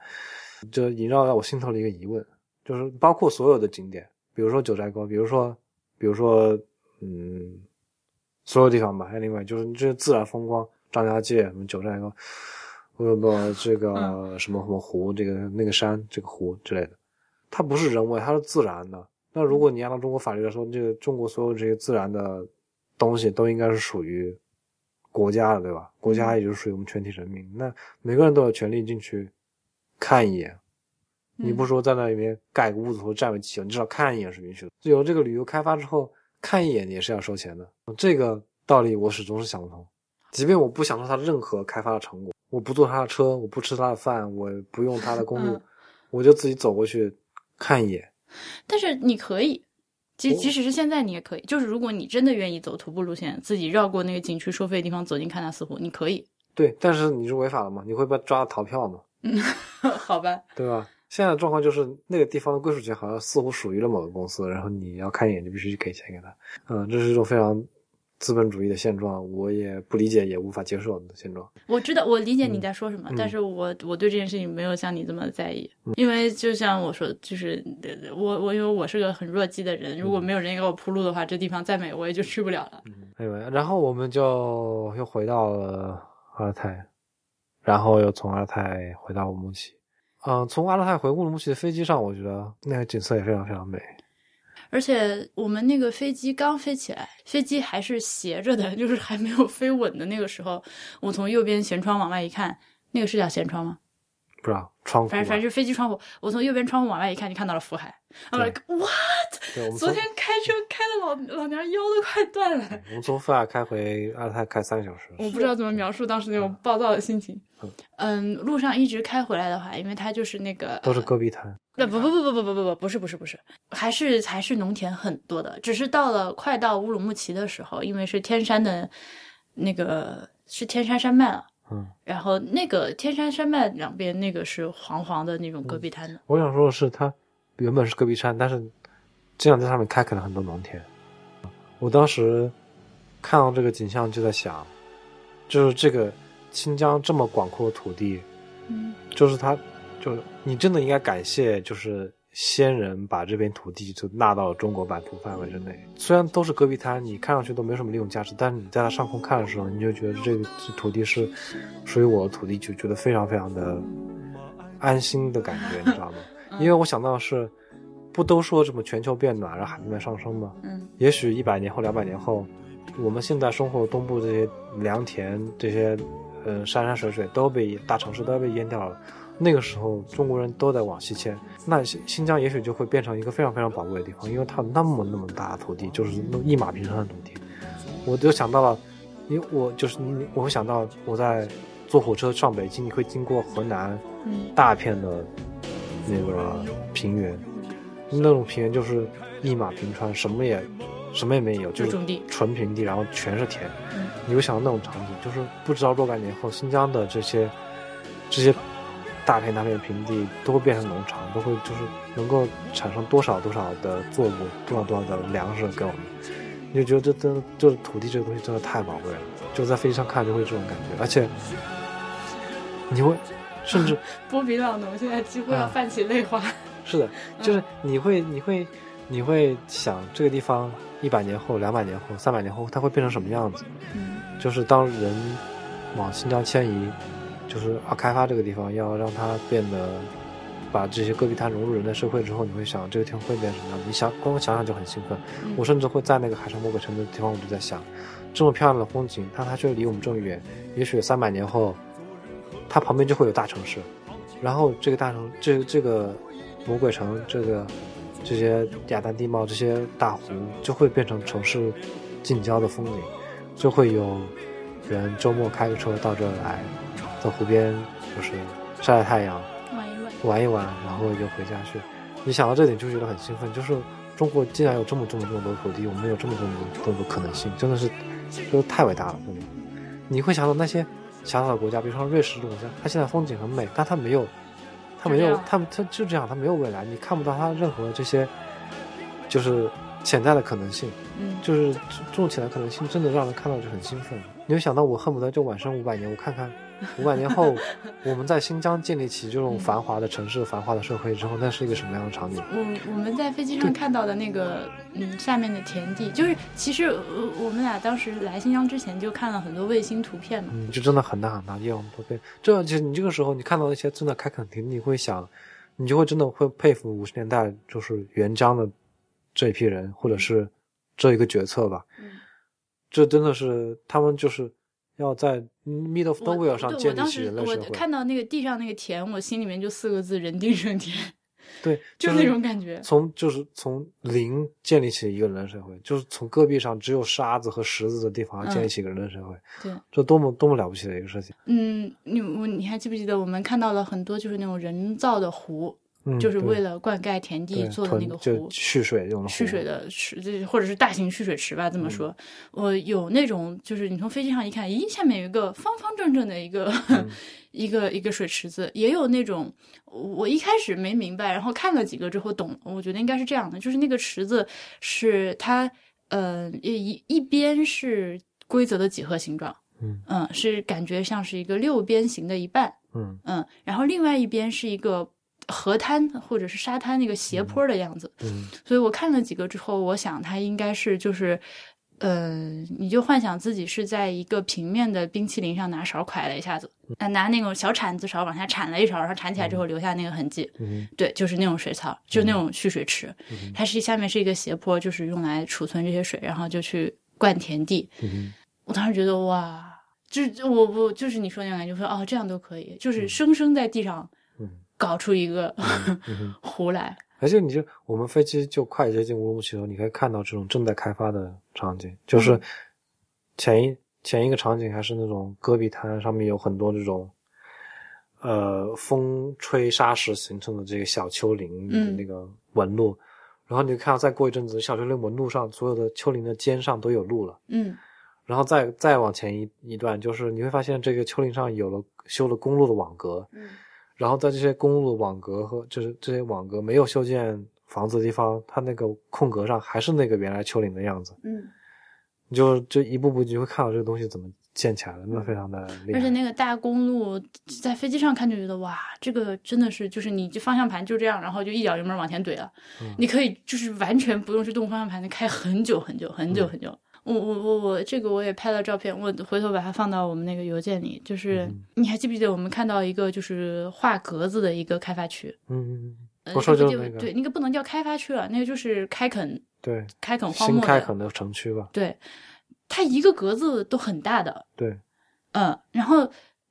B: 就萦绕在我心头的一个疑问，就是包括所有的景点，比如说九寨沟，比如说，比如说，嗯，所有地方吧。另外就是这些自然风光，张家界、什么九寨沟，呃不，这个什么什么湖，这个那个山，这个湖之类的，它不是人为，它是自然的。那如果你按照中国法律来说，这个中国所有这些自然的东西都应该是属于国家的，对吧？国
A: 嗯
B: 家也就是属于我们全体人民。那每个人都有权利进去看一眼。你不
A: 嗯
B: 说在那里面盖个屋子或者占个地球，你至少看一眼是允许的。有了这个旅游开发之后，看一眼也是要收钱的。这个道理我始终是想不通。即便我不享受它任何开发的成果，我不坐它的车，我不吃它的饭，我不用它的公路，
A: 嗯
B: 我就自己走过去看一眼。
A: 但是你可以，即
B: 哦
A: 即使是现在你也可以，就是如果你真的愿意走徒步路线，自己绕过那个景区收费的地方走进喀纳斯湖，你可 以，
B: 对，但是你是违法的嘛？你会被抓逃票嘛？
A: 好吧？
B: 对吧？现在的状况就是那个地方的归属权好像似乎属于了某个公司，然后你要看一眼就必须给钱给他。嗯，这是一种非常资本主义的现状，我也不理解也无法接受的现状。
A: 我知道，我理解你在说什么，
B: 嗯嗯嗯
A: 但是我我对这件事情没有像你这么在意，因为就像我说，就是呃我我因为我是个很弱鸡的人，如果
B: 嗯
A: 没有人给我铺路的话，这地方再美我也就去不了了。
B: 哎呦喂，然后我们就又回到了阿勒泰，然后又从阿勒泰回到乌鲁木齐。嗯，从阿勒泰回乌鲁木齐的飞机上，我觉得那个景色也非常非常美。
A: 而且我们那个飞机刚飞起来，飞机还是斜着的， 就是还没有飞稳的那个时候，我从右边舷窗往外一看，那个是叫舷窗吗？
B: 不知道窗户啊吧，
A: 反正反正是飞机窗户，我从右边窗户往外一看，就看到了福海。我
B: 对
A: like what？
B: 对我们从
A: 昨
B: 哎
A: 天开车开的老老娘腰都快断 了。
B: 我们从富尔开回阿勒泰开三个小时，
A: 我不知道怎么描述当时那种暴躁的心情
B: 嗯。
A: 嗯，路上一直开回来的话，因为它就是那个呃
B: 都是戈壁滩。
A: 那不不不不不不不不不是不是不是，还是还是农田很多的，只是到了快到乌鲁木齐的时候，因为是天山的，那个是天山山脉了，
B: 嗯，
A: 然后那个天山山脉两边那个是黄黄的那种戈壁滩的，
B: 我想说的是，它原本是戈壁山，但是这样在上面开垦了很多农田。我当时看到这个景象，就在想，就是这个新疆这么广阔的土地，
A: 嗯，
B: 就是它，就是你真的应该感谢，就是先人把这片土地就纳到了中国版图范围之内。虽然都是戈壁滩，你看上去都没什么利用价值，但是你在它上空看的时候，你就觉得这个这土地是属于我的土地，就觉得非常非常的安心的感觉，你知道吗？因为我想到的是，不都说什么全球变暖，然后海平面上升吗？
A: 嗯，
B: 也许一百年后、两百年后，我们现在生活的东部这些良田、这些呃山山水水都被大城市都被淹掉了。那个时候，中国人都在往西迁，那新新疆也许就会变成一个非常非常宝贵的地方，因为它有那么那么大的土地，就是那么一马平川的土地。我就想到了，因为我就是你，我会想到我在坐火车上北京，你会经过河南，
A: 嗯
B: 大片的那个平原，那种平原就是一马平川，什么也什么也没有，
A: 就
B: 就是
A: 种地
B: 纯平地，然后全是田。
A: 嗯
B: 你会想到那种场景，就是不知道若干年后，新疆的这些这些大片大片的平地都会变成农场，都会就是能够产生多少多少的作物，多少多少的粮食给我们。你就觉得这真的就是土地这个东西真的太宝贵了，就在飞机上看就会有这种感觉，而且你会甚至
A: 波比朗农现在几
B: 啊
A: 乎要泛起泪花，
B: 是的，就是你会你会你会想这个地方一百年后、两百年后、三百年后，它会变成什么样子？
A: 嗯
B: 就是当人往新疆迁移，就是要开发这个地方，要让它变得把这些戈壁滩融入人类社会之后，你会想这个地方会变成什么样子？你想光想想就很兴奋。
A: 嗯
B: 我甚至会在那个海上魔鬼城的地方，我就在想，这么漂亮的风景，但它却离我们这么远。也许三百年后，它旁边就会有大城市，然后这个大城，这这个魔鬼城，这个这些雅丹地貌，这些大湖就会变成城市近郊的风景，就会有人周末开个车到这儿来，在湖边就是晒晒太阳，
A: 玩一玩。
B: 玩一玩，然后就回家去。你想到这点就觉得很兴奋，就是中国竟然有这么这么这么多土地，我们有这么这么多这么多可能性，真的是，就是太伟大了，真的。你会想到那些狭小的国家，比如说瑞士这种国家，它现在风景很美，但它没有，它没
A: 就这
B: 有
A: 样，
B: 它它就这样，它没有未来，你看不到它任何这些，就是潜在的可能性。
A: 嗯，
B: 就是这这种潜在可能性，真的让人看到就很兴奋。你会想到，我恨不得就晚生五百年，我看看五百年后，我们在新疆建立起这
A: 嗯
B: 种繁华的城市、繁华的社会之后，那是一个什么样的场景？
A: 我我们在飞机上看到的那个，嗯，下面的田地，就是其实呃我们俩当时来新疆之前就看了很多卫星图片嘛。
B: 嗯，就真的很大很大，夜晚不变。这其实你这个时候，你看到一些正在开垦田，你会想，你就会真的会佩服五十年代就是援疆的这一批人，或者是这一个决策吧。
A: 嗯
B: 这真的是他们就是要在 middle of
A: 我
B: nowhere 嗯
A: 对我
B: 上建立
A: 当
B: 起
A: 时
B: 人类
A: 我
B: 社会。
A: 看到那个地上那个田，我心里面就四个字：人定胜天，
B: 对，
A: 就是那种感觉。
B: 从就是从零建立起一个人类社会，就是从戈壁上只有沙子和石子的地方
A: 嗯
B: 建立起一个人类社会，
A: 对，
B: 这多么多么了不起的一个事情！
A: 嗯，你我你还记不记得我们看到了很多就是那种人造的湖，
B: 嗯，
A: 就是为
B: 对
A: 了灌溉田地
B: 对
A: 做的
B: 屯
A: 那个
B: 就
A: 湖，
B: 蓄水用的
A: 蓄
B: 湖
A: 水的池，就是或者是大型蓄水池吧，这么
B: 嗯
A: 说。我有那种，就是你从飞机上一看，咦，下面有一个方方正正的一个、
B: 嗯
A: 一个一个水池子，也有那种我一开始没明白，然后看了几个之后懂了，我觉得应该是这样的，就是那个池子是它，呃，一一边是规则的几何形状，
B: 嗯
A: 是感觉像是一个六边形的一半，
B: 嗯，
A: 嗯，然后另外一边是一个河滩或者是沙滩那个斜坡的样子。
B: 嗯
A: 所以我看了几个之后，我想它应该是就是，呃，你就幻想自己是在一个平面的冰淇淋上拿勺㧟了一下子，啊，拿那种小铲子勺往下铲了一勺，然后铲起来之后留下那个痕迹，
B: 嗯
A: 对，就是那种水槽，就是那种蓄水池，
B: 嗯
A: 它是下面是一个斜坡，就是用来储存这些水，然后就去灌田地。
B: 嗯
A: 我当时觉得哇，就是我我就是你说那种感觉，说哦这样都可以，就是生生在地上
B: 嗯
A: 搞出一个、
B: 嗯哼，
A: 湖来，
B: 而且你就我们飞机就快接近乌鲁木齐的时候，你可以看到这种正在开发的场景，就是
A: 嗯
B: 前一前一个场景还是那种戈壁滩上面有很多这种。呃，风吹沙石形成的这个小丘陵的
A: 嗯
B: 那个纹路，然后你就看到再过一阵子，小丘陵纹路上所有的丘陵的尖上都有路了，
A: 嗯
B: 然后再再往前一一段，就是你会发现这个丘陵上有了修了公路的网格，
A: 嗯
B: 然后在这些公路网格和就是这些网格没有修建房子的地方，它那个空格上还是那个原来丘陵的样子，
A: 嗯，
B: 你就就一步步你就会看到这个东西怎么建起来的，那非常的厉害。
A: 嗯而且那个大公路在飞机上看就觉得哇，这个真的是就是你这方向盘就这样，然后就一脚油门往前怼了，
B: 嗯
A: 你可以就是完全不用去动方向盘，开很久很久很久
B: 嗯
A: 很久。我我我我这个我也拍了照片，我回头把它放到我们那个邮件里。就是、
B: 嗯
A: 你还记不记得我们看到一个就是画格子的一个开发区？
B: 嗯，
A: 呃
B: 我说
A: 那
B: 就
A: 个地
B: 是那
A: 方
B: 个
A: 对，那个不能叫开发区了，那个就是开垦
B: 对
A: 开垦荒
B: 新
A: 漠的
B: 开垦的城区吧，
A: 对，它一个格子都很大的，
B: 对，
A: 嗯，然后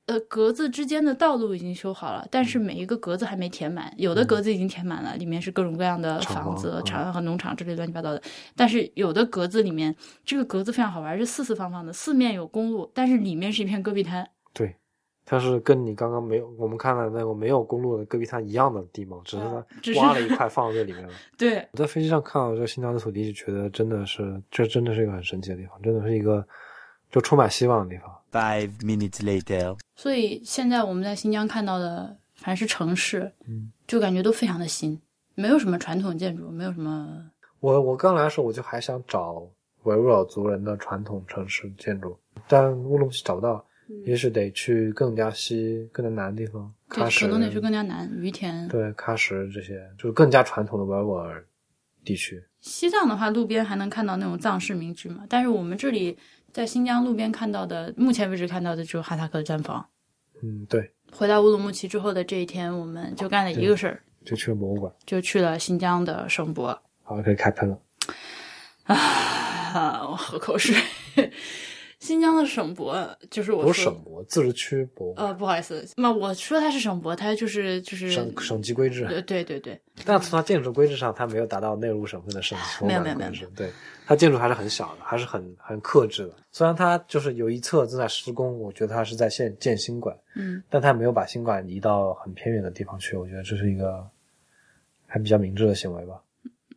A: 呃，格子之间的道路已经修好了，但是每一个格子还没填满，有的
B: 嗯
A: 格子已经填满了，里面是各种各样的
B: 厂
A: 房
B: 房
A: 子
B: 嗯、
A: 厂和农场之类乱七八糟的，但是有的格子里面，这个格子非常好玩，是四四方方的，四面有公路，但是里面是一片戈壁滩。
B: 对，它是跟你刚刚没有我们看到的那个没有公路的戈壁滩一样的地貌，只是
A: 嗯只
B: 它
A: 是
B: 挖了一块放在这里面了。
A: 对，
B: 我在飞机上看到这个新疆的土地，就觉得真的是这真的是一个很神奇的地方，真的是一个就充满希望的地方。
D: Five minutes later.
A: 所以现在我们在新疆看到的，凡是城市，
B: 嗯，
A: 就感觉都非常的新，没有什么传统建筑，没有什么，
B: 我我刚来的时候，我就还想找维吾尔族人的传统城市建筑，但乌鲁木齐找不到，
A: 嗯
B: 也许得去更加西、更加南的地方，
A: 对
B: 喀，什
A: 可能得去更加南，于田。
B: 嗯对喀什这些，就是更加传统的维吾尔地区。
A: 西藏的话，路边还能看到那种藏式民居嘛，但是我们这里在新疆路边看到的，目前为止看到的只有哈萨克毡房。
B: 嗯，对，
A: 回到乌鲁木齐之后的这一天，我们就干了一个事儿，
B: 就去了博物馆，
A: 就去了新疆的省博。
B: 好，可以开喷了。
A: 啊，我喝口水。 新疆的省博，就是我
B: 不是
A: 说
B: 省博，自治区博物
A: 呃，
B: 馆，
A: 不好意思，那我说它是省博，它就是就是
B: 省省级规制
A: 对对对对，
B: 但从它建筑规制上，它没有达到内陆省份的省级博物
C: 哎没
B: 馆
C: 有没有
B: 的
C: 没有
B: 规制。对，它建筑还是很小的，还是很很克制的。虽然它就是有一侧正在施工，我觉得它是在建建新馆，
C: 嗯，
B: 但它没有把新馆移到很偏远的地方去，我觉得这是一个还比较明智的行为吧。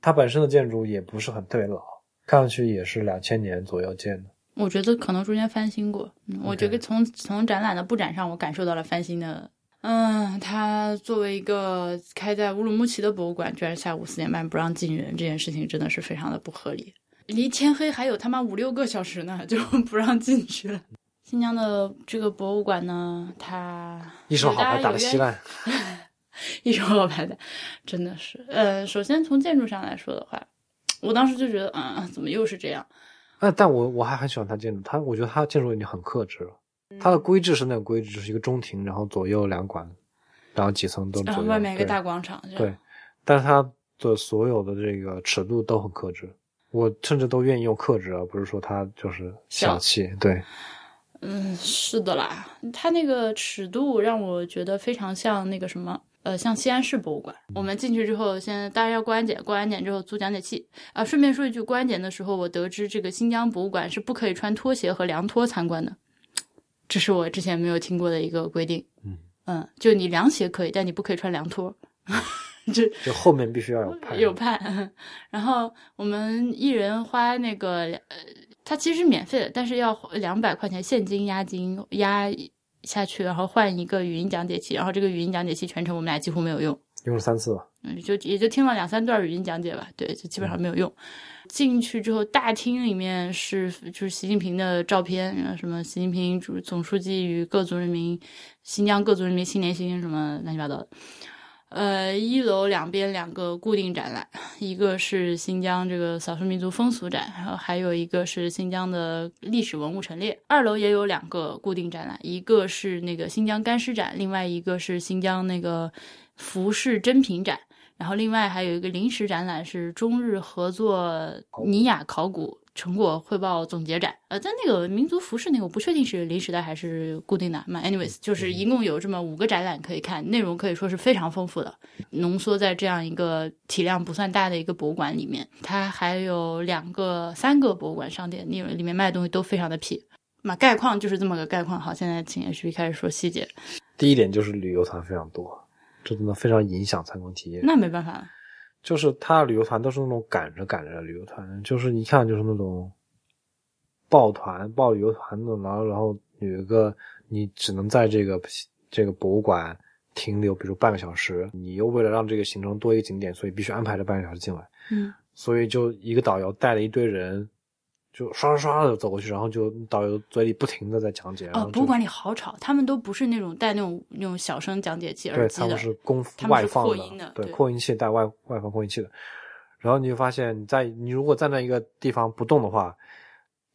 B: 它本身的建筑也不是很特别老，看上去也是两千年左右建的。
C: 我觉得可能中间翻新过。嗯，我觉
B: OK
C: 得从从展览的布展上，我感受到了翻新的。
A: 嗯，它作为一个开在乌鲁木齐的博物馆，居然下午四点半不让进人，这件事情真的是非常的不合理。离天黑还有他妈五六个小时呢，就 不让进去了。
C: 新疆的这个博物馆呢，它
B: 一手好牌打得稀烂，
A: 一手好牌的，真的是。呃，首先从建筑上来说的话，我当时就觉得，嗯，怎么又是这样？
B: 啊，但我我还很喜欢它建筑，它我觉得它建筑已经很克制了。它
A: 嗯
B: 的规制是那种规制，就是一个中庭，然后左右两馆，然后几层都
A: 然
B: 左
A: 后
B: 右。
A: 啊外面一个
B: 对
A: 大广场，这样
B: 对，但是它的所有的这个尺度都很克制，我甚至都愿意用克制，而不是说它就是小
A: 小
B: 气。 对，
A: 嗯，是的啦，它那个尺度让我觉得非常像那个什么，呃，像西安市博物馆。我们进去之后，先当然要过安检，过安检之后租讲解器。啊，顺便说一句，过安检的时候，我得知这个新疆博物馆是不可以穿拖鞋和凉拖参观的，这是我之前没有听过的一个规定。
B: 嗯
A: 就你凉鞋可以，但你不可以穿凉拖。这
B: 就后面必须要有派。
A: 有判。然后我们一人花那个两，呃，它其实是免费的，但是要两百块钱现金押金押下去，然后换一个语音讲解器，然后这个语音讲解器全程我们俩几乎没有用。
B: 用了三次吧。
A: 嗯，就也就听了两三段语音讲解吧，对，就基本上没有用。进去之后，大厅里面是就是习近平的照片，然后什么习近平主总书记与各族人民、新疆各族人民新年新什么乱七八糟的。呃，一楼两边两个固定展览，一个是新疆这个少数民族风俗展，然后还有一个是新疆的历史文物陈列。二楼也有两个固定展览，一个是那个新疆干尸展，另外一个是新疆那个服饰珍品展。然后另外还有一个临时展览是中日合作尼雅考古成果汇报总结展。呃，但那个民族服饰那个我不确定是临时的还是固定的嘛。Anyways，就是一共有这么五个展览可以看，内容可以说是非常丰富的，浓缩在这样一个体量不算大的一个博物馆里面。它还有两个、三个博物馆商店，里面里面卖的东西都非常的屁。嘛，概况就是这么个概况。好，现在请 HB 开始说细节，
B: 第一点就是旅游团非常多，这真的非常影响参观体验。
A: 那没办法了。
B: 就是他的旅游团都是那种赶着赶着的旅游团，就是一看就是那种抱团抱旅游团的，然后然后有一个你只能在这个这个博物馆停留，比如半个小时，你又为了让这个行程多一个景点，所以必须安排这半个小时进来，
A: 嗯，
B: 所以就一个导游带了一堆人。就刷刷刷的走过去，然后就导游嘴里不停的在讲解，然
A: 哦，
B: 后就
A: 博物馆里好吵，他们都不是那种带那种那种小声讲解器耳
B: 对，
A: 机
B: 他
A: 的
B: 们，是公
A: 他们
B: 外
A: 是
B: 放
A: 扩音的
B: 对，
A: 对
B: 扩音器带外外放扩音器的。然后你就发现，你在你如果站在一个地方不动的话，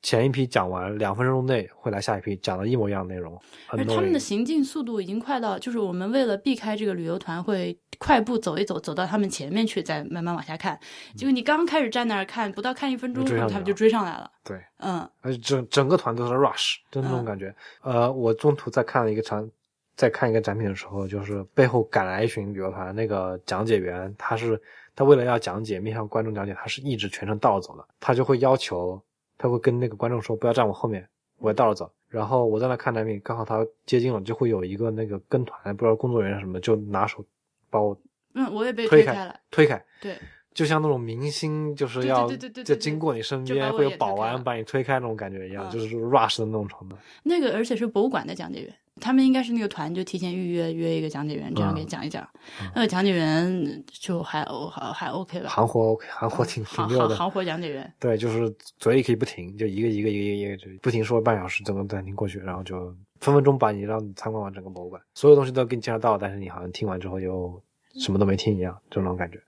B: 前一批讲完两分钟内会来下一批讲的一模一样的内容，很
A: 而
B: 多
A: 他们的行进速度已经快到，就是我们为了避开这个旅游团，会快步走一走，走到他们前面去，再慢慢往下看。结果你刚开始站那儿看，不到看一分钟，
B: 嗯就追上
A: 他
B: 去
A: 们
B: 了
A: 就追上来了。
B: 对，
A: 嗯，
B: 而且整整个团都是 rush，真的那种
A: 嗯
B: 感觉。呃，我中途在看了一个展，在看一个展品的时候，就是背后赶来一群旅游团，那个讲解员他是他为了要讲解面向观众讲解，他是一直全程倒着走的，他就会要求，他会跟那个观众说不要站我后面，我要倒着走。然后我在那看展品，刚好他接近了，就会有一个那个跟团，不知道工作人员什么的，就拿手把我
A: 嗯，我也被
B: 推
A: 推
B: 开
A: 开了，
B: 推开，
A: 对，
B: 就像那种明星，就是
A: 对
B: 要
A: 对对对对
B: 就
A: 对
B: 经过你身
A: 就
B: 边
A: 把我
B: 会有
A: 也推
B: 保
A: 开
B: 安
A: 了
B: 把你推开那种感觉一样，
A: 嗯
B: 就是 rush 的那种程度。
A: 那个而且是博物馆的讲解员，他们应该是那个团就提前预约约一个讲解员，
B: 嗯
A: 这样给讲一讲。那个讲解员就还哦还还 OK 吧，
B: 韩活 OK，韩
A: 嗯
B: 活挺挺
A: 行
B: 溜
A: 行
B: 的。
A: 行活讲解员。
B: 对，就是嘴里可以不停，就一个一个一个一个一个就不停说半小时，整个展厅过去，然后就分分钟把你让你参观完整个博物馆，所有东西都给你介绍到，但是你好像听完之后又什么都没听一样，就那种感觉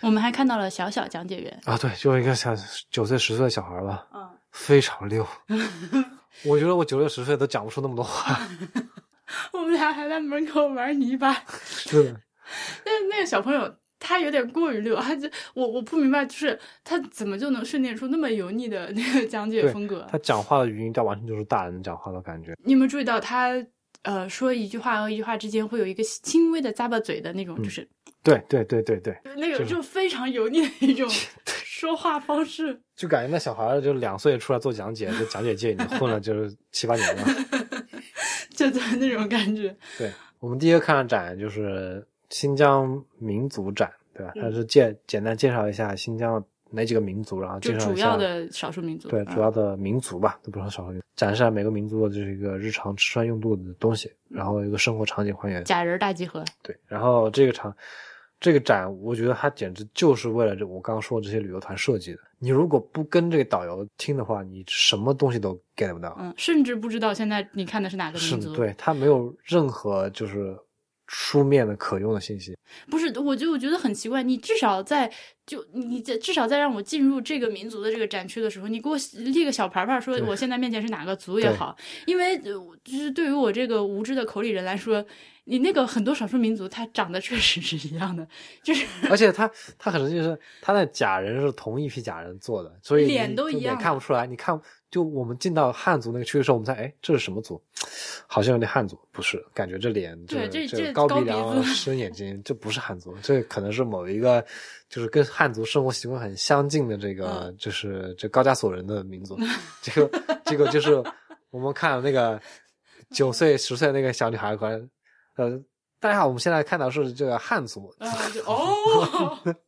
A: 我们还看到了小小讲解 员，
B: 啊。对，就是一个小九岁十岁的小孩吧，
A: 嗯，
B: 非 常溜。我觉得我九岁十岁都讲不出那么多话，
A: 我们俩还在门口玩泥巴。
B: 是的，
A: 那那个小朋友，它有点过于溜，它就我我不明白，就是它怎么就能训练出那么油腻的那个讲解
B: 对
A: 风格？
B: 他讲话的语音调完全就是大人讲话的感觉。
A: 你有没有注意到他呃说一句话和一句话之间会有一个轻微的咂巴嘴的那种，
B: 嗯
A: 就是、
B: 对对对对对，
A: 那个
B: 是的
A: 就非常油腻的一 种说话方式。
B: 就感觉那小孩儿就两岁出来做讲解，在讲解界已经混了就是七 八年了。
A: 就的那种感觉，
B: 对我们第一个看的展就是新疆民族展，对吧？
A: 嗯
B: 它是介简单介绍一下新疆哪几个民族，然后
A: 就
B: 介绍
A: 主
B: 一
A: 要
B: 下
A: 的少数民族。
B: 对
A: 嗯
B: 主要的民族吧，都不是少数民族，展示下每个民族的就是一个日常吃穿用度的东西，然后一个生活场景还原。
A: 假人大集合，
B: 对，然后这个场，这个展，我觉得它简直就是为了这我刚说的这些旅游团设计的。你如果不跟这个导游听的话，你什么东西都 get 不到。
A: 嗯，甚至不知道现在你看的是哪个
B: 是
A: 嗯民
B: 的，
A: 族。
B: 对，它没有任何就是书面的可用的信息。
A: 不是，我就我觉得很奇怪，你至少在就你在至少在让我进入这个民族的这个展区的时候，你给我列个小牌牌，说
B: 对
A: 我现在面前是哪个族也
B: 对
A: 好，因为呃我就是对于我这个无知的口里人来说，你那个很多少数民族，它长得确实是一样的，就是
B: 而且他他很神奇的是，他的假人是同一批假人做的，所以
A: 脸
B: 你
A: 都
B: 就
A: 一
B: 也
A: 样
B: 看不出来。你看，就我们进到汉族那个区域的时候，我们才哎，这是什么族？好像有点汉族，不是？感觉这脸
A: 对
B: 这
A: 这
B: 这
A: 这
B: 高
A: 高鼻
B: 梁、
A: 子
B: 深眼睛，这不是汉族，这可能是某一个就是跟汉族生活习惯很相近的这个、
A: 嗯
B: 就是这高加索人的民 族。这个这个就是我们看那个九岁十岁那个小女孩，可能呃，大家好，我们现在看到是这个汉族，
A: 呃， 就哦。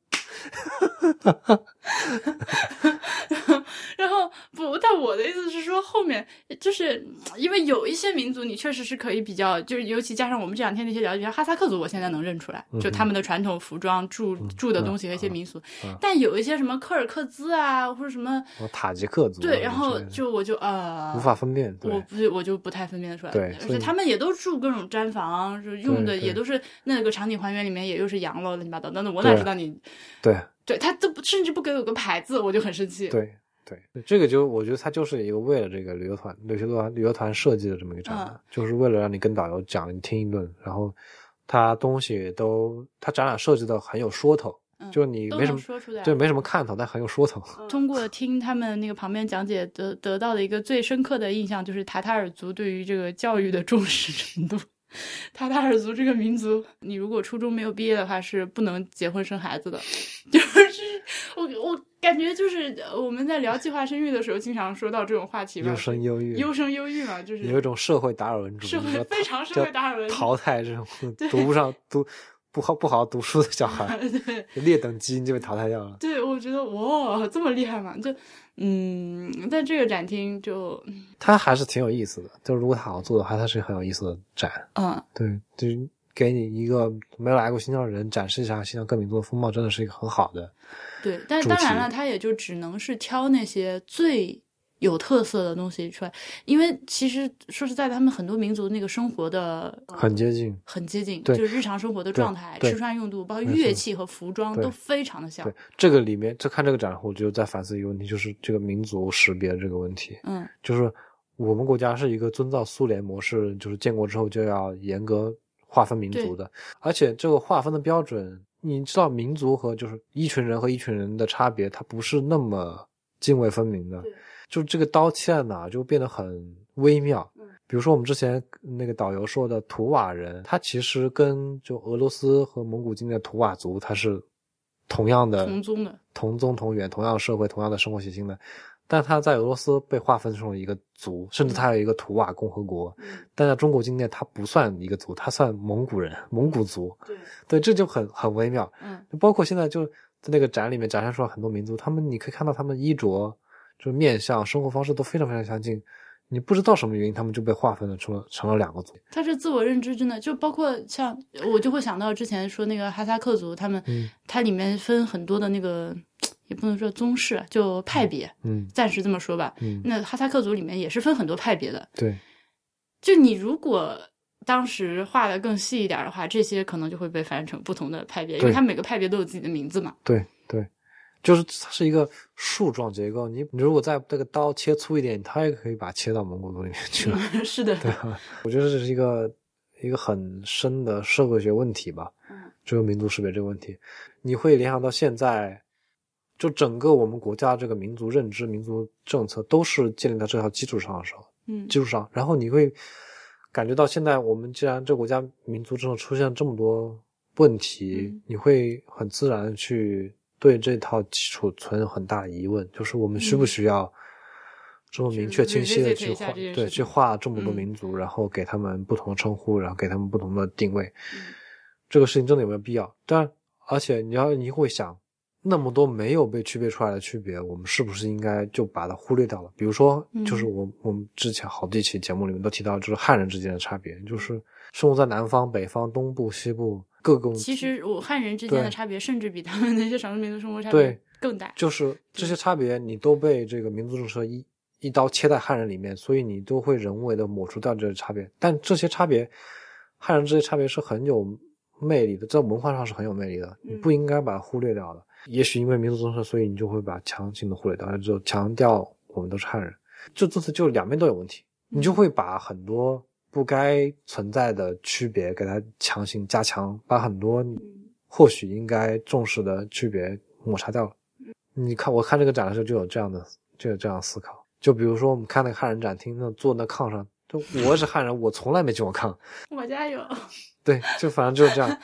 A: 然后不，但我的意思是说，后面就是因为有一些民族，你确实是可以比较，就是尤其加上我们这两天的一些了解，像哈萨克族，我现在能认出来，
B: 嗯
A: 就他们的传统服装、住住的东西和一些民俗。
B: 嗯嗯
A: 但有一些什么柯尔克孜啊，或者什么，
B: 什么塔吉克族啊，
A: 对，然后
B: 之类的
A: 就我就呃，
B: 无法分辨，对
A: 我不是，我就不太分辨得出来。
B: 对
A: 而
B: 所
A: 且
B: 以
A: 他们也都住各种毡房，就是用的
B: 对
A: 也
B: 对
A: 都是那个场景还原里面也又是羊喽，乱七八糟。那我哪
B: 对
A: 知道你？
B: 对
A: 对他都不甚至不给我个牌子，我就很生气。，
B: 对对，这个就我觉得它就是一个为了这个旅游团、旅游团、旅游团设计的这么一个展览，
A: 嗯
B: 就是为了让你跟导游讲，你听一顿，然后它东西都它展览设计的很有说头，
A: 嗯、
B: 就是你
A: 都
B: 没什
A: 能
B: 么
A: 说出来嗯
B: 对没什么看头，但很有说头。
A: 通过听他们那个旁边讲解得得到的一个最深刻的印象，就是塔塔尔族对于这个教育的重视程度。塔塔尔族这个民族，你如果初中没有毕业的话，是不能结婚生孩子的。 就是我我感觉就是呃我们在聊计划生育的时候，经常说到这种话题嘛，
B: 优生优育，
A: 优生优育嘛，就是
B: 有一种社会达尔文主义，
A: 社会
B: 要
A: 非常社会达尔文
B: 要淘汰这种读不上读不好不好读书的 小 孩，
A: 对。
B: 劣等基因就被淘汰掉了。
A: 对，我觉得哇，这么厉害嘛？就嗯，但这个展厅就
B: 它还是挺有意思的，就是如果它好做的话，它是很有意思的展。
A: 嗯，
B: 对，就是给你一个没有来过新疆的人展示一下新疆各民族的风貌，真的是一个很好的。
A: 对，但
B: 主
A: 当然
B: 题
A: 了，他也就只能是挑那些最有特色的东西出来，因为其实说实在的，他们很多民族那个生活的
B: 呃很接近。
A: 很接近，
B: 对
A: 就是日常生活的
B: 对
A: 状态、
B: 对
A: 吃穿用度，包括
B: 没
A: 乐
B: 错
A: 器和服装
B: 对
A: 都非常的像
B: 对。这个里面，这看这个展，我就在反思一个问题，就是这个民族识别这个问题，
A: 嗯，
B: 就是我们国家是一个遵照苏联模式，就是建国之后就要严格划分民族的，而且这个划分的标准，你知道民族和就是一群人和一群人的差别，它不是那么泾渭分明的
A: 对，
B: 就这个刀切在哪就变得很微妙。
A: 嗯
B: 比如说我们之前那个导游说的图瓦人，他其实跟就俄罗斯和蒙古境内的图瓦族，他是同样的
A: 同宗的，
B: 同宗同源、同样的社会、同样的生活习性的，但他在俄罗斯被划分成了一个族，
A: 嗯
B: 甚至他有一个图瓦共和国，但在中国境内他不算一个族，他算蒙古人、蒙古族，
A: 对，
B: 对，这就很很微妙。
A: 嗯，
B: 包括现在就在那个展里面展现出来很多民族，他们你可以看到他们衣着、就是面相、生活方式都非常非常相近，你不知道什么原因，他们就被划分了成了成了两个族。
A: 他是自我认知真的，就包括像我就会想到之前说那个哈萨克族，他们、
B: 嗯
A: 它里面分很多的那个，也不能说宗室，就派别，
B: 嗯
A: 暂时这么说吧。
B: 嗯，
A: 那哈萨克族里面也是分很多派别的，
B: 对，
A: 就你如果当时画的更细一点的话，这些可能就会被翻成不同的派别，因为
B: 对
A: 它每个派别都有自己的名字嘛。
B: 对对，就是它是一个树状结构。你你如果再这个刀切粗一点，它也可以把它切到蒙古族里面去了。
A: 是的，
B: 我觉得这是一个一个很深的社会学问题吧。
A: 嗯
B: 只有民族识别这个问题，你会联想到现在，就整个我们国家这个民族认知、民族政策都是建立在这条基础上的时候，
A: 嗯
B: 基础上，然后你会感觉到现在我们既然这国家民族政策出现这么多问题，
A: 嗯
B: 你会很自然的去对这套基础存很大疑问，就是我们需不需要这么明确
A: 去
B: 清晰的
A: revisit
B: 嗯去
A: 一下
B: 划
A: 这件
B: 对
A: 事
B: 去
A: 情
B: 划这么多
A: 嗯
B: 民族，然后给他们不同的称呼，然后给他们不同的定位，
A: 嗯
B: 这个事情真的有没有必要？但而且你要你会想，那么多没有被区别出来的区别，我们是不是应该就把它忽略掉了？比如说，
A: 嗯
B: 就是我我们之前好几期节目里面都提到，就是汉人之间的差别，就是生活在南方、北方、东部、西部各个
A: 其实我汉人之间的
B: 对
A: 差别，甚至比他们那些少数民族生活差
B: 对
A: 别更大。
B: 就是这些差别，你都被这个民族政策一一刀切在汉人里面，所以你都会人为的抹除掉这些差别。但这些差别，汉人这些差别是很有魅力的，在文化上是很有魅力的，
A: 嗯
B: 你不应该把它忽略掉的。也许因为民族政策，所以你就会把强行的忽略掉，那就强调我们都是汉人，这这次就两边都有问题，你就会把很多不该存在的区别给它强行加强，把很多或许应该重视的区别抹杀掉了。你看，我看这个展的时候就有这样的，就有这样的思考。就比如说，我们看那个汉人展厅，那坐那炕上，就我是汉人，我从来没进过炕，
A: 我家有，
B: 对，就反正就是这样，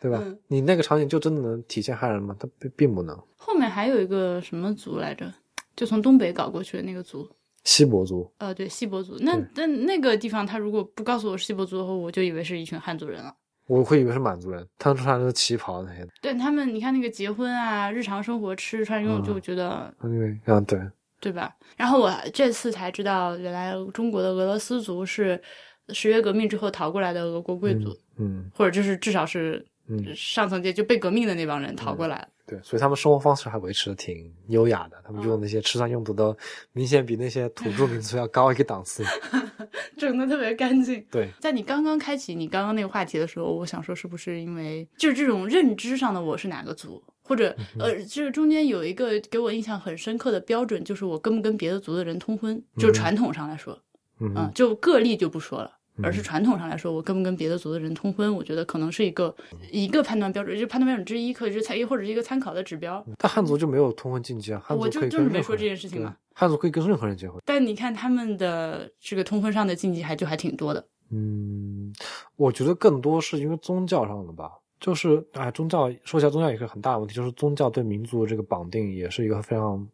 B: 对吧？
A: 嗯
B: 你那个场景就真的能体现汉人吗？它并并不能。
A: 后面还有一个什么族来着？就从东北搞过去的那个族，
B: 锡伯族，
A: 呃，对，锡伯族。那
B: 对
A: 那那个地方，他如果不告诉我是锡伯族的话，我就以为是一群汉族人了。
B: 我会以为是满族人，他们穿的是旗袍那些的，
A: 对他们，你看那个结婚啊，日常生活吃穿用，
B: 嗯
A: 就觉得
B: 因为嗯对，
A: 对吧？然后我这次才知道，原来中国的俄罗斯族是十月革命之后逃过来的俄国贵族，
B: 嗯
A: 或者就是至少是
B: 嗯
A: 上层阶级就被革命的那帮人逃过来。
B: 对，所以他们生活方式还维持的挺优雅的，他们
A: 嗯
B: 用那些吃穿用度都明显比那些土著民族要高一个 档次。
A: 整的特别干净。
B: 对，
A: 在你刚刚开启你刚刚那个话题的时候，我想说，是不是因为就是这种认知上的我是哪个族，或者
B: 嗯
A: 呃，就是中间有一个给我印象很深刻的标准，就是我跟不跟别的族的人通婚，就传统上来说，
B: 嗯
A: 嗯，就个例就不说了。
B: 嗯
A: 而是传统上来说，我跟不跟别的族的人通婚，我觉得可能是一个一个判断标准，就是判断标准之一，可以是参或者是一个参考的指标。
B: 但汉族就没有通婚禁忌啊，汉族
A: 我就
B: 可以
A: 就
B: 跟
A: 是没
B: 任何
A: 说这
B: 人
A: 件事情啊
B: 对
A: 嘛
B: 汉族可以跟任何人结婚。
A: 但你看他们的这个通婚上的禁忌还就还挺多的。
B: 嗯，我觉得更多是因为宗教上的吧，就是啊，宗教说起来宗教也是很大的问题，就是宗教对民族的这个绑定也是一个非常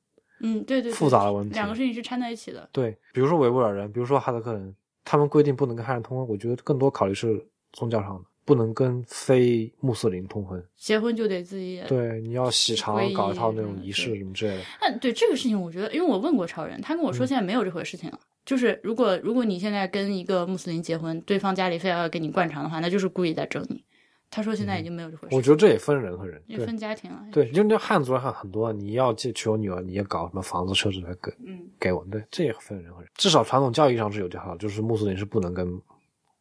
A: 嗯，对对对，
B: 复杂的问题
A: 两个事情是掺在一起的。
B: 对，比如说维吾尔人，比如说哈萨克人，他们规定不能跟汉人通婚，我觉得更多考虑是宗教上的，不能跟非穆斯林通婚。
A: 结婚就得自己也。
B: 对，你要洗肠
A: 皈，依
B: 搞一套那种
A: 嗯
B: 仪式
A: 对
B: 什么之类的。
A: 但嗯对这个事情，我觉得，因为我问过超人，他跟我说
B: 嗯
A: 现在没有这回事情了。就是如果如果你现在跟一个穆斯林结婚，对方家里非要给你灌肠的话，那就是故意在整你。他说现在已经没有这回事，
B: 嗯我觉得这也分人和人，
A: 也
B: 对
A: 分家庭了。，
B: 对，就那汉族人还很多，你要去娶我女儿，你也搞什么房子、车子来给
A: 嗯，
B: 给我，对，这也分人和人。至少传统教义上是有这条，就是穆斯林是不能跟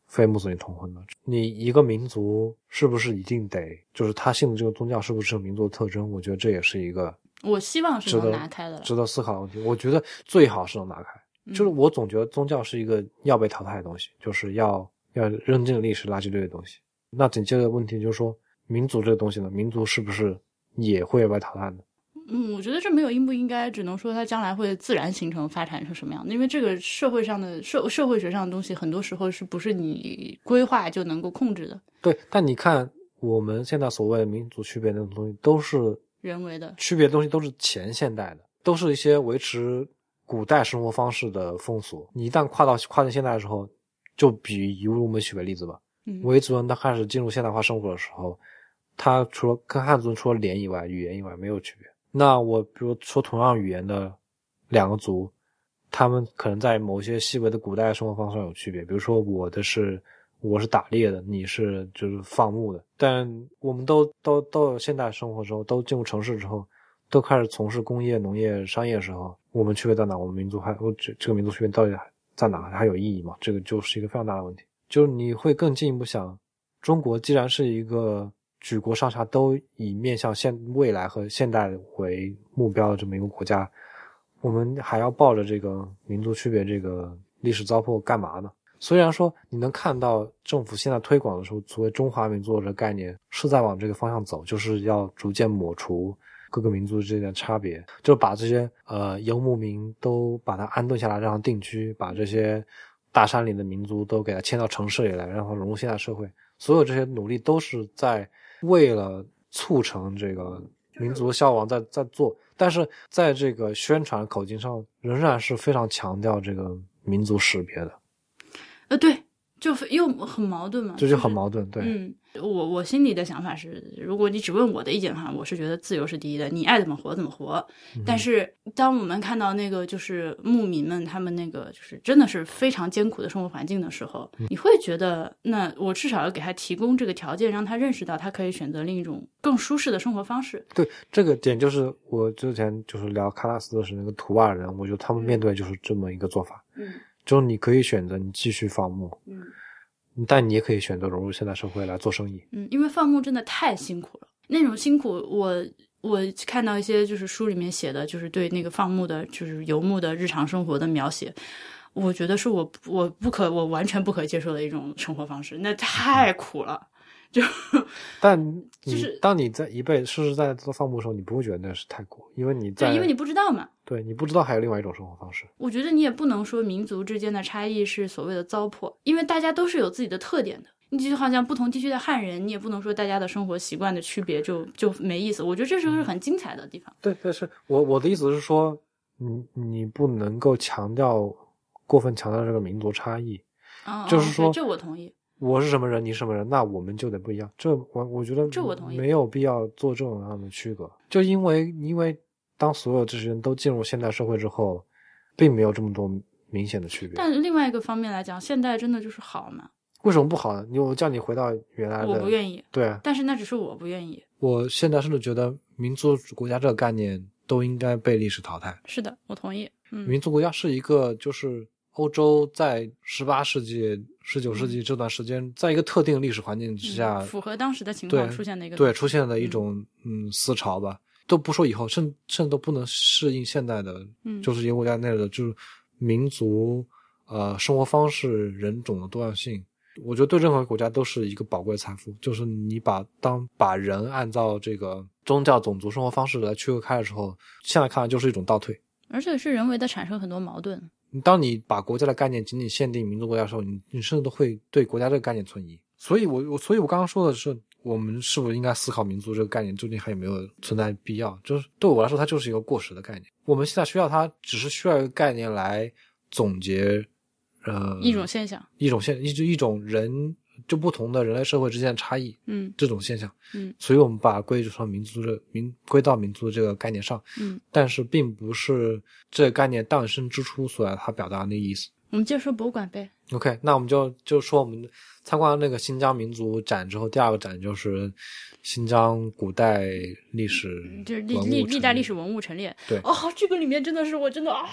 B: 非穆斯林通婚的。你一个民族是不是一定得，就是他信的这个宗教是不是有民族的特征？我觉得这也是一个
A: 我希望是
B: 值
A: 能
B: 得
A: 拿开的了。
B: 值得思考的问题。我觉得最好是能拿开，就是
A: 嗯
B: 我总觉得宗教是一个要被淘汰的东西，就是要要扔进历史垃圾堆的东西。那紧接着问题就是说，民族这个东西呢，民族是不是也会被淘汰呢？
A: 嗯，我觉得这没有应不应该，只能说它将来会自然形成、发展成什么样的。因为这个社会上的社社会学上的东西，很多时候是不是你规划就能够控制的，
B: 对，但你看我们现在所谓的民族区别那种东西，都是
A: 人为的。
B: 区别的东西都是前现代的，都是一些维持古代生活方式的风俗。你一旦跨到跨进现代的时候，就比以乌鲁木齐为例子吧，
A: 嗯，
B: 维族人他开始进入现代化生活的时候，他除了跟汉族人除了脸以外，语言以外没有区别。那我比如说同样语言的两个族，他们可能在某些细微的古代生活方式上有区别。比如说我的是我是打猎的，你是就是放牧的。但我们都都都有现代生活之后，都进入城市之后，都开始从事工业、农业、商业的时候，我们区别在哪？我们民族还我这这个民族区别到底还在哪？还有意义吗？这个就是一个非常大的问题。就是你会更进一步想，中国既然是一个举国上下都以面向现未来和现代为目标的这么一个国家，我们还要抱着这个民族区别这个历史糟粕干嘛呢？虽然说你能看到政府现在推广的时候，所谓中华民族的这个概念是在往这个方向走，就是要逐渐抹除各个民族之间的差别，就是把这些呃游牧民都把它安顿下来，让它定居，把这些大山里的民族都给它迁到城市里来，让它融入现代社会。所有这些努力都是在为了促成这个民族的消亡在在做，但是在这个宣传口径上，仍然是非常强调这个民族识别的。
A: 呃，对，就又很矛盾嘛，
B: 这就很
A: 是
B: 矛盾，对，
A: 嗯，我我心里的想法是，如果你只问我的意见的话，我是觉得自由是第一的，你爱怎么活怎么活。嗯
B: 嗯
A: 但是当我们看到那个就是牧民们他们那个就是真的是非常艰苦的生活环境的时候，你会觉得，那我至少要给他提供这个条件，让他认识到他可以选择另一种更舒适的生活方式。
B: 对，这个点就是我之前就是聊喀纳斯的时候，那个图瓦人，我觉得他们面对就是这么一个做法，
A: 嗯
B: 就是你可以选择你继续放牧，
A: 嗯
B: 但你也可以选择融入现代社会来做生意。
A: 嗯，因为放牧真的太辛苦了，那种辛苦我。我看到一些就是书里面写的，就是对那个放牧的，就是游牧的日常生活的描写，我觉得是我我不可我完全不可接受的一种生活方式，那太苦了。就
B: 但
A: 就
B: 你
A: 是
B: 当你在一辈实实在在做放牧的时候，你不会觉得那是太苦，因为你在
A: 对，因为你不知道嘛。
B: 对你不知道还有另外一种生活方式。
A: 我觉得你也不能说民族之间的差异是所谓的糟粕，因为大家都是有自己的特点的。你就好像不同地区的汉人，你也不能说大家的生活习惯的区别就就没意思。我觉得这是
B: 嗯
A: 很精彩的地方。
B: 对，但是我我的意思是说，你你不能够强调过分强调这个民族差异，
A: 嗯，
B: 就是
A: 嗯对
B: 说
A: 这我同意。
B: 我是什么人，你是什么人，那我们就得不一样。这我我觉得
A: 这我同意
B: 没有必要做这种样的区隔。就因为因为当所有这些人都进入现代社会之后，并没有这么多明显的区别。
A: 但另外一个方面来讲，现代真的就是好嘛？
B: 为什么不好呢？你我叫你回到原来的，
A: 我不
B: 意。
A: 愿意，
B: 对啊，
A: 但是那只是我不愿意。
B: 我现在甚至觉得民族国家这个概念都应该被历史淘汰。
A: 是的，我同意。嗯，
B: 民族国家是一个就是欧洲在十八世纪、十九世纪这段时间，在一个特定历史环境之下
A: 嗯嗯符合当时的情
B: 对
A: 况出现的一个
B: 对出现的一种嗯思潮吧，都不说以后，甚甚至都不能适应现代的，
A: 嗯
B: 就是一个国家内的就是民族呃生活方式、人种的多样性。我觉得对任何国家都是一个宝贵的财富，就是你把当把人按照这个宗教、种族、生活方式来区隔开的时候，现在看来就是一种倒退。
A: 而且是人为的产生很多矛盾。
B: 你当你把国家的概念仅仅限定民族国家的时候，你你甚至都会对国家这个概念存疑。所以我，我所以，我刚刚说的是，我们是不是应该思考民族这个概念究竟还有没有存在必要？就是对我来说，它就是一个过时的概念。我们现在需要它，只是需要一个概念来总结，呃，
A: 一种现象。
B: 一种现一一种人就不同的人类社会之间的差异
A: 嗯
B: 这种现象。
A: 嗯
B: 所以我们把它归属上民族这民归到民族这个概念上，
A: 嗯，
B: 但是并不是这个概念诞生之初所要它表达的意思。
A: 我们接着说博物馆呗。
B: OK，那我们就就说我们参观了那个新疆民族展之后，第二个展就是新疆古代历史文物
A: 嗯就是历历历代历
B: 陈列
A: 史文物陈列。
B: 对哎
A: 哦，这个里面真的是我真的啊，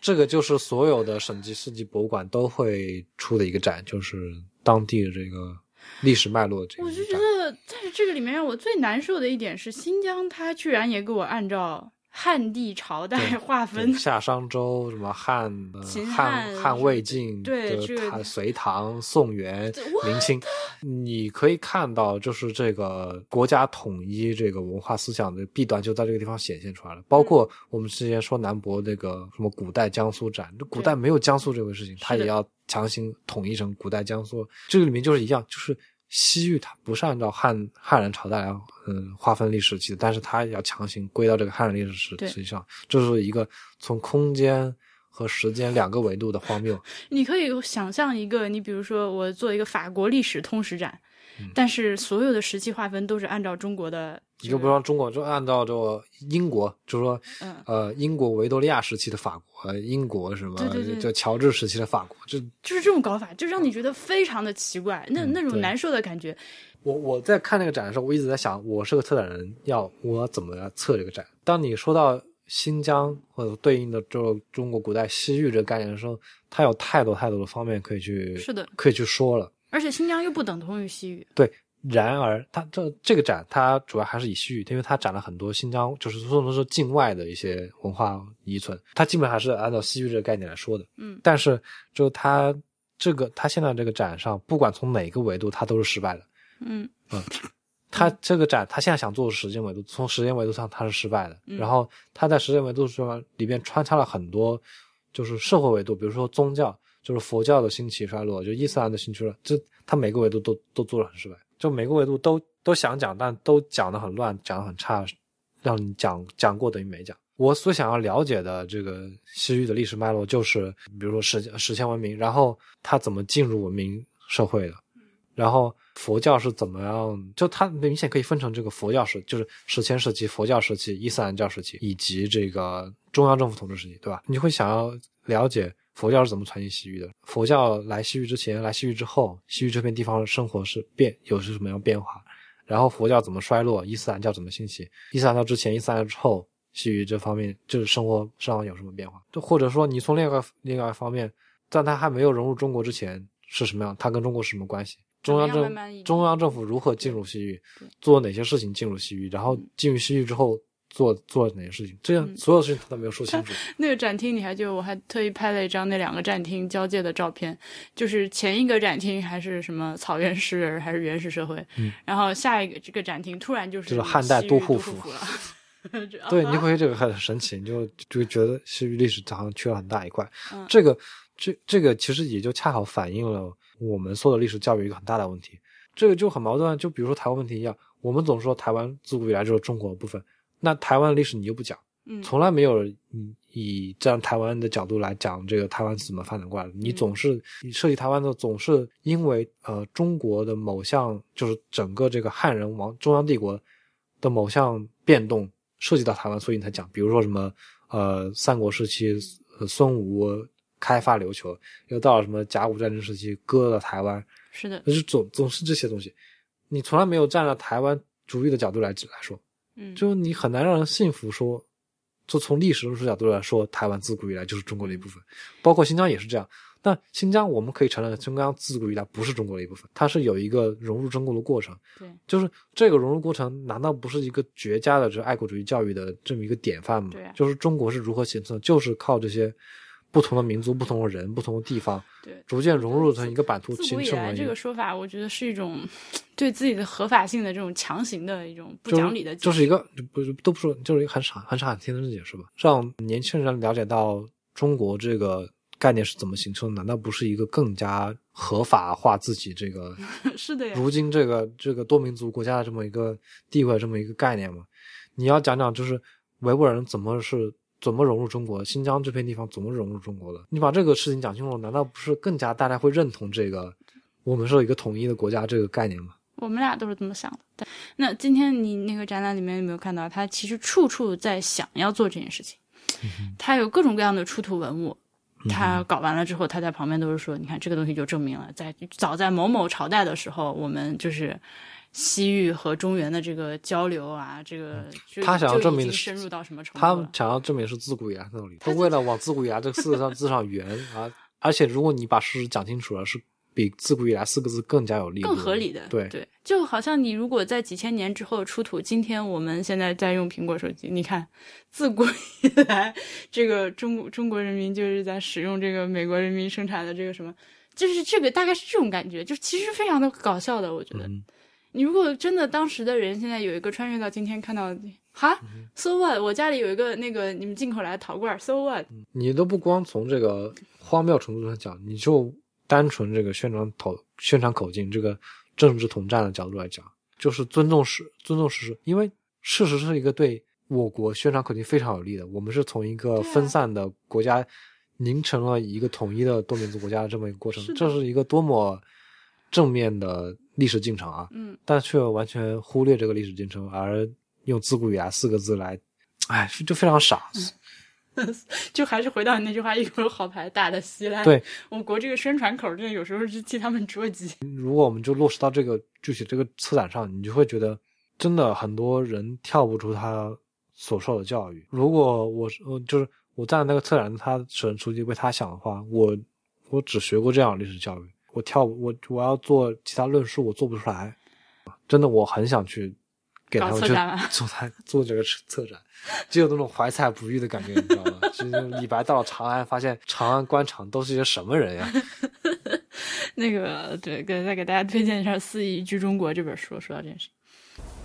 B: 这个就是所有的省级、市级博物馆都会出的一个展，就是当地的这个历史脉络这个
A: 我
B: 展。
A: 就觉得，但是这个里面让我最难受的一点是，新疆它居然也给我按照汉地朝代
B: 对
A: 划分
B: 对。夏商周什么汉、呃
A: 秦汉
B: 汉
A: 什
B: 汉
A: 么
B: 魏
A: 的
B: 晋
A: 对
B: 的
A: 这个
B: 唐隋唐宋元
A: 这 what？
B: 明清，你可以看到，就是这个国家统一这个文化思想的弊端就在这个地方显现出来了。
A: 嗯
B: 包括我们之前说南博那个什么古代江苏展，就古代没有江苏这回事情，它
A: 是的
B: 也要强行统一成古代江苏。这个里面就是一样，就是。西域它不是按照汉汉人朝代来嗯划分历史期的，但是它也要强行归到这个汉人历史时
A: 对
B: 实际上，这是一个从空间和时间两个维度的荒谬。
A: 你可以想象一个，你比如说我做一个法国历史通史展，
B: 嗯
A: 但是所有的时期划分都是按照中国的这
B: 你就
A: 个，
B: 不让中国就按照这个英国，就是说，
A: 嗯
B: 呃，英国维多利亚时期的法国，呃英国什么，
A: 对对对
B: 就乔治时期的法国，这
A: 就是这种搞法，就让你觉得非常的奇怪，那
B: 嗯
A: 那种
B: 对
A: 难受的感觉。
B: 我我在看那个展的时候，我一直在想，我是个策展人，要我怎么来策这个展？当你说到新疆或者对应的就中国古代西域这个概念的时候，它有太多太多的方面可以去
A: 是的
B: 可以去说了。
A: 而且新疆又不等同于西域，
B: 然而，它这这个展它主要还是以西域，因为它展了很多新疆，就是说能说境外的一些文化遗存，它基本还是按照西域这个概念来说的。
A: 嗯
B: 但是就它这个它现在这个展上，不管从哪个维度，它都是失败的。
A: 嗯
B: 它这个展，它现在想做的时间维度，从时间维度上它是失败的。
A: 嗯
B: 然后它在时间维度上里边穿插了很多，就是社会维度，比如说宗教，就是佛教的兴起衰落，就伊斯兰的兴起衰落，这它每个维度都都做的很失败，就每个维度都都想讲，但都讲的很乱，讲的很差，让你讲讲过等于没讲。我所想要了解的这个西域的历史脉络，就是比如说史史前文明，然后它怎么进入文明社会的，然后佛教是怎么样？就它明显可以分成这个佛教时，就是史前时期、佛教时期、伊斯兰教时期，以及这个中央政府统治时期，对吧？你会想要了解佛教是怎么传进西域的？佛教来西域之前、来西域之后，西域这片地方的生活是变有是什么样变化？然后佛教怎么衰落？伊斯兰教怎么兴起？伊斯兰教之前、伊斯兰教之后，西域这方面就是生活上有什么变化？就或者说，你从另外一个另外一个方面，在它还没有融入中国之前是什么样？它跟中国是什么关系？中央
A: 怎么样
B: 政
A: 慢慢引
B: 中央政府如何进入西域
A: 对，
B: 做哪些事情进入西域，然后进入西域之后做做哪些事情，这样
A: 嗯
B: 所有事情他都没有说清楚。
A: 那个展厅你还记得？我还特意拍了一张那两个展厅交界的照片，就是前一个展厅还是什么草原诗人，还是原始社会，
B: 嗯
A: 然后下一个这个展厅突然就是
B: 就是汉代
A: 西域
B: 都
A: 都
B: 护
A: 护
B: 府
A: 了。这啊
B: 对，你会这个很神奇，你就就觉得西域历史好像缺了很大一块。
A: 嗯
B: 这个这这个其实也就恰好反映了我们受的历史教育一个很大的问题。这个就很矛盾，就比如说台湾问题一样，我们总说台湾自古以来就是中国的部分，那台湾的历史你又不讲，
A: 嗯
B: 从来没有以以站台湾的角度来讲这个台湾是怎么发展过来的。你
A: 嗯
B: 总是你涉及台湾的，总是因为呃中国的某项就是整个这个汉人王中央帝国的某项变动涉及到台湾，所以你才讲，比如说什么呃三国时期呃孙吴开发琉球，又到了什么甲午战争时期割了台湾，
A: 是的，
B: 就是总总是这些东西，你从来没有站在台湾主义的角度来来说。
A: 嗯，
B: 就你很难让人信服说，就从历史论述角度来说，台湾自古以来就是中国的一部分，包括新疆也是这样。那新疆我们可以承认，新疆自古以来不是中国的一部分，它是有一个融入中国的过程。
A: 对，
B: 就是这个融入过程，难道不是一个绝佳的这爱国主义教育的这么一个典范吗？
A: 对啊
B: 就是中国是如何形成的，就是靠这些不同的民族、不同的人、不同的地方，
A: 对。
B: 逐渐融入成一个版图，
A: 自
B: 形
A: 古以
B: 成
A: 来，
B: 了一
A: 这
B: 个
A: 个说法，我觉得是一种对自己的合法性的这种强行的一种不
B: 就是
A: 讲理的解释，
B: 就是一个不是都不说，就是一个很傻很傻很天真的解释吧，让年轻人了解到中国这个概念是怎么形成的，难道不是一个更加合法化自己这 个
A: 是的呀，
B: 如今这个这个多民族国家的这么一个地位这么一个概念吗？你要讲讲就是维吾尔人怎么是。怎么融入中国？新疆这片地方怎么融入中国的？你把这个事情讲清楚，难道不是更加大家会认同这个我们是一个统一的国家这个概念吗？
A: 我们俩都是这么想的。但那今天你那个展览里面有没有看到，他其实处处在想要做这件事情，
B: 嗯
A: 他有各种各样的出土文物。他搞完了之后，他在旁边都是说：“你看，这个东西就证明了，在早在某某朝代的时候，我们就是西域和中原的这个交流啊，这个就
B: 嗯他想要
A: 就已
B: 证明
A: 经
B: 的是
A: 深入到什么程
B: 他
A: 度
B: 们
A: 了？
B: 想要证明是自古以来那种理，都为了往自古以来这四个上字上圆啊！而且如果你把事实讲清楚了，是比自古以来四个字更加有力度、
A: 更合理的，
B: 对，
A: 对，就好像你如果在几千年之后出土，今天我们现在在用苹果手机，你看，自古以来，这个中国中国人民就是在使用这个美国人民生产的这个什么，就是这个大概是这种感觉，就其实非常的搞笑的，我觉得。
B: 嗯，
A: 你如果真的当时的人现在有一个穿越到今天看到，哈，so
B: 嗯
A: what？我家里有一个那个你们进口来的陶罐，so what？
B: 你都不光从这个荒谬程度上讲，你就单纯这个宣传口宣传口径这个政治统战的角度来讲，就是尊重事尊重事实，因为事实是一个对我国宣传口径非常有利的。我们是从一个
A: 对啊
B: 分散的国家凝成了一个统一的多民族国家的这么一个过程
A: 是，的
B: 这是一个多么正面的历史进程啊！
A: 嗯，
B: 但却完全忽略这个历史进程，而用“自古以来”四个字来，哎，就非常傻。
A: 嗯就还是回到你那句话，一口好牌打得稀烂。
B: 对，
A: 我国这个宣传口儿真的有时候是替他们捉急。
B: 如果我们就落实到这个具体这个策展上，你就会觉得真的很多人跳不出他所受的教育。如果我是呃就是我站在那个策展他审书记为他想的话，我我只学过这样的历史教育，我跳我我要做其他论述我做不出来。真的我很想去给他
A: 搞
B: 们
A: 策
B: 去
A: 展啊吗
B: 做他做这个策策展，就有那种怀才不遇的感觉，你知道吗？就是李白到了长安，发现长安官场都是一些什么人呀？
A: 那个，对，给再给大家推荐一下《四亿居中国》这本书。说到这件事，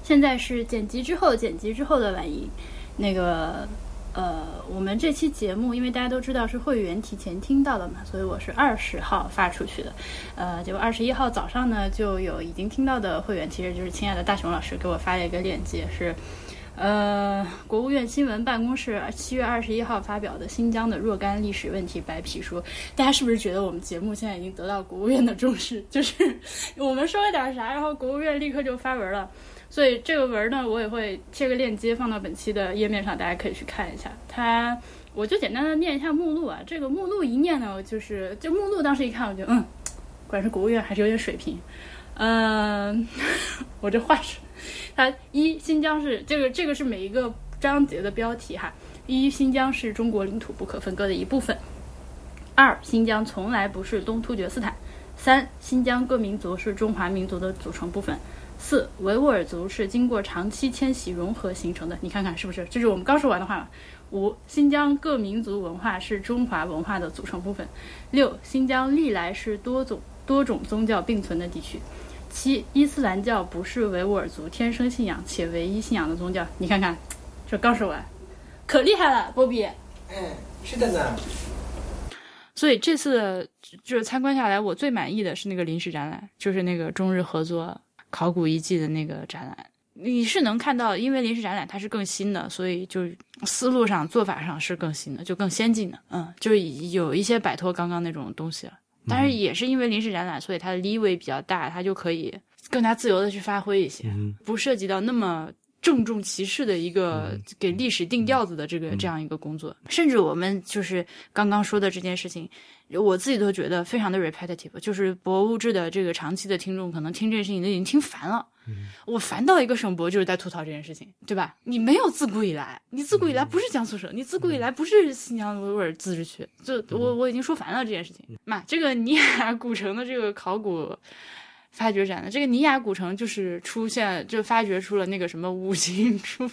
A: 现在是剪辑之后，剪辑之后的晚音。那个，呃，我们这期节目，因为大家都知道是会员提前听到的嘛，所以我是二十号发出去的。呃，结果二十一号早上呢，就有已经听到的会员，其实就是亲爱的大熊老师给我发了一个链接，是。呃，国务院新闻办公室七月二十一号发表的新疆的若干历史问题白皮书，大家是不是觉得我们节目现在已经得到国务院的重视？就是我们说了点啥，然后国务院立刻就发文了。所以这个文呢，我也会贴个链接放到本期的页面上，大家可以去看一下。它，我就简单的念一下目录啊。这个目录一念呢，我就是就目录当时一看，我就嗯，果然是国务院还是有点水平。嗯、我这话是，它一新疆是这个这个是每一个章节的标题哈。一新疆是中国领土不可分割的一部分。二，新疆从来不是东突厥斯坦；三，新疆各民族是中华民族的组成部分；四，维吾尔族是经过长期迁徙融合形成的。你看看是不是？这是我们刚说完的话嘛。五，新疆各民族文化是中华文化的组成部分。六，新疆历来是多种多种宗教并存的地区。七，伊斯兰教不是维吾尔族天生信仰且唯一信仰的宗教。你看看，这刚说完，可厉害了，波比。
E: 嗯，是的呢。
A: 所以这次就是参观下来，我最满意的是那个临时展览，就是那个中日合作考古遗迹的那个展览。你是能看到，因为临时展览它是更新的，所以就是思路上、做法上是更新的，就更先进的。嗯，就是有一些摆脱刚刚那种东西了。但是也是因为临时展览，所以它的立位比较大，它就可以更加自由的去发挥一些，不涉及到那么郑重其事的一个给历史定调子的这个这样一个工作。甚至我们就是刚刚说的这件事情，我自己都觉得非常的 repetitive，就是博物志的这个长期的听众可能听这件事情都已经听烦了。我烦到一个省博就是在吐槽这件事情，对吧？你没有自古以来，你自古以来
B: 嗯
A: 不是江苏省，你自古以来不是新疆维吾尔自治区，就
B: 嗯
A: 我我已经说烦了这件事情。妈，这个尼雅古城的这个考古发掘展的这个尼雅古城就是出现，就发掘出了那个什么五星出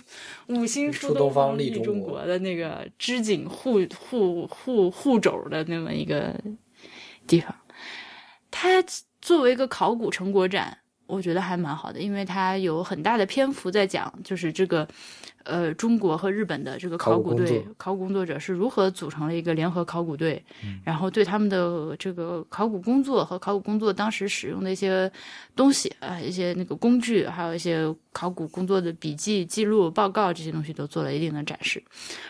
A: 五星
B: 出
A: 东
B: 东方
A: 立
B: 立中
A: 中
B: 国
A: 国的那个织锦护护护护肘的那么一个地方。它作为一个考古成果展，我觉得还蛮好的，因为它有很大的篇幅在讲，就是这个呃中国和日本的这个考
B: 考古
A: 古
B: 工
A: 队、
B: 作
A: 考古工作者是如何组成了一个联合考古队，
B: 嗯
A: 然后对他们的这个考古工作和考古工作当时使用的一些东西啊、一些那个工具，还有一些考古工作的笔记、记录、报告这些东西都做了一定的展示。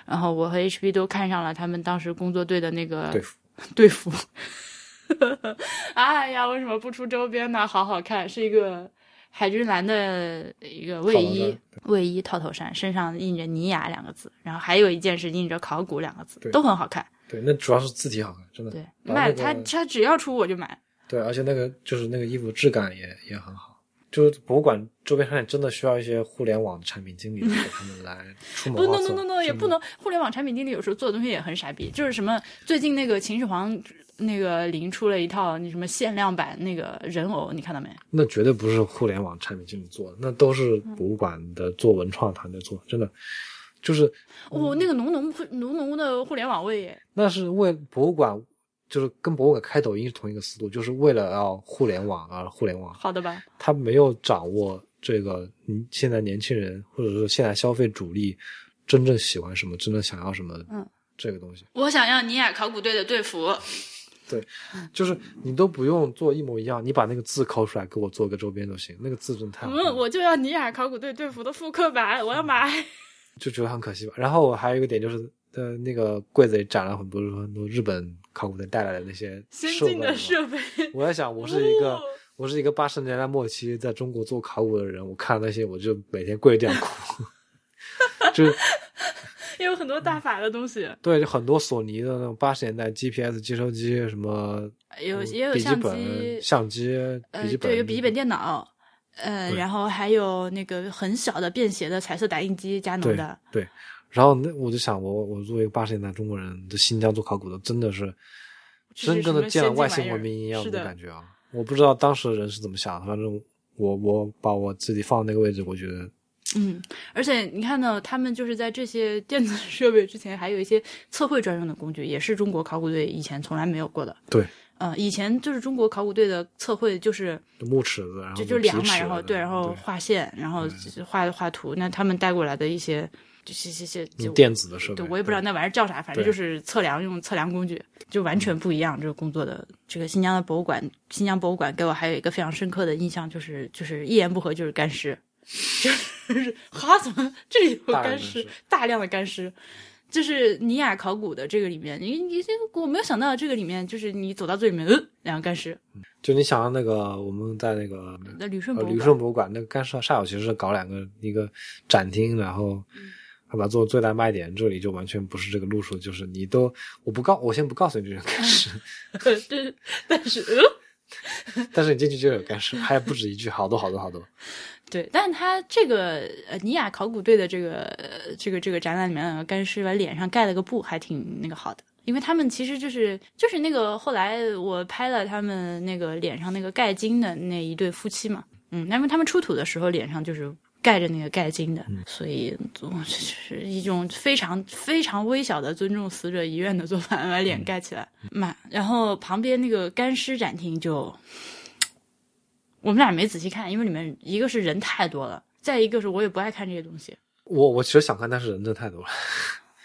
A: 然后我和 HB 都看上了他们当时工作队的那个
B: 对付
A: 队服。 哎呀，为什么不出周边呢？好好看，是一个海军蓝的一个卫
B: 套头
A: 衣
B: 衫，
A: 卫衣套头衫，身上印着“尼雅”两个字，然后还有一件是印着“考古”两个字，
B: 对
A: 都很好看。
B: 对，那主要是字体好看，真的。
A: 对，
B: 把
A: 卖
B: 那
A: 它
B: 个
A: 它只要出我就买。
B: 对，而且那个就是那个衣服质感也也很好。就是博物馆周边商店真的需要一些互联网产 品经理给他们来出谋
A: 不
B: 划
A: ，no
B: 策。
A: no no no，也
B: 真的
A: 不能。互联网产品经理有时候做的东西也很傻逼，就是什么最近那个秦始皇那个零出了一套那什么限量版那个人偶，你看到没？
B: 那绝对不是互联网产品经理做的，那都是
A: 嗯
B: 博物馆的做文创团队做，真的就是
A: 我、哦
B: 嗯
A: 那个浓浓浓浓的互联网味耶。
B: 那是为博物馆，就是跟博物馆开抖音是同一个思路，就是为了要互联网而互联网，
A: 好的吧？
B: 他没有掌握这个嗯现在年轻人或者说现在消费主力真正喜欢什么，真正想要什么，
A: 嗯，
B: 这个东西。
A: 我想要尼雅考古队的队服。
B: 就是你都不用做一模一样，你把那个字抠出来给我做个周边就行。那个字真的太好看了
A: 嗯，我就要尼雅考古队队服的复刻版，我要买。
B: 就觉得很可惜吧。然后我还有一个点就是，呃，那个柜子里展了很多很多日本考古队带来的那些
A: 先
B: 设备
A: 进
B: 嘛。
A: 的设备，
B: 我在想，我是一个、
A: 哦
B: 我是一个八十年代末期在中国做考古的人，我看那些我就每天跪着这样哭。 就是
A: 也有很多大法的东西，
B: 对，就很多索尼的那种八十年代 GPS 接收机，什么
A: 有
B: 嗯
A: 也有
B: 笔记
A: 相
B: 本、
A: 机，
B: 相机、笔记
A: 呃，
B: 本，
A: 对，有笔记本电脑，呃，
B: 对
A: 然后还有那个很小的便携的彩色打印机，佳能
B: 对
A: 的。
B: 对，然后那我就想我，我作为一个八十年代中国人，这新疆做考古的，真的是
A: 这是
B: 真跟
A: 什么
B: 的见了
A: 先进
B: 外
A: 玩意
B: 星
A: 儿
B: 文明一样
A: 是
B: 的
A: 的
B: 感觉啊！我不知道当时人是怎么想的，反正我我把我自己放那个位置，我觉得
A: 嗯，而且你看到他们就是在这些电子设备之前，还有一些测绘专用的工具，也是中国考古队以前从来没有过的。
B: 对，
A: 呃，以前就是中国考古队的测绘就是
B: 木尺子，然后
A: 就就
B: 皮
A: 量嘛，
B: 尺
A: 然后
B: 子
A: 对，然后画线，然
B: 嗯
A: 后画画图。那他们带过来的一些就是这些
B: 嗯
A: 就
B: 电子的设备，
A: 对我也不知道那玩意儿叫啥，反正
B: 对
A: 就是测量用测量工具，就完全不一样。这个工作的这个新疆的博物馆，新疆博物馆给我还有一个非常深刻的印象，就是就是一言不合就是干尸，就是哈怎么这里有
B: 大量
A: 干
B: 干
A: 尸
B: 尸，
A: 大量的干尸。就是尼雅考古的这个里面，你你这个我没有想到这个里面，就是你走到最里面，嗯，两个干尸。
B: 就你想到那个我们在那个
A: 嗯那旅顺
B: 呃
A: 博物
B: 旅
A: 馆
B: 顺博物馆那个干涉煞有其事搞两个一个展厅，然后
A: 嗯
B: 他把它做最大卖点，这里就完全不是这个路数，就是你都我不告我先不告诉你
A: 嗯
B: 这种干涉，
A: 对，但是嗯，
B: 但是你进去就有干涉，还不止一句，好多好多好多。
A: 对，但他这个呃尼雅考古队的这个呃这个这个展览里面，两个干尸把脸上盖了个布，还挺那个好的。因为他们其实就是就是那个后来我拍了他们那个脸上那个盖巾的那一对夫妻嘛，嗯，那么他们出土的时候脸上就是盖着那个盖巾的，所以总 就是一种非常非常微小的尊重死者遗愿的做法，把脸盖起来。嘛，然后旁边那个干尸展厅就我们俩没仔细看，因为里面一个是人太多了，再一个是我也不爱看这些东西。
B: 我我其实想看，但是人真的太多了。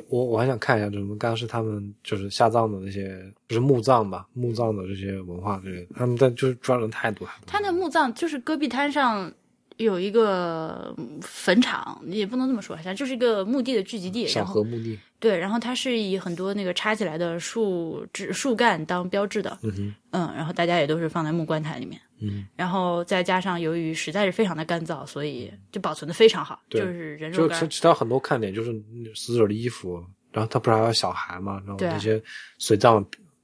B: 我我还想看一下，怎么干是他们就是下葬的那些，就是墓葬吧，墓葬的这些文化之类的，他们在就是抓人太多了。
A: 他那墓葬就是戈壁滩上有一个嗯坟场，也不能这么说，反正就是一个墓地的聚集地。
B: 小
A: 然
B: 河
A: 后
B: 墓地，
A: 对，然后它是以很多那个插起来的树枝、树干当标志的，
B: 嗯哼，
A: 嗯，然后大家也都是放在木棺材里面。
B: 嗯，
A: 然后再加上由于实在是非常的干燥，所以就保存的非常好，就
B: 对
A: 是人肉
B: 就
A: 干
B: 其
A: 儿。
B: 其他很多看点就是死者的衣服，然后他不是还有小孩嘛，然后
A: 对啊
B: 那些随葬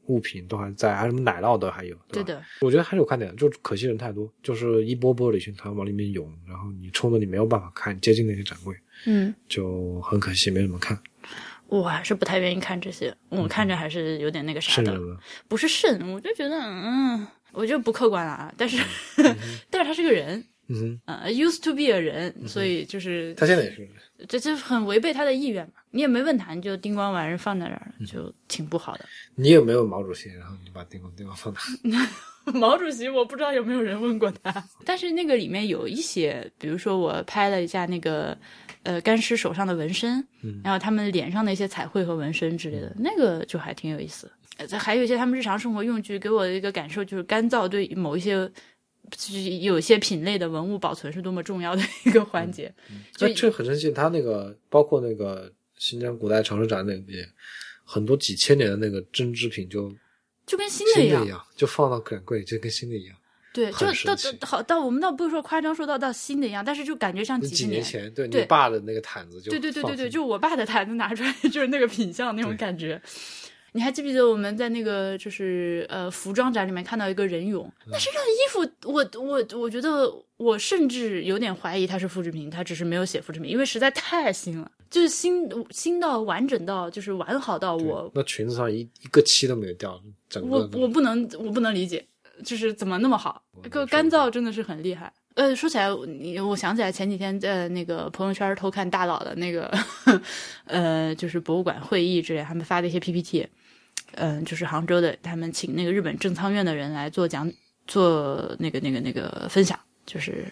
B: 物品都还在，还有什么奶酪的还有，
A: 对
B: 吧？
A: 的，
B: 我觉得还是有看点的，就是可惜人太多，就是一波波的一群团往里面涌，然后你冲着你没有办法看接近那些展柜，
A: 嗯，
B: 就很可惜没怎么看，
A: 我还是不太愿意看这些，嗯我看着还是有点那个啥
B: 甚
A: 的，
B: 至呢，
A: 不是肾，我就觉得嗯，我就不客观了啊。但是， 但是他是个人，
B: 嗯哼，
A: 呃，used to be a 人，所以就是
B: 嗯他现在也是。
A: 这这很违背他的意愿嘛。你也没问他，你就叮咣把人放在那儿
B: 嗯
A: 了，就挺不好的。
B: 你有没有毛主席？然后你把地方地方放哪？
A: 毛主席，我不知道有没有人问过他， 但是那个里面有一些，比如说我拍了一下那个，呃，干尸手上的纹身，
B: 嗯
A: 然后他们脸上的一些彩绘和纹身之类的，那个就还挺有意思。呃，这还有一些他们日常生活用具，给我的一个感受就是干燥对某一些。就是有一些品类的文物保存是多么重要的一个环节，就
B: 那哎这很神奇，他那个包括那个新疆古代城市展那边，很多几千年的那个针织品就
A: 就跟新的
B: 新
A: 一样
B: 的一。样，就放到展柜就跟新的一样。
A: 对，就
B: 很
A: 到
B: 神奇
A: 到好到我们倒不是说夸张说到到新的一样，但是就感觉像
B: 那
A: 几十
B: 几年前，对
A: 对
B: 你爸的那个毯子就
A: 对对对
B: 放
A: 对对，
B: 进
A: 就我爸的坛子拿出来 就是那个品相那种
B: 对
A: 感觉。你还记不记得我们在那个就是呃服装展里面看到一个人
B: 嗯
A: 俑？那身上的衣服，我我我觉得我甚至有点怀疑它是复制品，它只是没有写复制品，因为实在太新了，就是新新到完整到就是完好到
B: 对
A: 我
B: 那裙子上一一个漆都没有掉，整
A: 我
B: 个
A: 我不能我不能理解，就是怎么那么好，个干燥真的是很厉害。呃，说起来，你我想起来前几天在那个朋友圈偷看大佬的那个， 呃，就是博物馆会议之类，他们发的一些 PPT，嗯、就是杭州的，他们请那个日本政仓院的人来做讲做那个那个那个分享，就是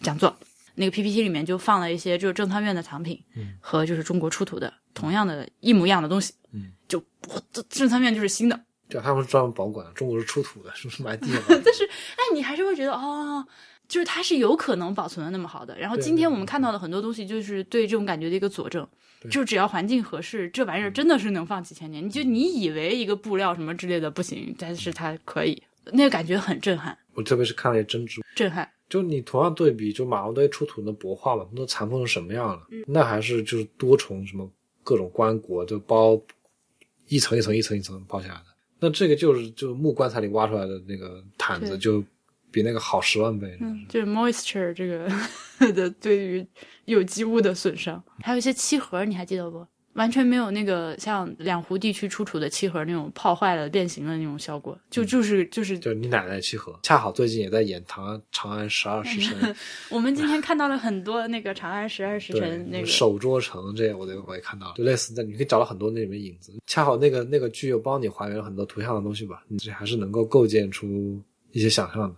A: 讲座。那个 PPT 里面就放了一些就是政仓院的藏品，和就是中国出土的同样的一模一样的东西，
B: 嗯，
A: 就哇这政仓院就是新的，
B: 对他们是专门保管，中国是出土的， 是不是埋地上 的？
A: 但是，哎，你还是会觉得哦，就是它是有可能保存的那么好的。然后
B: 对
A: 今天
B: 对
A: 我们看到的很多东西，就是对这种感觉的一个佐证。
B: 对嗯
A: 就只要环境合适，这玩意儿真的是能放几千年。你就你以为一个布料什么之类的不行，但是它可以，那个感觉很震撼，
B: 我特别是看了一针织
A: 震撼。
B: 就你同样对比，就马王堆出土的帛画嘛，都残破成什么样了？
A: 嗯
B: 那还是就是多重什么各种棺椁，就包一层一层一层一层包下来的。那这个就是就是木棺材里挖出来的那个毯
A: 对
B: 子，就比那个好十万倍。
A: 嗯，就是 moisture 这个的对于有机物的损伤，还有一些漆盒，你还记得不？完全没有那个像两湖地区出土的漆盒那种泡坏了变形的那种效果，
B: 嗯
A: 就就是就是
B: 就是你奶奶的七盒，恰好最近也在演《长安长安十二时辰》
A: 我们今天看到了很多那个《长安十二时
B: 对，
A: 辰》那个
B: 手捉城这些我都我也看到了，就类似的，你可以找到很多那里面影子。恰好那个那个剧又帮你还原了很多图像的东西吧，你这还是能够构建出一些想象的。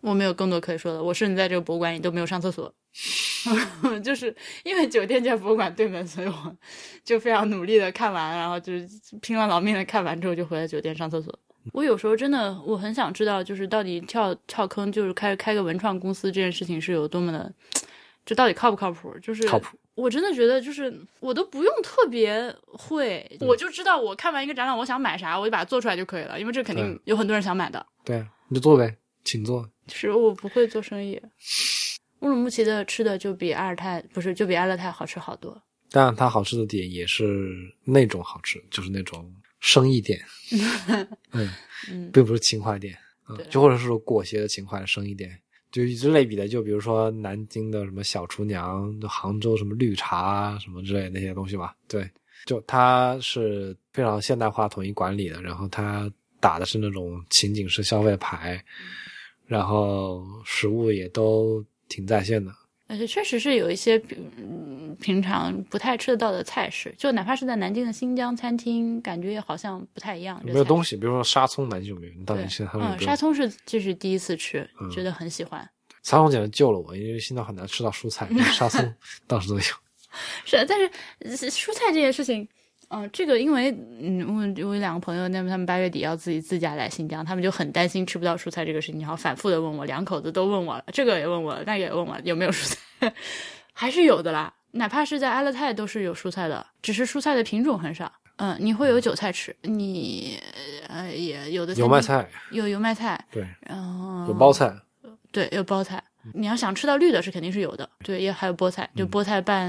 A: 我没有更多可以说的，我甚至在这个博物馆里都没有上厕所， 就是因为酒店就在博物馆对门，所以我就非常努力的看完，然后就是拼了老命的看完之后就回到酒店上厕所。我有时候真的我很想知道，就是到底跳跳坑，就是开开个文创公司这件事情是有多么的，就到底靠不靠谱？就是
B: 靠谱。
A: 我真的觉得，就是我都不用特别会，
B: 嗯
A: 我就知道我看完一个展览，我想买啥，我就把它做出来就可以了，因为这肯定
B: 对
A: 有很多人想买的。
B: 对啊，你就做呗，请做。
A: 是我不会做生意。乌鲁木齐的吃的就比阿尔泰不是就比阿勒泰好吃好多。
B: 当然，它好吃的点也是那种好吃，就是那种生意店，嗯，
A: 嗯，
B: 并不是情怀店，嗯
A: 对，
B: 就或者是说裹挟着情怀的生意店。就一直类比的，就比如说南京的什么小厨娘，就杭州什么绿茶啊什么之类的那些东西吧。对，就它是非常现代化、统一管理的，然后它打的是那种情景式消费
A: 嗯
B: 牌，然后食物也都挺在线的。
A: 而且确实是有一些平嗯平常不太吃得到的菜式，就哪怕是在南京的新疆餐厅，感觉也好像不太一样。
B: 没有东
A: 西。
B: 西，比如说沙葱，南京有没有？你到
A: 对
B: 底，现在他们有
A: 嗯，
B: 没有
A: 沙葱是这是第一次吃，
B: 嗯
A: 觉得很喜欢。
B: 沙葱简直救了我，因为现在很难吃到 蔬菜，沙葱到处都有。
A: 是，但是呃蔬菜这件事情，嗯、这个因为嗯，我我有两个朋友，那么他们八月底要自己自驾来新疆，他们就很担心吃不到蔬菜这个事情，然后反复的问我，两口子都问我了，这个也问我了，那个也问我有没有蔬菜， 还是有的啦，哪怕是在阿勒泰都是有蔬菜的，只是蔬菜的品种很少。嗯，你会有韭菜吃，你呃也有的哦
B: 有
A: 餐
B: 卖
A: 厅，
B: 菜，
A: 有油麦菜，
B: 对，
A: 然后
B: 有包菜，
A: 对，有包菜。
B: 嗯
A: 你要想吃到绿的是肯定是有的，对，也还有菠菜，就菠菜拌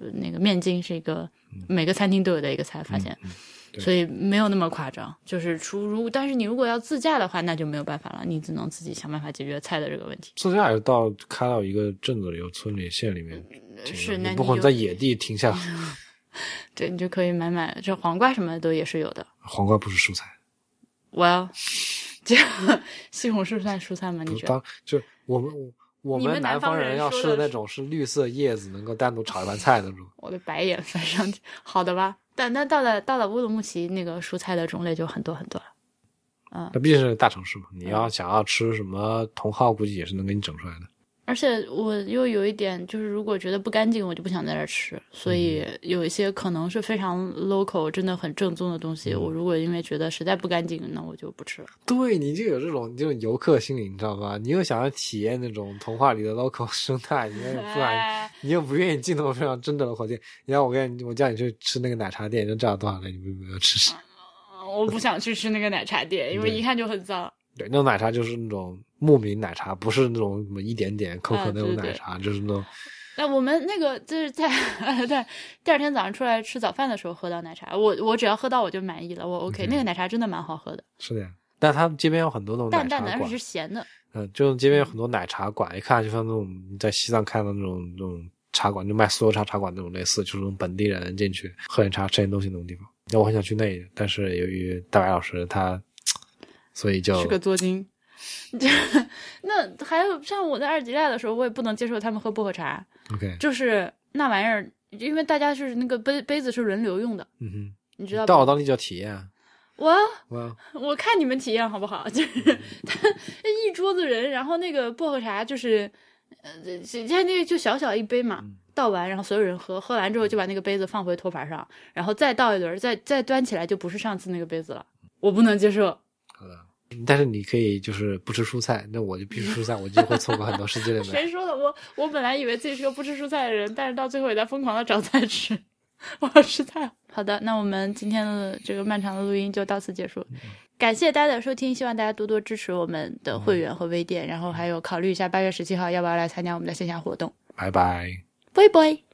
A: 呃那个面筋是一个每个餐厅都有的一个菜，发现，
B: 嗯对
A: 所以没有那么夸张。就是除如，但是你如果要自驾的话，那就没有办法了，你只能自己想办法解决菜的这个问题。
B: 自驾也是到开到一个镇子里，有村里、县里面停的，
A: 嗯是，
B: 你
A: 那
B: 不
A: 你
B: 可能在
A: 有
B: 野地停下。
A: 对你就可以买买这黄瓜什么的都也是有的。
B: 黄瓜不是蔬菜，
A: Well，这 西红柿算蔬菜吗？你
B: 不
A: 觉得？
B: 当就我们我我
A: 你们南
B: 南
A: 方
B: 方
A: 人
B: 要
A: 说
B: 是
A: 的
B: 那
A: 是
B: 种是绿色叶子能够单独 炒一盘菜的那种，
A: 我的白眼翻上去，好的吧？但但到了到了乌鲁木齐，那个蔬菜的种类就很多很多了。
B: 那毕竟是大城市嘛。
A: 嗯
B: 你要想要吃什么茼蒿，估计也是能给你整出来的。
A: 而且我又有一点，就是如果觉得不干净，我就不想在这儿吃。所以
B: 嗯
A: 有一些可能是非常 local、真的很正宗的东西，我
B: 嗯
A: 如果因为觉得实在不干净，那我就不吃了。
B: 对你就有这种这种游客心理，你知道吧？你又想要体验那种童话里的 local 生态，你又不敢
A: 哎
B: 你又不愿意进那种非常真正的火店，你让我跟你，我叫你去吃那个奶茶店，你就知道多少钱，你没没有吃？
A: 我不想去吃那个奶茶店，因为
B: 对
A: 一看就很脏。
B: 对，那种奶茶就是那种牧民奶茶，不是那种什么一点
A: 啊
B: 点 COCO 那种奶茶，就是那种
A: 那我们那个就是在在第二天早上出来吃早饭的时候喝到奶茶，我我只要喝到我就满意了，我 OK。
B: 嗯
A: 那个奶茶真的蛮好喝的，
B: 是的呀。但他们街边有很多那种奶
A: 淡
B: 茶
A: 淡的，而且
B: 馆
A: 是，咸的。
B: 嗯，就是街边有很多奶茶馆，一看就像那种你在西藏看到那种那种茶馆，就卖酥油茶茶馆那种类似，就是那种本地人进去喝点茶、吃点东西那种地方。那我很想去那里，但是由于大白老师他，所以就是
A: 个作精。 那还有像我在阿尔及利亚的时候，我也不能接受他们喝薄荷茶，
B: OK，
A: 就是那玩意儿，因为大家是那个杯杯子是轮流用的，
B: 嗯
A: 你知道吧？
B: 哼，到我当地就要体验啊，
A: 我
B: 我要
A: 我看你们体验好不好？ 就是他一桌子人，然后那个薄荷茶就是，呃，人家那个就小小一杯嘛，倒完然后所有人喝，喝完之后就把那个杯子放回托盘上，然后再倒一轮儿，再再端起来就不是上次那个杯子了，我不能接受。
B: 好的，但是你可以就是不吃蔬菜，那我就必须蔬菜，我就会错过很多世界的美。
A: 谁说的？我我本来以为自己是个不吃蔬菜的人，但是到最后也在疯狂的找菜吃。 我要吃菜。好的，那我们今天的这个漫长的录音就到此结束。感谢大家的收听，希望大家多多支持我们的会员和嗯微店，然后还有考虑一下八月十七号要不要来参加我们的线下活动。
B: 拜拜。
A: 拜拜。